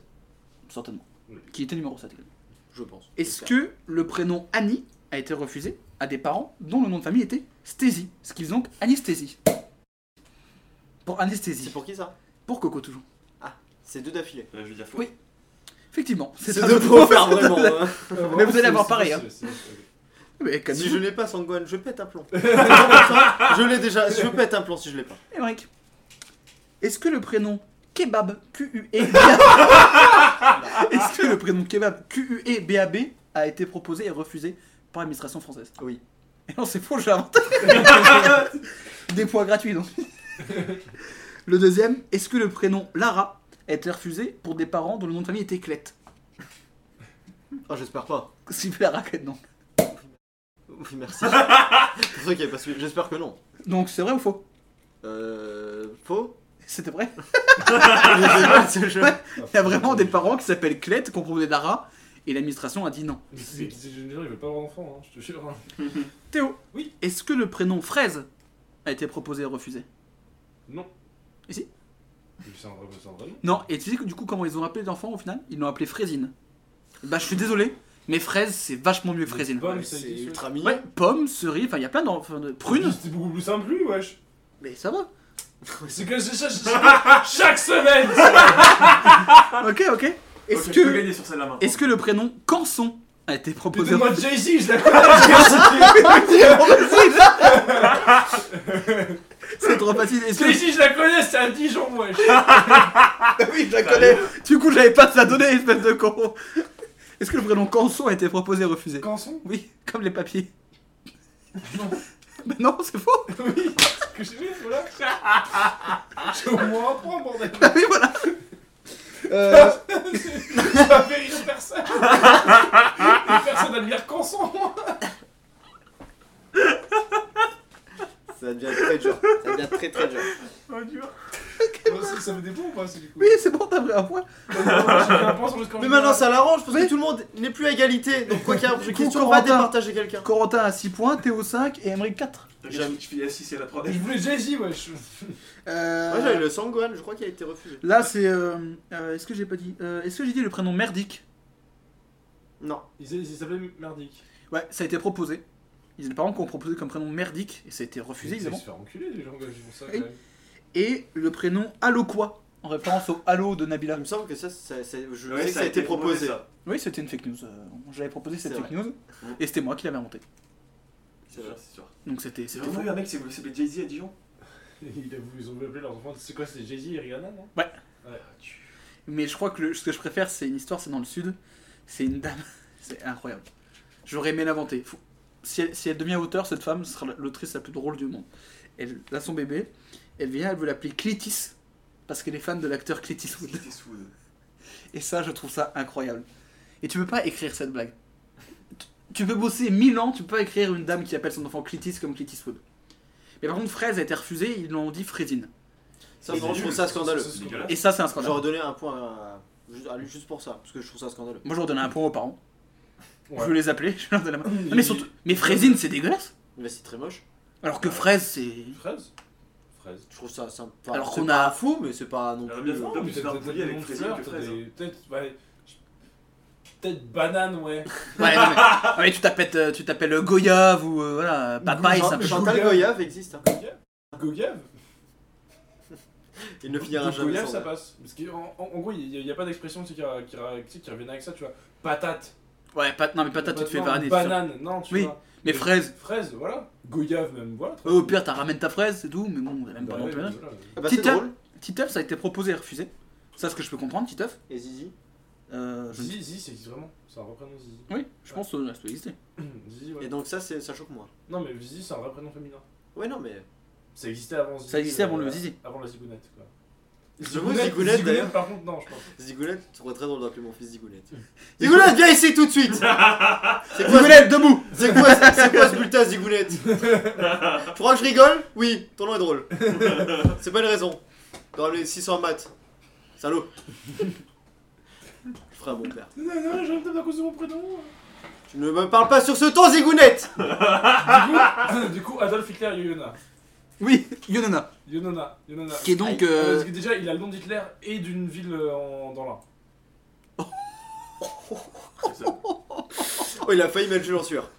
Certainement. Oui. Qui était numéro 7 je pense. Est-ce que le prénom Annie a été refusé à des parents dont le nom de famille était Stésie Ce qu'ils ont donc anesthésie. Pour C'est anesthésie. Pour... pour qui ça Coco toujours. C'est deux d'affilée. Là, Euh, je vais dire faux. Oui. Effectivement. C'est un deux autre- pour faire vraiment. hein. Euh, Mais vous allez avoir pareil, hein. Mais comme Si vous. je l'ai pas, Sangwan, je pète un plomb. je l'ai déjà, je pète un plomb si je l'ai pas. Émeric, Est-ce que le prénom Kebab E QUE Est-ce que le prénom Kebab QUE BAB a été proposé et refusé par l'administration française Oui. Et non, c'est faux, j'ai inventé. Des points gratuits donc. Le deuxième, est-ce que le prénom Lara a été refusé pour des parents dont le nom de famille était Clette Ah, j'espère pas. Super raquette, non. Oui, merci. C'est pour ça qu'il y avait pas suivi. J'espère que non. Donc c'est vrai ou faux Euh. Faux C'était vrai ce jeu. Il Ah, y a vraiment des parents qui s'appellent Clette, qui ont proposé Dara, et l'administration a dit non. Mais c'est des gens, ils veulent pas avoir d'enfants, hein, je te jure. hein. Théo, Oui. Est-ce que le prénom Fraise a été proposé et refusé Non. Et si C'est un vrai, c'est un vrai nom. Non, et tu sais que du coup, comment ils ont appelé l'enfant au final Ils l'ont appelé Fraisine. Bah, je suis désolé, mais Fraise, c'est vachement mieux que Fraisine. Pomme, ça C'est existe, ultra ouais. mignon. Ouais, pomme, cerise, enfin, il y a plein d'en- enfin, de prunes, C'était beaucoup plus simple, lui, wesh. mais ça va. C'est que c'est ça, c'est ça, chaque semaine ça. Ah. Ok, ok. Ok, Est-ce je peux que, gagner sur celle-là maintenant. est que le prénom Canson a été proposé Écoutez-moi Jay-Z, je la connais. C'est trop facile. Est-ce que- Jay-Z, je la connais, c'est un Dijon, wesh. Oui, je la connais. Bah, Du coup, j'avais pas te la donner, espèce de con. Est-ce que le prénom Canson a été proposé et refusé Canson Oui, comme les papiers. Non. Mais non, c'est faux. Oui, c'est que je sais, voilà. J'ai au moins un point, bordel. Ah oui, voilà. Euh, Ça fait rire personne. personne n'admire Canson. Ça devient très dur. Ça devient très très dur. Oh, Ça ça me dépend ou pas, c'est du coup oui, c'est bon, t'as pris un point. J'ai fait un point sur le score Mais général. maintenant ça l'arrange parce Oui. que tout le monde n'est plus à égalité. Donc quoi qu'il y a, je Du coup, question va Corentin. départager quelqu'un. Corentin a 6 points, Théo 5 et Emmerich 4. J'aime, je finis à 6 et à la 3 Je voulais Jay-Z, wesh. Moi j'avais le Sangwan, je crois qu'il a été refusé. Euh, Là, c'est. euh, euh, Est-ce que j'ai pas dit euh, Est-ce que j'ai dit le prénom Merdic Non. Ils ils s'appelaient Merdic. Ouais, ça a été proposé. Il y a des parents qui ont proposé comme prénom Merdic et ça a été refusé, Ils vont évidemment. se faire enculer, les gens, wesh, ils font ça, quand Oui. même. Et le prénom Aloquois, en référence au Halo de Nabila. Il me semble que ça, ça, ça- je Ouais, sais que ça a été proposé. ça. Oui, c'était une fake news. euh, J'avais proposé cette C'est fake news et c'était moi qui l'avais inventé. C'est sûr, c'est sûr. Donc c'était C'est c'était vraiment faux. eu un mec qui s'est s'appelait Jay-Z à Dijon Il a voulu- Ils ont voulu appeler leurs enfants. C'est quoi, c'est Jay-Z et Rihanna, non Mais je crois que le- ce que je préfère, c'est une histoire, c'est dans le sud. C'est une dame. C'est incroyable. J'aurais aimé l'inventer. Faut- Si, elle, si elle devient auteur, cette femme, ce sera l'autrice la plus drôle du monde. Elle a son bébé, elle vient, elle veut l'appeler Clétis, parce qu'elle est fan de l'acteur Clétis Wood. C'était sous. Et ça, je trouve ça incroyable. Et tu peux pas écrire cette blague. Tu- Tu peux bosser mille ans, tu peux pas écrire une dame qui appelle son enfant Clétis comme Clétis Wood. Mais par contre, Fraise a été refusée, ils l'ont dit Fraisine. Ça, vraiment, je trouve ça scandaleux. C'est scandaleux. Et ça, c'est un scandale. J'aurais donné un point à, juste- à lui juste pour ça, parce que je trouve ça scandaleux. Moi, je leur donnais un point aux parents. Ouais. Je vais les appeler, je leur donne la main. Non, mais surtout, mais fraisine, c'est dégueulasse. Mais c'est très moche. Alors que fraise, c'est. Fraise Fraise. Je trouve ça sympa. Alors qu'on a. fou, mais c'est pas non Alors, plus. bien sûr. euh, Non, Ah, mais Peut-être- c'est un peut-être poulet avec hein. des fraise, fleurs, que t'as fraise, des- Peut-être, ouais. Peut-être banane, ouais. Ouais, non, mais... Ah, mais tu t'appelles, euh, tu t'appelles euh, Goyave ou euh, voilà, Papaye, Goujat, ça peut. Jean- Chantal Goya. Goyave existe. hein. Goyave Il ne finira Donc, jamais. Goyave, sans ça elle. passe. Parce qu'en en, en gros, il n'y a, pas d'expression tu sais, qui, ra- qui, ra- tu sais, qui reviennent avec ça, tu vois. Patate. Ouais, pat... non, mais patate, tu te fais Non, varader. c'est sûr. Banane, non, tu Oui. vois. Euh, Mais fraise, Fraise, voilà. Goyave, même, voilà. ouais, au pire, t'as ramènes ta fraise, c'est tout, mais bon, on même pas Ouais, non ouais, plus. voilà. hein. Ah bah, c'est Petite tape. drôle. Titeuf, ça a été proposé et refusé. Ça, ce que je peux comprendre, Titeuf. Et Zizi. Euh, je... Zizi, Zizi, ça existe vraiment. C'est un vrai prénom, Zizi. Oui, je pense que ça peut exister. Zizi, ouais. Et donc ça, c'est ça choque moi. Non, mais Zizi, c'est un vrai prénom féminin. Ouais, non, mais. Ça existait avant Zizi. Ça existait avant euh, le Zizi. Avant la zigounette, quoi. Le mot zigounette, d'ailleurs. par contre, non, je pense. Zigounette, tu serais très drôle d'appeler mon fils Zigounette. Zigounette, viens ici tout de suite C'est quoi, Zigounette, debout c'est quoi, c'est quoi ce bulletin, Zigounette Tu crois que je rigole Oui, ton nom est drôle. C'est pas une raison. Dans les 600 maths. Salaud. Je ferai à mon père. Non, non, j'ai un à cause de mon prénom. Tu ne me parles pas sur ce ton, Zigounette Du coup, du coup, Adolf Hitler, Yonona. Oui, Yonona. Yonona, Yonona. Qui est donc. Euh, euh, parce que déjà, il a le nom d'Hitler et d'une ville euh, en, dans l'Ain. c'est ça. Oh, il a failli mettre Jules en sueur.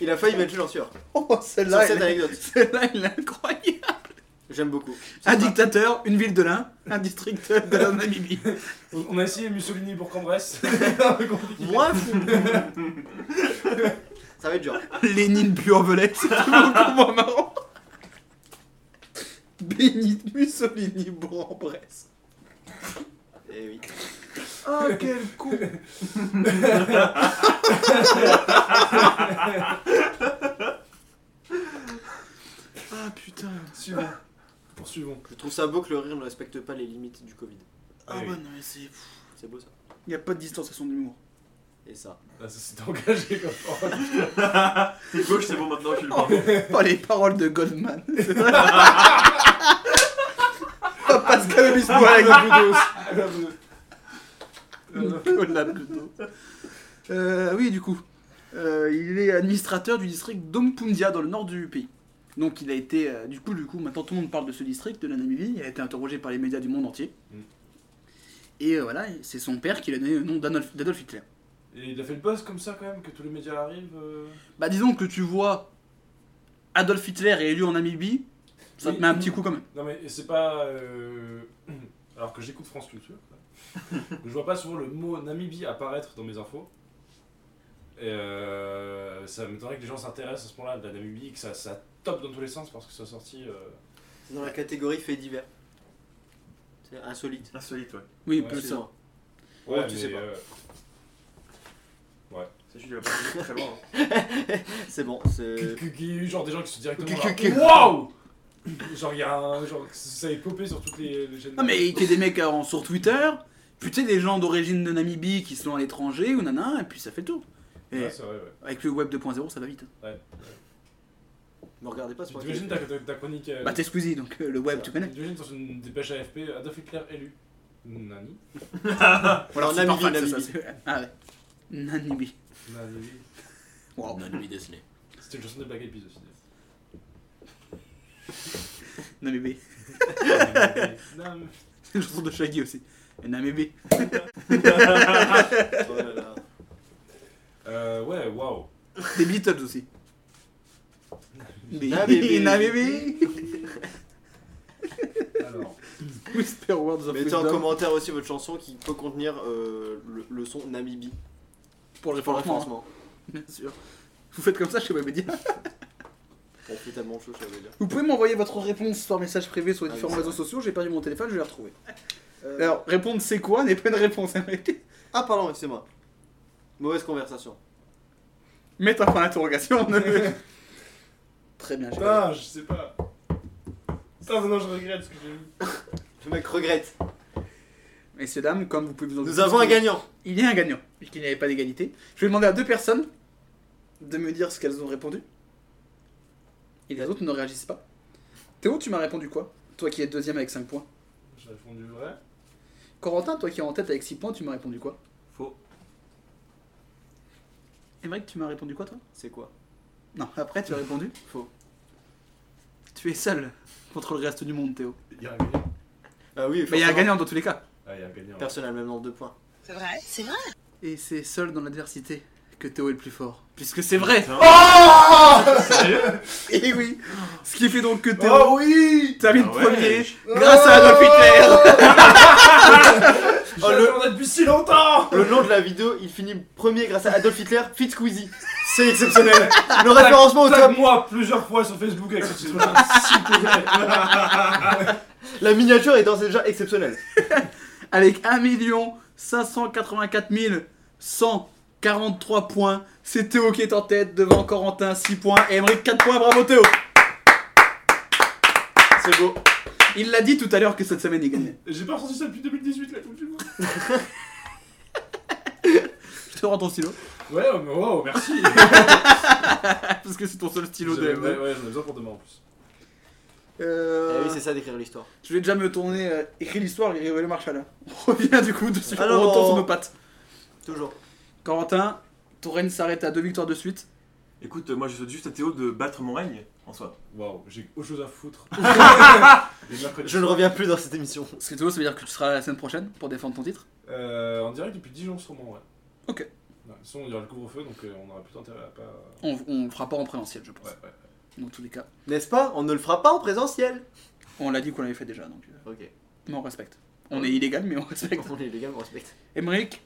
Il a failli mettre Jules en sueur. Oh, Sur celle-là, cette elle est- anecdote. celle-là, elle est incroyable. J'aime beaucoup. Un dictateur, une ville de l'Ain, un district de la Namibie. On on a essayé Mussolini Bourg-en-Bresse. Moi, fou. Ça va être dur. Lénine Buenvelette, c'est toujours moins marrant. Bénit Mussolini Bourg-en-Bresse. Eh oui. Oh, quel con Ah putain. Suivons. Poursuivons. Je trouve ça beau que le rire ne respecte pas les limites du Covid. Ah Eh oui. ouais, non, mais c'est. C'est beau ça. Il a pas de distanciation d'humour. Et ça. Ah, ça s'est engagé comme parole. T'es gauche, c'est bon maintenant, je le parle. Oh, les paroles de Goldman. C'est vrai. Pascal Obispo à la Goudos. Euh, oui, du coup. Euh, il est administrateur du district d'Ompundia dans le nord du pays. Donc il a été, euh, du coup, du coup, maintenant tout le monde parle de ce district, de la Namibie. Il a été interrogé par les médias du monde entier. Mm. Et euh, voilà, c'est son père qui lui a donné le nom d'Adolf d'Adolf Hitler. Et il a fait le buzz comme ça quand même, que tous les médias arrivent. euh. Bah disons que tu vois Adolf Hitler est élu en Namibie, ça te Oui. met un petit coup quand même. Non mais c'est pas. euh, Alors que j'écoute France Culture, quoi. je vois pas souvent le mot Namibie apparaître dans mes infos. Et euh, ça m'étonnerait que les gens s'intéressent à ce point-là de la Namibie, et que ça, ça top dans tous les sens parce que ça sorti. euh, C'est dans la catégorie fait divers. C'est insolite. Insolite, ouais. Oui, Ouais, plus ça. Excuse-moi. Ouais, tu mais, sais pas. euh, Ça, je dirais pas que c'est très loin. hein. C'est bon, c'est. qui- qui- genre des gens qui sont directement. Qui- là, qui- qui- Waouh Genre, il y a un. Genre, ça est popé sur toutes les, les chaînes. Non mais il y a des mecs euh, sur Twitter, puis tu sais des gens d'origine de Namibie qui sont à l'étranger ou nana, et puis ça fait le tour. Et Ouais, c'est vrai, ouais. avec le web 2.0 ça va vite. hein. Me regardez pas, Tu c'est pas T'imagines ta, ta, ta chronique. euh, Bah t'es Squeezie donc euh, le web tu connais. T'imagines dans une dépêche AFP, Adolf Hitler élu. Nani Voilà, en c'est Namibie, parfait, Namibie. ça, c'est- Ah ouais. Namibie. Nani. Wow. nuit décelée. C'était une chanson des Black Eyed Peas aussi. Namibie. d'ailleurs. Nani. C'est une chanson de Shaggy aussi. Et Namibie. Euh, ouais, waouh. Des Beatles aussi. Namibie. Namibie. Namibie. Alors, Whisper Words of Mettez en Wisdom. commentaire aussi votre chanson qui peut contenir euh, le, le son Namibie Pour le pour le référencement. référencement. Bien sûr. Vous faites comme ça chez Webmedia. On fait tellement chaud, je l'avais dire. Vous pouvez m'envoyer votre réponse par message privé sur les Ah oui, différents c'est réseaux vrai. sociaux. J'ai perdu mon téléphone, je l'ai retrouvé. Euh, Alors, répondre c'est quoi n'est pas une réponse, hein, mec. Ah, pardon, excusez-moi. Mauvaise conversation. Mettre un point d'interrogation. Très bien, j'ai Ah. pas- putain, je sais pas. Putain, maintenant je regrette ce que j'ai vu. Le mec regrette. Messieurs, dames, comme vous pouvez vous en Nous douter, avons un gagnant. Il y a un gagnant, puisqu'il n'y avait pas d'égalité. Je vais demander à deux personnes de me dire ce qu'elles ont répondu. Et les autres ne réagissent pas. Théo, tu m'as répondu quoi Toi qui es deuxième avec 5 points. J'ai répondu vrai. Corentin, toi qui es en tête avec 6 points, tu m'as répondu quoi Faux. Émeric, tu m'as répondu quoi toi C'est quoi Non, après tu as répondu Faux. Tu es seul contre le reste du monde, Théo. Il y a un gagnant. Ah oui, Mais il y a un forcément. gagnant dans tous les cas. Ah, il y a un gagnant. Personne n'a le même nombre de points. C'est vrai, c'est vrai. Et c'est seul dans l'adversité que Théo est le plus fort. Puisque c'est vrai Putain. Et oui Ce qui fait donc que Théo oui termine Ah ouais. premier grâce à Adolf Hitler Oh, le- J'attendais depuis si longtemps Le nom de la vidéo, il finit premier grâce à Adolf Hitler, Fit Squeezie. C'est exceptionnel. Le référencement au top. Tague-moi plusieurs fois sur Facebook avec ce titre-là, s'il te plaît. La miniature est d'ores et déjà exceptionnelle. Avec 1 584 143 points. C'est Théo qui est en tête devant Corentin 6 points et Emmerich 4 points. Bravo Théo C'est beau. Il l'a dit tout à l'heure que cette semaine il gagnait. J'ai pas ressenti ça depuis 2018, la Coupe du Monde. Je te rends ton stylo. Ouais, oh, mais wow, merci. Parce que c'est ton seul stylo de J'avais- M2. Ouais, ouais, j'en ai besoin pour demain en plus. Euh, Eh oui, c'est ça d'écrire l'histoire. Je vais déjà me tourner, euh, écrire l'histoire et révéler le Marshall. On revient du coup dessus, Alors- on retourne sur nos pattes. Toujours. Corentin, ton règne s'arrête à deux victoires de suite. Écoute, euh, moi, je souhaite juste à Théo de battre mon règne, en soi. Waouh, j'ai autre chose à foutre. Les mercredis Je ne reviens plus dans cette émission. Ce que tu veux, ça veut dire que tu seras la semaine prochaine pour défendre ton titre. Euh, en direct depuis Dijon sûrement, ouais. Ok. Ouais, de toute façon, il y aura le couvre-feu, donc euh, on aura plutôt intérêt à pas... euh, On, on le fera pas en présentiel, je pense. Ouais, ouais. Dans tous les cas. N'est-ce pas On ne le fera pas en présentiel. On l'a dit qu'on l'avait fait déjà, donc. euh, Ok. Mais on respecte. On est illégal, mais on respecte. On est les gars, on respecte. Emmerich,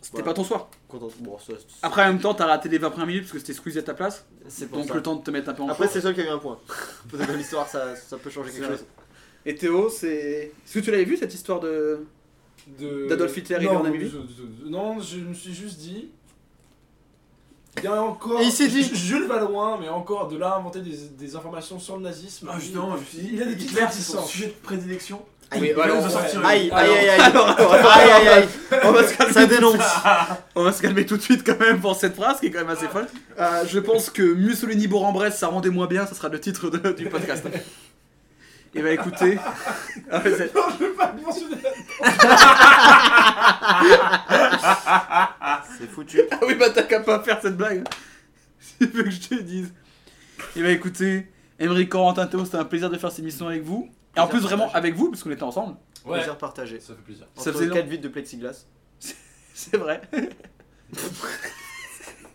c'était Ouais. pas ton soir. Content. Bon, ça, c'est- Après, en même temps, t'as raté les 20 premières minutes parce que c'était squeezé à ta place. c'est pour Donc ça. le temps de te mettre un peu en Après, chauffe. c'est le seul qui a eu un point. Peut-être dans l'histoire, ça, ça peut changer quelque C'est vrai. chose. Et Théo, c'est. Est-ce que tu l'avais vu cette histoire de. De- D'Adolf Hitler, il est Non, en Namibie du tout, du tout, du tout. Non, je me suis juste dit... Il y a encore... Et il s'est dit- J- Jules va loin, mais encore de là à inventer des, des informations sur le nazisme. Ah, justement, je me suis dit, Il a des petites Hitler, c'est son réticences. sujet de prédilection. Oui, voilà, on on- va sortir une- Aïe, aïe, Alors- aïe, aïe. Aïe, aïe, aïe. On va se calmer Ça tout de dénonce. On va se calmer tout de suite quand même pour cette phrase qui est quand même assez folle. Euh, je pense que Mussolini Bourg-en-Bresse, ça rendait moins bien, ça sera le titre de- du podcast. Et bah écoutez, ah, mais c'est- Non, je veux pas le mentionner. C'est foutu. Ah oui, bah t'as qu'à pas faire cette blague. Tu veux que je te dise. Et bah écoutez, Emery Corentin Théo, c'était un plaisir de faire cette émission avec vous. Et en Plaisir plus, vraiment partagé. avec vous, parce qu'on était ensemble. Ouais, Plaisir partagé. ça fait plaisir. Ça Ça faisait faisait 4 vides de plexiglas. C'est vrai.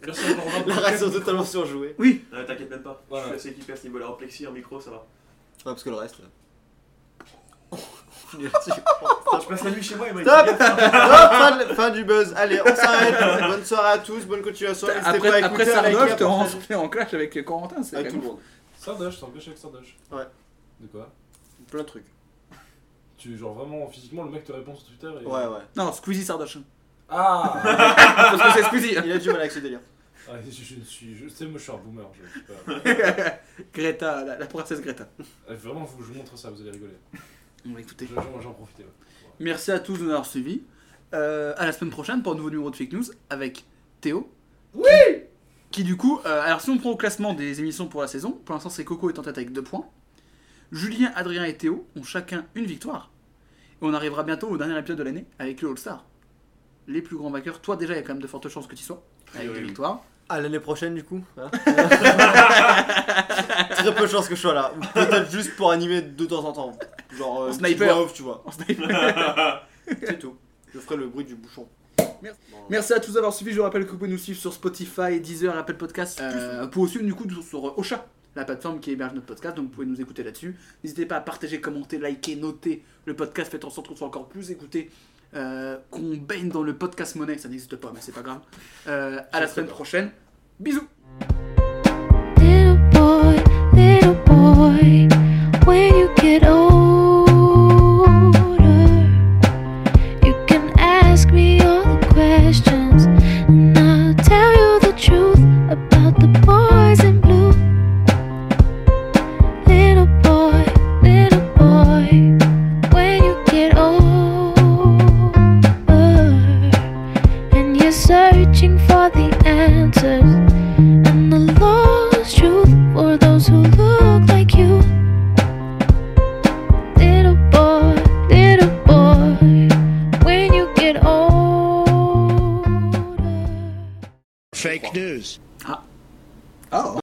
Merci encore. au revoir. La race est totalement surjouée. Oui. Ouais, T'inquiète même pas, Voilà. je suis assez équipé à ce niveau-là. En plexi, en micro, ça va. Ouais, parce que le reste là. Putain, je passe la nuit chez moi et moi, il Stop fait gaffe, hein. fin, de- fin du buzz. Allez, on s'arrête. Bonne soirée à tous. Bonne continuation. N'hésitez pas à Après, écouter, après à liker, Sardoche, Ah, à t'es en, partager. t'es en clash avec Corentin, c'est à quand tout même- le monde. Sardoche, t'es en clash avec Sardoche. Ouais. De quoi Plein de trucs. Tu, genre vraiment, physiquement, le mec te répond sur Twitter et. Ouais, ouais. Non, Squeezie Sardoche. Ah Parce que c'est Squeezie. Il a du mal avec ce délire. Ah, je, je ne suis. Je sais, moi je suis un boomer. Je, je sais pas. ah. Greta, la, la princesse Greta. Ah, Vraiment, je vous je vous montre ça, vous allez rigoler. On va écouter. Je- J'en j'en profite. ouais. Merci à tous de nous avoir suivis. Euh, à la semaine prochaine pour un nouveau numéro de Fake News avec Théo. Oui qui, du coup, euh, alors si on prend au classement des émissions pour la saison, pour l'instant c'est Coco est en tête avec 2 points. Julien, Adrien et Théo ont chacun une victoire. Et on arrivera bientôt au dernier épisode de l'année avec le All-Star. Les plus grands vainqueurs, toi déjà il y a quand même de fortes chances que tu sois avec Oui, deux oui. victoires. À Ah, l'année prochaine, du coup. hein. Très peu de chance que je sois là. Ou Peut-être juste pour animer de temps en temps. Genre, euh, En une sniper. petite voix off, tu vois. En sniper. C'est tout. Je ferai le bruit du bouchon. Merci à tous d'avoir suivi. Je vous rappelle que vous pouvez nous suivre sur Spotify, Deezer, Apple Podcast. Euh, vous pouvez aussi du coup sur, sur euh, Ocha, la plateforme qui héberge notre podcast. Donc vous pouvez nous écouter là-dessus. N'hésitez pas à partager, commenter, liker, noter le podcast. Faites en sorte qu'on soit encore plus écouté. euh, qu'on baigne dans le podcast monnaie. Ça n'existe pas, mais c'est pas grave. Euh, à la semaine prochaine. Bisous. Little boy, little boy, when you get older, you can ask me all the questions, and I'll tell you the truth about the boys in blue. Little boy, little boy, when you get older, and you're searching for the answers and the lost truth for those who look like you. Little boy, little boy, when you get older. Fake news. Oh.